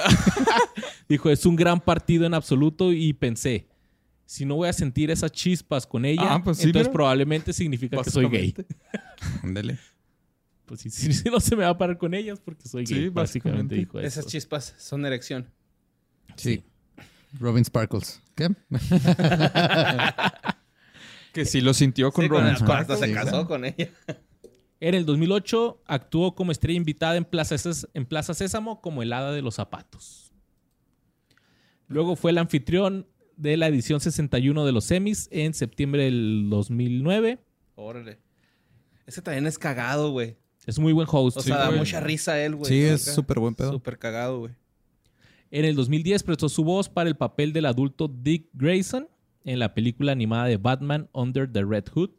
Dijo, es un gran partido en absoluto y pensé, si no voy a sentir esas chispas con ella, Ah, pues sí, entonces mira. probablemente significa que soy gay. Básicamente. Ándale. Pues sí, sí, sí, no se me va a parar con ellas porque soy Sí, gay, básicamente, básicamente. dijo eso. Esas chispas son erección. Sí. Robin Sparkles. ¿Qué? Que sí lo sintió con Sí, Robin el- Sparks. Ah, hasta se Sí, casó con ella. En el 2008 actuó como estrella invitada en Plaza, Sés- en Plaza Sésamo como el hada de los zapatos. Luego fue el anfitrión de la edición 61 de los semis en septiembre del 2009. Órale. Ese también es cagado, güey. Es muy buen host. O sí, sea, da güey. mucha risa él, güey. sí, es Acá. súper buen pedo. Súper cagado, güey. En el 2010 prestó su voz para el papel del adulto Dick Grayson en la película animada de Batman Under the Red Hood.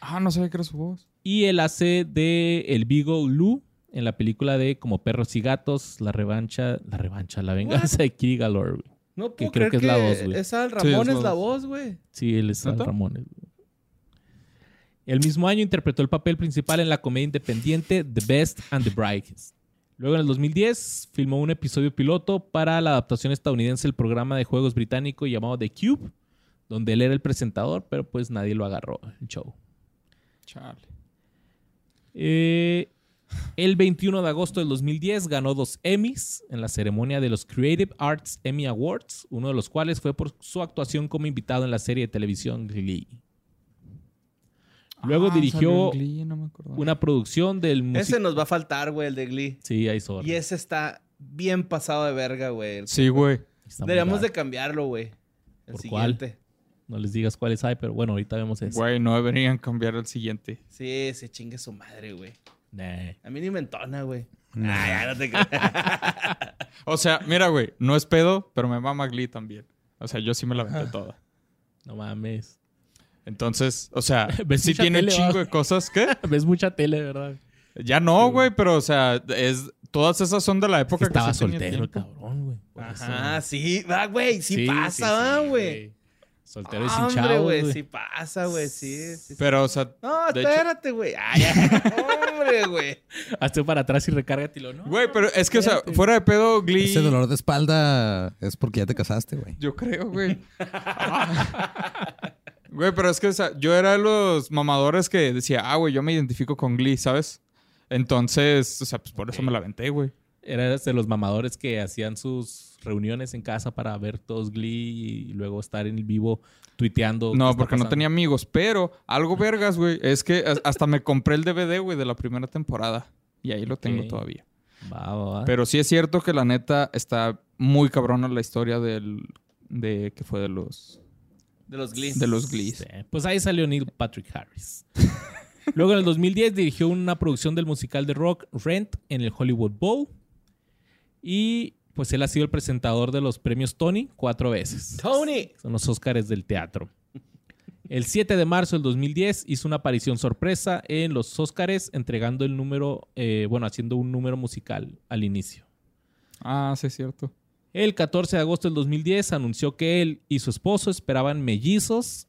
Ah, no sabía que era su voz. Y él hace de El Vigo Lou en la película de Como Perros y Gatos, La Revancha, La Revancha, La Venganza de Kitty Galore. güey. No Que puedo creo creer que que, es la voz, güey. esa Al Sí, es Ramón la es la voz, güey. Sí, él es San ¿Neta? Ramones. güey. El mismo año interpretó el papel principal en la comedia independiente The Best and the Brightest. Luego, en el 2010, filmó un episodio piloto para la adaptación estadounidense del programa de juegos británico llamado The Cube, donde él era el presentador, pero pues nadie lo agarró el show. Chale. Eh, el 21 de agosto del 2010 ganó dos Emmys en la ceremonia de los Creative Arts Emmy Awards, uno de los cuales fue por su actuación como invitado en la serie de televisión Glee. Luego Ah, dirigió salió en Glee, no me acordaba. una producción del Ese musical. nos va a faltar, güey, el de Glee. Sí, ahí sobra. Y ese está bien pasado de verga, güey. El- Sí, güey. Está muy Deberíamos raro. de cambiarlo, güey. El ¿Por cuál? siguiente. No les digas cuáles hay, pero bueno, ahorita vemos eso. Güey, no deberían cambiar el siguiente. Sí, se chingue su madre, güey. Nah. A mí ni me entona, güey. Nah. Ah, ya no te creas. O sea, mira, güey, no es pedo, pero me mama Glee también. O sea, yo sí me la aventé toda. No mames. Entonces, o sea, Ves sí mucha tiene un tele, chingo va. de cosas. ¿Qué? Ves mucha tele, ¿verdad? Ya no, güey, pero o sea, es todas esas son de la época que Estaba sí tenía soltero, el tiempo. cabrón, güey. Por Ajá, eso. Ah, sí. Va, güey. Sí, sí, pasa, sí, ah, güey. Soltero y sin Hombre, chavo, güey. güey. Sí pasa, güey. Sí, sí, sí. Pero o sea, No, De hecho- espérate, güey. Ay, ay, hombre, güey. Hazte para atrás y recárgate y lo no. güey, pero es que o sea, fuera de pedo Glee Ese dolor de espalda es porque ya te casaste, güey. Yo creo, güey. Ah. Güey, pero es que o sea, yo era de los mamadores que decía, ah, güey, yo me identifico con Glee, ¿sabes? Entonces, o sea, pues por eso me la aventé, güey. Eras de los mamadores que hacían sus reuniones en casa para ver todos Glee y luego estar en vivo tuiteando. qué No, está porque no pasando. tenía amigos, pero algo vergas, güey, es que as- hasta me compré el DVD, güey, de la primera temporada. Y ahí lo tengo Ok. todavía. Va, va, va. Pero sí es cierto que la neta está muy cabrona la historia del de que fue de los De los Glee. de los Glees. Sí, Pues ahí salió Neil Patrick Harris. Luego en el 2010 dirigió una producción del musical de rock Rent en el Hollywood Bowl. Y pues él ha sido el presentador de los premios Tony cuatro veces. Tony. Son los Óscares del teatro. El 7 de marzo del 2010 hizo una aparición sorpresa en los Óscares entregando el número, eh, bueno, haciendo un número musical al inicio. Ah, sí es cierto. El 14 de agosto del 2010 anunció que él y su esposo esperaban mellizos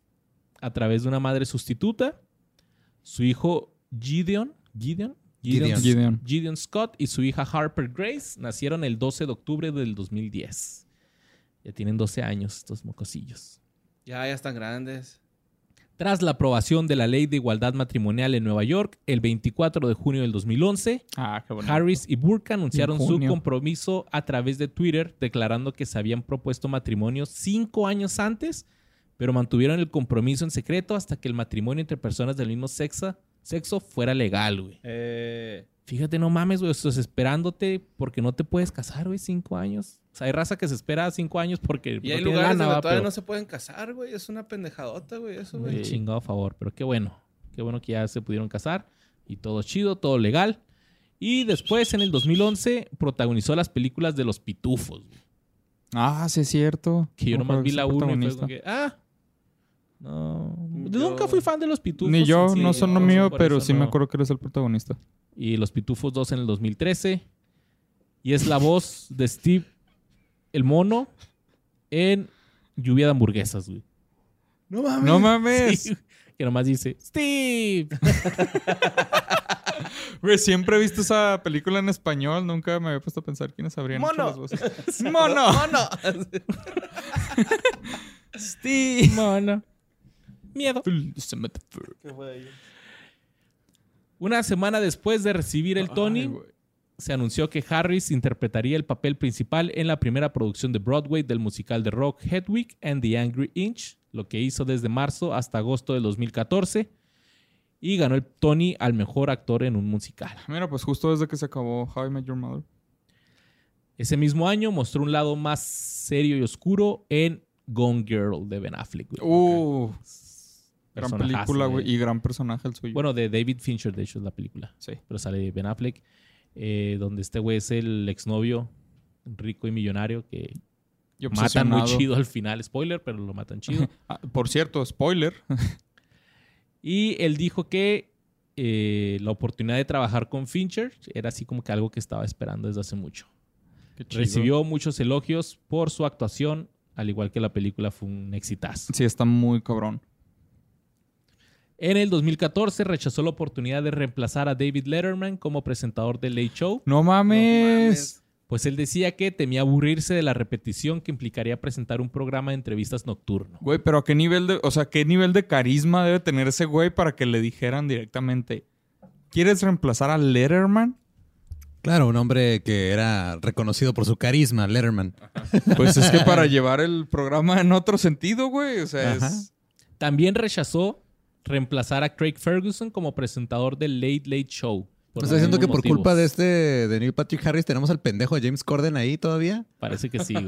a través de una madre sustituta. Su hijo Gideon, Gideon, Gideon. Gideon. Gideon Scott y su hija Harper Grace nacieron el 12 de octubre del 2010. Ya tienen 12 años estos mocosillos. Ya, ya están grandes. Tras la aprobación de la Ley de Igualdad Matrimonial en Nueva York el 24 de junio del 2011, Ah, qué bueno. Harris y Burke anunciaron En su junio. compromiso a través de Twitter, declarando que se habían propuesto matrimonio cinco años antes, pero mantuvieron el compromiso en secreto hasta que el matrimonio entre personas del mismo sexo, sexo fuera legal, güey. Eh, Fíjate, no mames, güey, estás esperándote porque no te puedes casar, güey, cinco años. O sea, hay raza que se espera cinco años porque y no hay tiene lugares lana, donde va, todavía pero- no se pueden casar, güey. Es una pendejadota, güey. Eso, El güey. chingado favor, pero qué bueno. Qué bueno que ya se pudieron casar y todo chido, todo legal. Y después, en el 2011, protagonizó las películas de los pitufos. güey, Ah, sí es cierto. Que yo No nomás creo vi sea la uno y fue protagonista. como que, ah, no. Yo- Nunca fui fan de los pitufos. Mm, Ni yo, en sí, no sí, son lo no, mío, por pero eso sí me no. acuerdo que eres el protagonista. Y los pitufos 2 en el 2013. Y es la voz de Steve el mono en Lluvia de hamburguesas, güey. No mames. No mames. Sí, que nomás dice, Steve. Güey, siempre he visto esa película en español, nunca me había puesto a pensar quiénes habrían hecho Mono. las voces. Mono. Mono. Steve. Mono. Miedo. Una semana después de recibir el Tony, Ay, güey. se anunció que Harris interpretaría el papel principal en la primera producción de Broadway del musical de rock Hedwig and the Angry Inch, lo que hizo desde marzo hasta agosto del 2014 y ganó el Tony al mejor actor en un musical. Mira, pues justo desde que se acabó How I Met Your Mother. Ese mismo año mostró un lado más serio y oscuro en Gone Girl de Ben Affleck. güey. Uh, Gran personajazo, eh. película, güey. güey. Y gran personaje el suyo. Bueno, de David Fincher, de hecho, es la película. sí. pero sale Ben Affleck, eh, donde este güey es el exnovio rico y millonario que Y matan muy obsesionado. chido al final, spoiler, pero lo matan chido. Ah, por cierto, spoiler. y él dijo que eh, la oportunidad de trabajar con Fincher era así como que algo que estaba esperando desde hace mucho. Qué chido. Recibió muchos elogios por su actuación, al igual que la película fue un exitazo. Sí, está muy cabrón. En el 2014 rechazó la oportunidad de reemplazar a David Letterman como presentador del Late Show No mames. Pues él decía que temía aburrirse de la repetición que implicaría presentar un programa de entrevistas nocturno. Güey, pero a qué nivel de, o sea, qué nivel de carisma debe tener ese güey para que le dijeran directamente, ¿quieres reemplazar a Letterman? Claro, un hombre que era reconocido por su carisma, Letterman. Pues es que para llevar el programa en otro sentido, güey, o sea, Ajá. es También rechazó reemplazar a Craig Ferguson como presentador del Late Late Show. ¿Me por estás los diciendo que mismos por culpa de motivos. este, de Neil Patrick Harris, tenemos al pendejo de James Corden ahí todavía? Parece que sí, güey.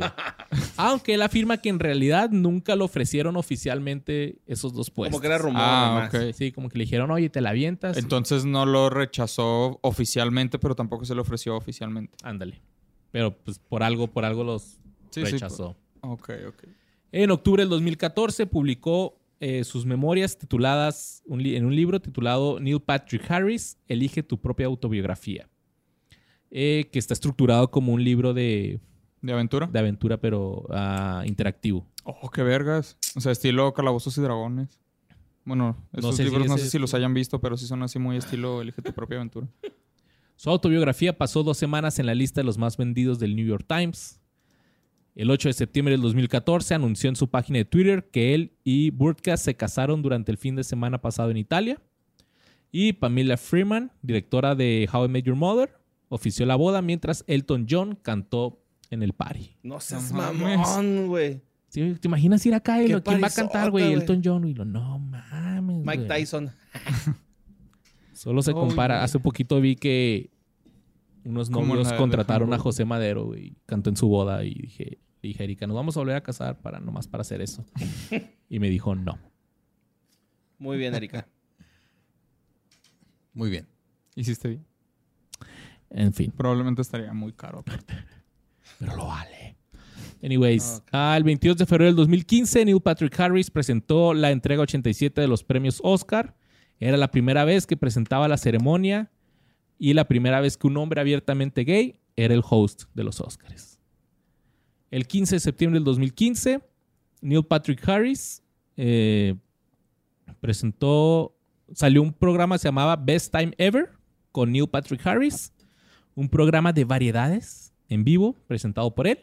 Aunque él afirma que en realidad nunca le ofrecieron oficialmente esos dos puestos. Como que era rumor. Ah, nomás. ok. Sí, como que le dijeron, oye, te la avientas. Entonces no lo rechazó oficialmente, pero tampoco se lo ofreció oficialmente. Ándale. Pero pues por algo, por algo los Sí, sí, rechazó. Ok, ok. En octubre del 2014 publicó eh, sus memorias tituladas un li- en un libro titulado Neil Patrick Harris, Elige tu propia autobiografía, eh, que está estructurado como un libro de, ¿De aventura? de aventura pero ah, interactivo. Oh, qué vergas. O sea, estilo Calabozos y Dragones. Bueno, No esos sé si libros no ese- sé si los hayan visto, pero sí son así muy estilo Elige tu propia aventura. Su autobiografía pasó dos semanas en la lista de los más vendidos del New York Times. El 8 de septiembre del 2014 anunció en su página de Twitter que él y Burtka se casaron durante el fin de semana pasado en Italia. Y Pamela Freeman, directora de How I Met Your Mother, ofició la boda mientras Elton John cantó en el party. No seas No mames. mamón, güey. Sí, ¿Te imaginas ir acá y Qué lo, quién va a cantar, güey? parisota, Elton John. Y lo, no mames. Mike güey". Tyson. Solo se Oh, compara. güey. Hace poquito vi que unos Como novios la de contrataron a Hamburgo. José Madero güey, y cantó en su boda y dije, le dije, Erika, nos vamos a volver a casar para nomás para hacer eso. y me dijo, no. Muy bien, Erika. Muy bien. Hiciste bien. En fin, Probablemente estaría muy caro. pero lo vale. Anyways, Ok. ah, el 22 de febrero del 2015, Neil Patrick Harris presentó la entrega 87 de los premios Oscar. Era la primera vez que presentaba la ceremonia y la primera vez que un hombre abiertamente gay era el host de los Oscars. El 15 de septiembre del 2015, Neil Patrick Harris eh, presentó, salió un programa que se llamaba Best Time Ever con Neil Patrick Harris, un programa de variedades en vivo presentado por él,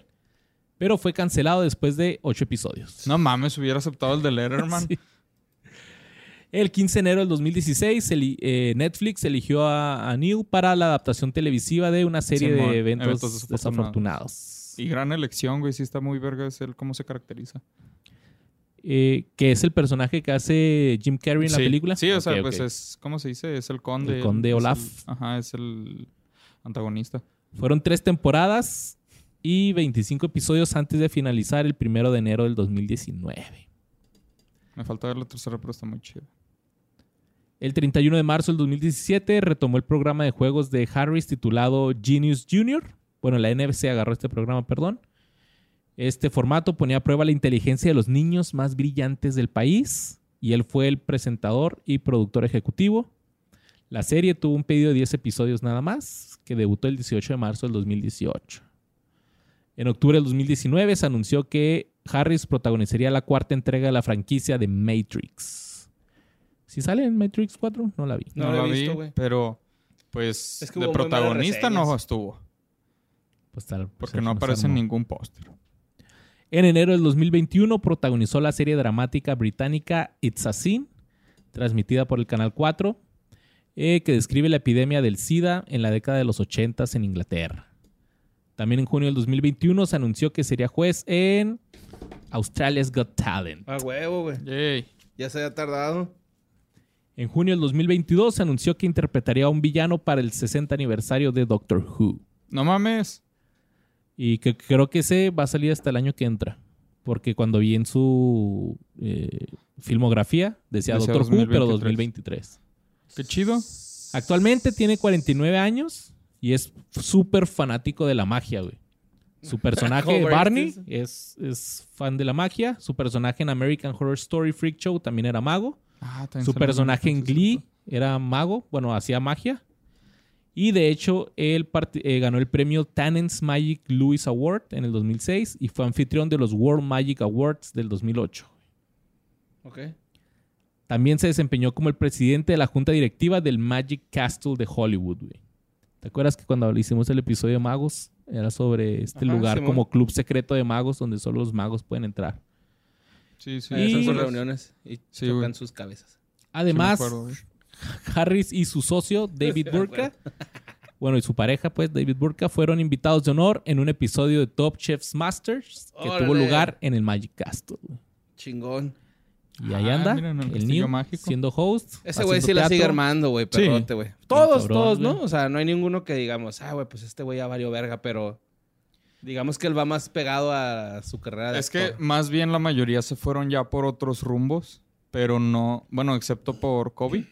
pero fue cancelado después de ocho episodios. No mames, hubiera aceptado el de Letterman. Sí. El 15 de enero del 2016, eli- eh, Netflix eligió a, a Neil para la adaptación televisiva de una serie Simón, de eventos, eventos desafortunados. Y gran elección, güey. Sí está muy verga es él cómo se caracteriza. Eh, que es el personaje que hace Jim Carrey en la Sí. película. Sí, o Ok, sea, ok. pues es... ¿Cómo se dice? Es el conde. El conde es Olaf. ajá, es el antagonista. Fueron tres temporadas y 25 episodios antes de finalizar el primero de enero del 2019. Me falta ver la tercera, pero está muy chido. El 31 de marzo del 2017 retomó el programa de juegos de Harris titulado Genius Junior. Bueno, la NFC agarró este programa, perdón. Este formato ponía a prueba la inteligencia de los niños más brillantes del país y él fue el presentador y productor ejecutivo. La serie tuvo un pedido de 10 episodios nada más, que debutó el 18 de marzo del 2018. En octubre del 2019 se anunció que Harris protagonizaría la cuarta entrega de la franquicia de Matrix. Si sale en Matrix 4, no la vi. No No, lo la he vi, visto, güey. pero... Pues Es que de hubo muy malas protagonista no reseñas. estuvo. Pues tal- pues Porque no se aparece en armó. ningún póster. En enero del 2021 protagonizó la serie dramática británica It's a Sin, transmitida por el Canal 4, eh, que describe la epidemia del SIDA en la década de los 80 en Inglaterra. También en junio del 2021 se anunció que sería juez en Australia's Got Talent. A huevo, güey. Yay. Ya se había tardado. En junio del 2022 se anunció que interpretaría a un villano para el 60 aniversario de Doctor Who. No mames. Y que creo que ese va a salir hasta el año que entra. Porque cuando vi en su eh, filmografía, decía Decía Doctor Who, pero 2023. 2023. Qué chido. Actualmente tiene 49 años y es súper fanático de la magia, güey. Su personaje, Howard Barney, Simpson. es, es fan de la magia. Su personaje en American Horror Story Freak Show también era mago. Ah, también Su sale personaje en entonces, Glee ¿cierto? era mago, bueno, hacía magia. Y de hecho, él parti- eh, ganó el premio Tannen's Magic Louis Award en el 2006 y fue anfitrión de los World Magic Awards del 2008. Ok. También se desempeñó como el presidente de la junta directiva del Magic Castle de Hollywood, güey. ¿Te acuerdas que cuando hicimos el episodio de magos era sobre este Ajá, lugar Simón. como club secreto de magos donde solo los magos pueden entrar? Sí, sí. Y- Ahí hacen sus sí, reuniones y Sí, tocan güey. sus cabezas. me Además, acuerdo, güey. Harris y su socio David Sí, me Burka, bueno, y su pareja, pues, David Burka, fueron invitados de honor en un episodio de Top Chefs Masters que tuvo Órale. lugar en el Magic Castle. güey. Chingón. Y ahí Ah, anda, mira, en el el Castillo Neil, Mágico. siendo host. Ese güey haciendo sí la sigue teatro. armando, güey, Sí. perrote, güey. Todos, cabrón, todos, ¿no? güey. O sea, no hay ninguno que digamos, ah, güey, pues este güey ya valió verga, pero digamos que él va más pegado a su carrera de Es que actor. más bien la mayoría se fueron ya por otros rumbos, pero no, bueno, excepto por Kobe.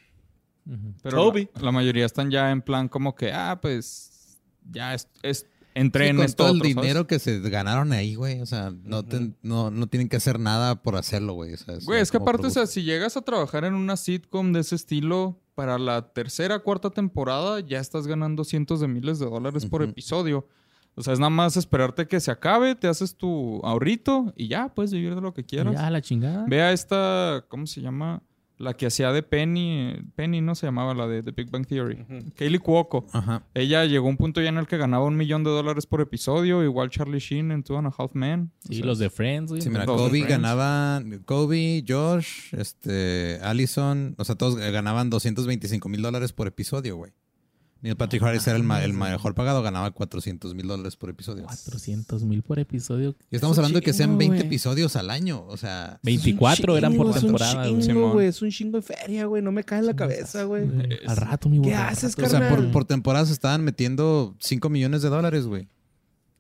Ujú. Pero Kobe. La, la mayoría están ya en plan como que, ah, pues ya es, es- entré Sí, en con esto todo el otro, ¿sabes? dinero que se ganaron ahí, güey. O sea, no, ten- no, no tienen que hacer nada por hacerlo, güey. O sea, Güey, es que como aparte, o por sea, si llegas a trabajar en una sitcom de ese estilo para la tercera, cuarta temporada, ya estás ganando cientos de miles de dólares por Ujú. episodio. O sea, es nada más esperarte que se acabe, te haces tu ahorrito y ya puedes vivir de lo que quieras. Ya, la chingada. Ve a esta, ¿cómo se llama? La que hacía de Penny, eh, Penny no se llamaba, la de The Big Bang Theory. Kaylee Cuoco. gusto. Ajá. Ella llegó a un punto ya en el que ganaba un millón de dólares por episodio, igual Charlie Sheen en Two and a Half Men. O Sí, sea, los de Friends, güey. Sí, mira, Los Kobe Friends. ganaba, Kobe, Josh, este, Allison, o sea, todos ganaban 225 mil dólares por episodio, güey. Neil Patrick Harris era el, ma- el mejor pagado, ganaba 400 mil dólares por episodio. 400 mil por episodio. Y estamos Es un hablando de que sean chingo, 20 güey. episodios al año, o sea, 24 eran por temporada. Es güey. un chingo, Simón. güey. Es un chingo de feria, güey. No me cae en la cabeza, güey. Güey, Al rato, mi ¿Qué borra, al haces, o rato. sea, por, carnal? por temporada se estaban metiendo 5 millones de dólares, güey.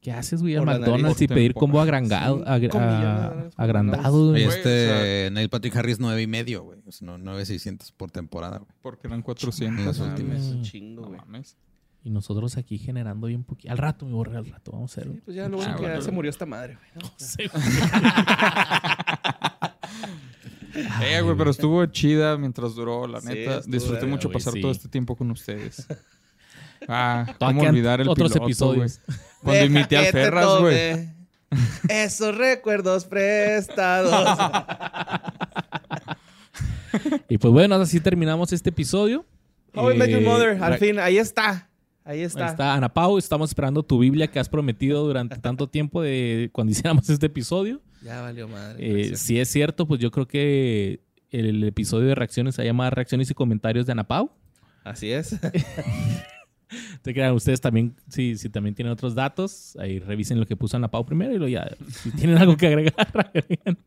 ¿Qué haces, güey? Al Por la nariz. McDonald's y Por pedir temporada. combo agrangado, Sí, agra- con millones de dólares por agrandado, Y Pues, güey. Güey, este, o Neil Patrick Harris 9 y medio, güey. O sea, no, 9,600 por temporada, güey. Porque eran 400. Las no últimas. Es mames. un Mm. chingo, No güey. mames. Y nosotros aquí generando bien poquito. Al rato, mi borra, al rato. Vamos a hacerlo. Sí, pues ya lo bueno Ah, que ya bueno. se murió esta madre, güey. ¿no? Eh, güey, pero estuvo chida mientras duró, la Sí, neta. estuvo Disfruté verga, mucho güey, pasar sí. todo este tiempo con ustedes. Ah, Todavía cómo quedan olvidar el otros piloto, episodios. güey. Cuando Deja imité al que te Ferras, güey. tome Esos recuerdos prestados. Y pues bueno, así terminamos este episodio. How I Met Your Eh, Mother. Al la- fin, ahí está. Ahí Ahí está. está Ana Pau, estamos esperando tu Biblia que has prometido durante tanto tiempo de cuando hiciéramos este episodio. Ya valió madre. Eh, gracias. si es cierto, pues yo creo que el episodio de reacciones se llama Reacciones y comentarios de Ana Pau. Así es. Te crean, ustedes también, si, si también tienen otros datos, ahí revisen lo que puso Ana Pau primero y luego ya, si tienen algo que agregar, agregan.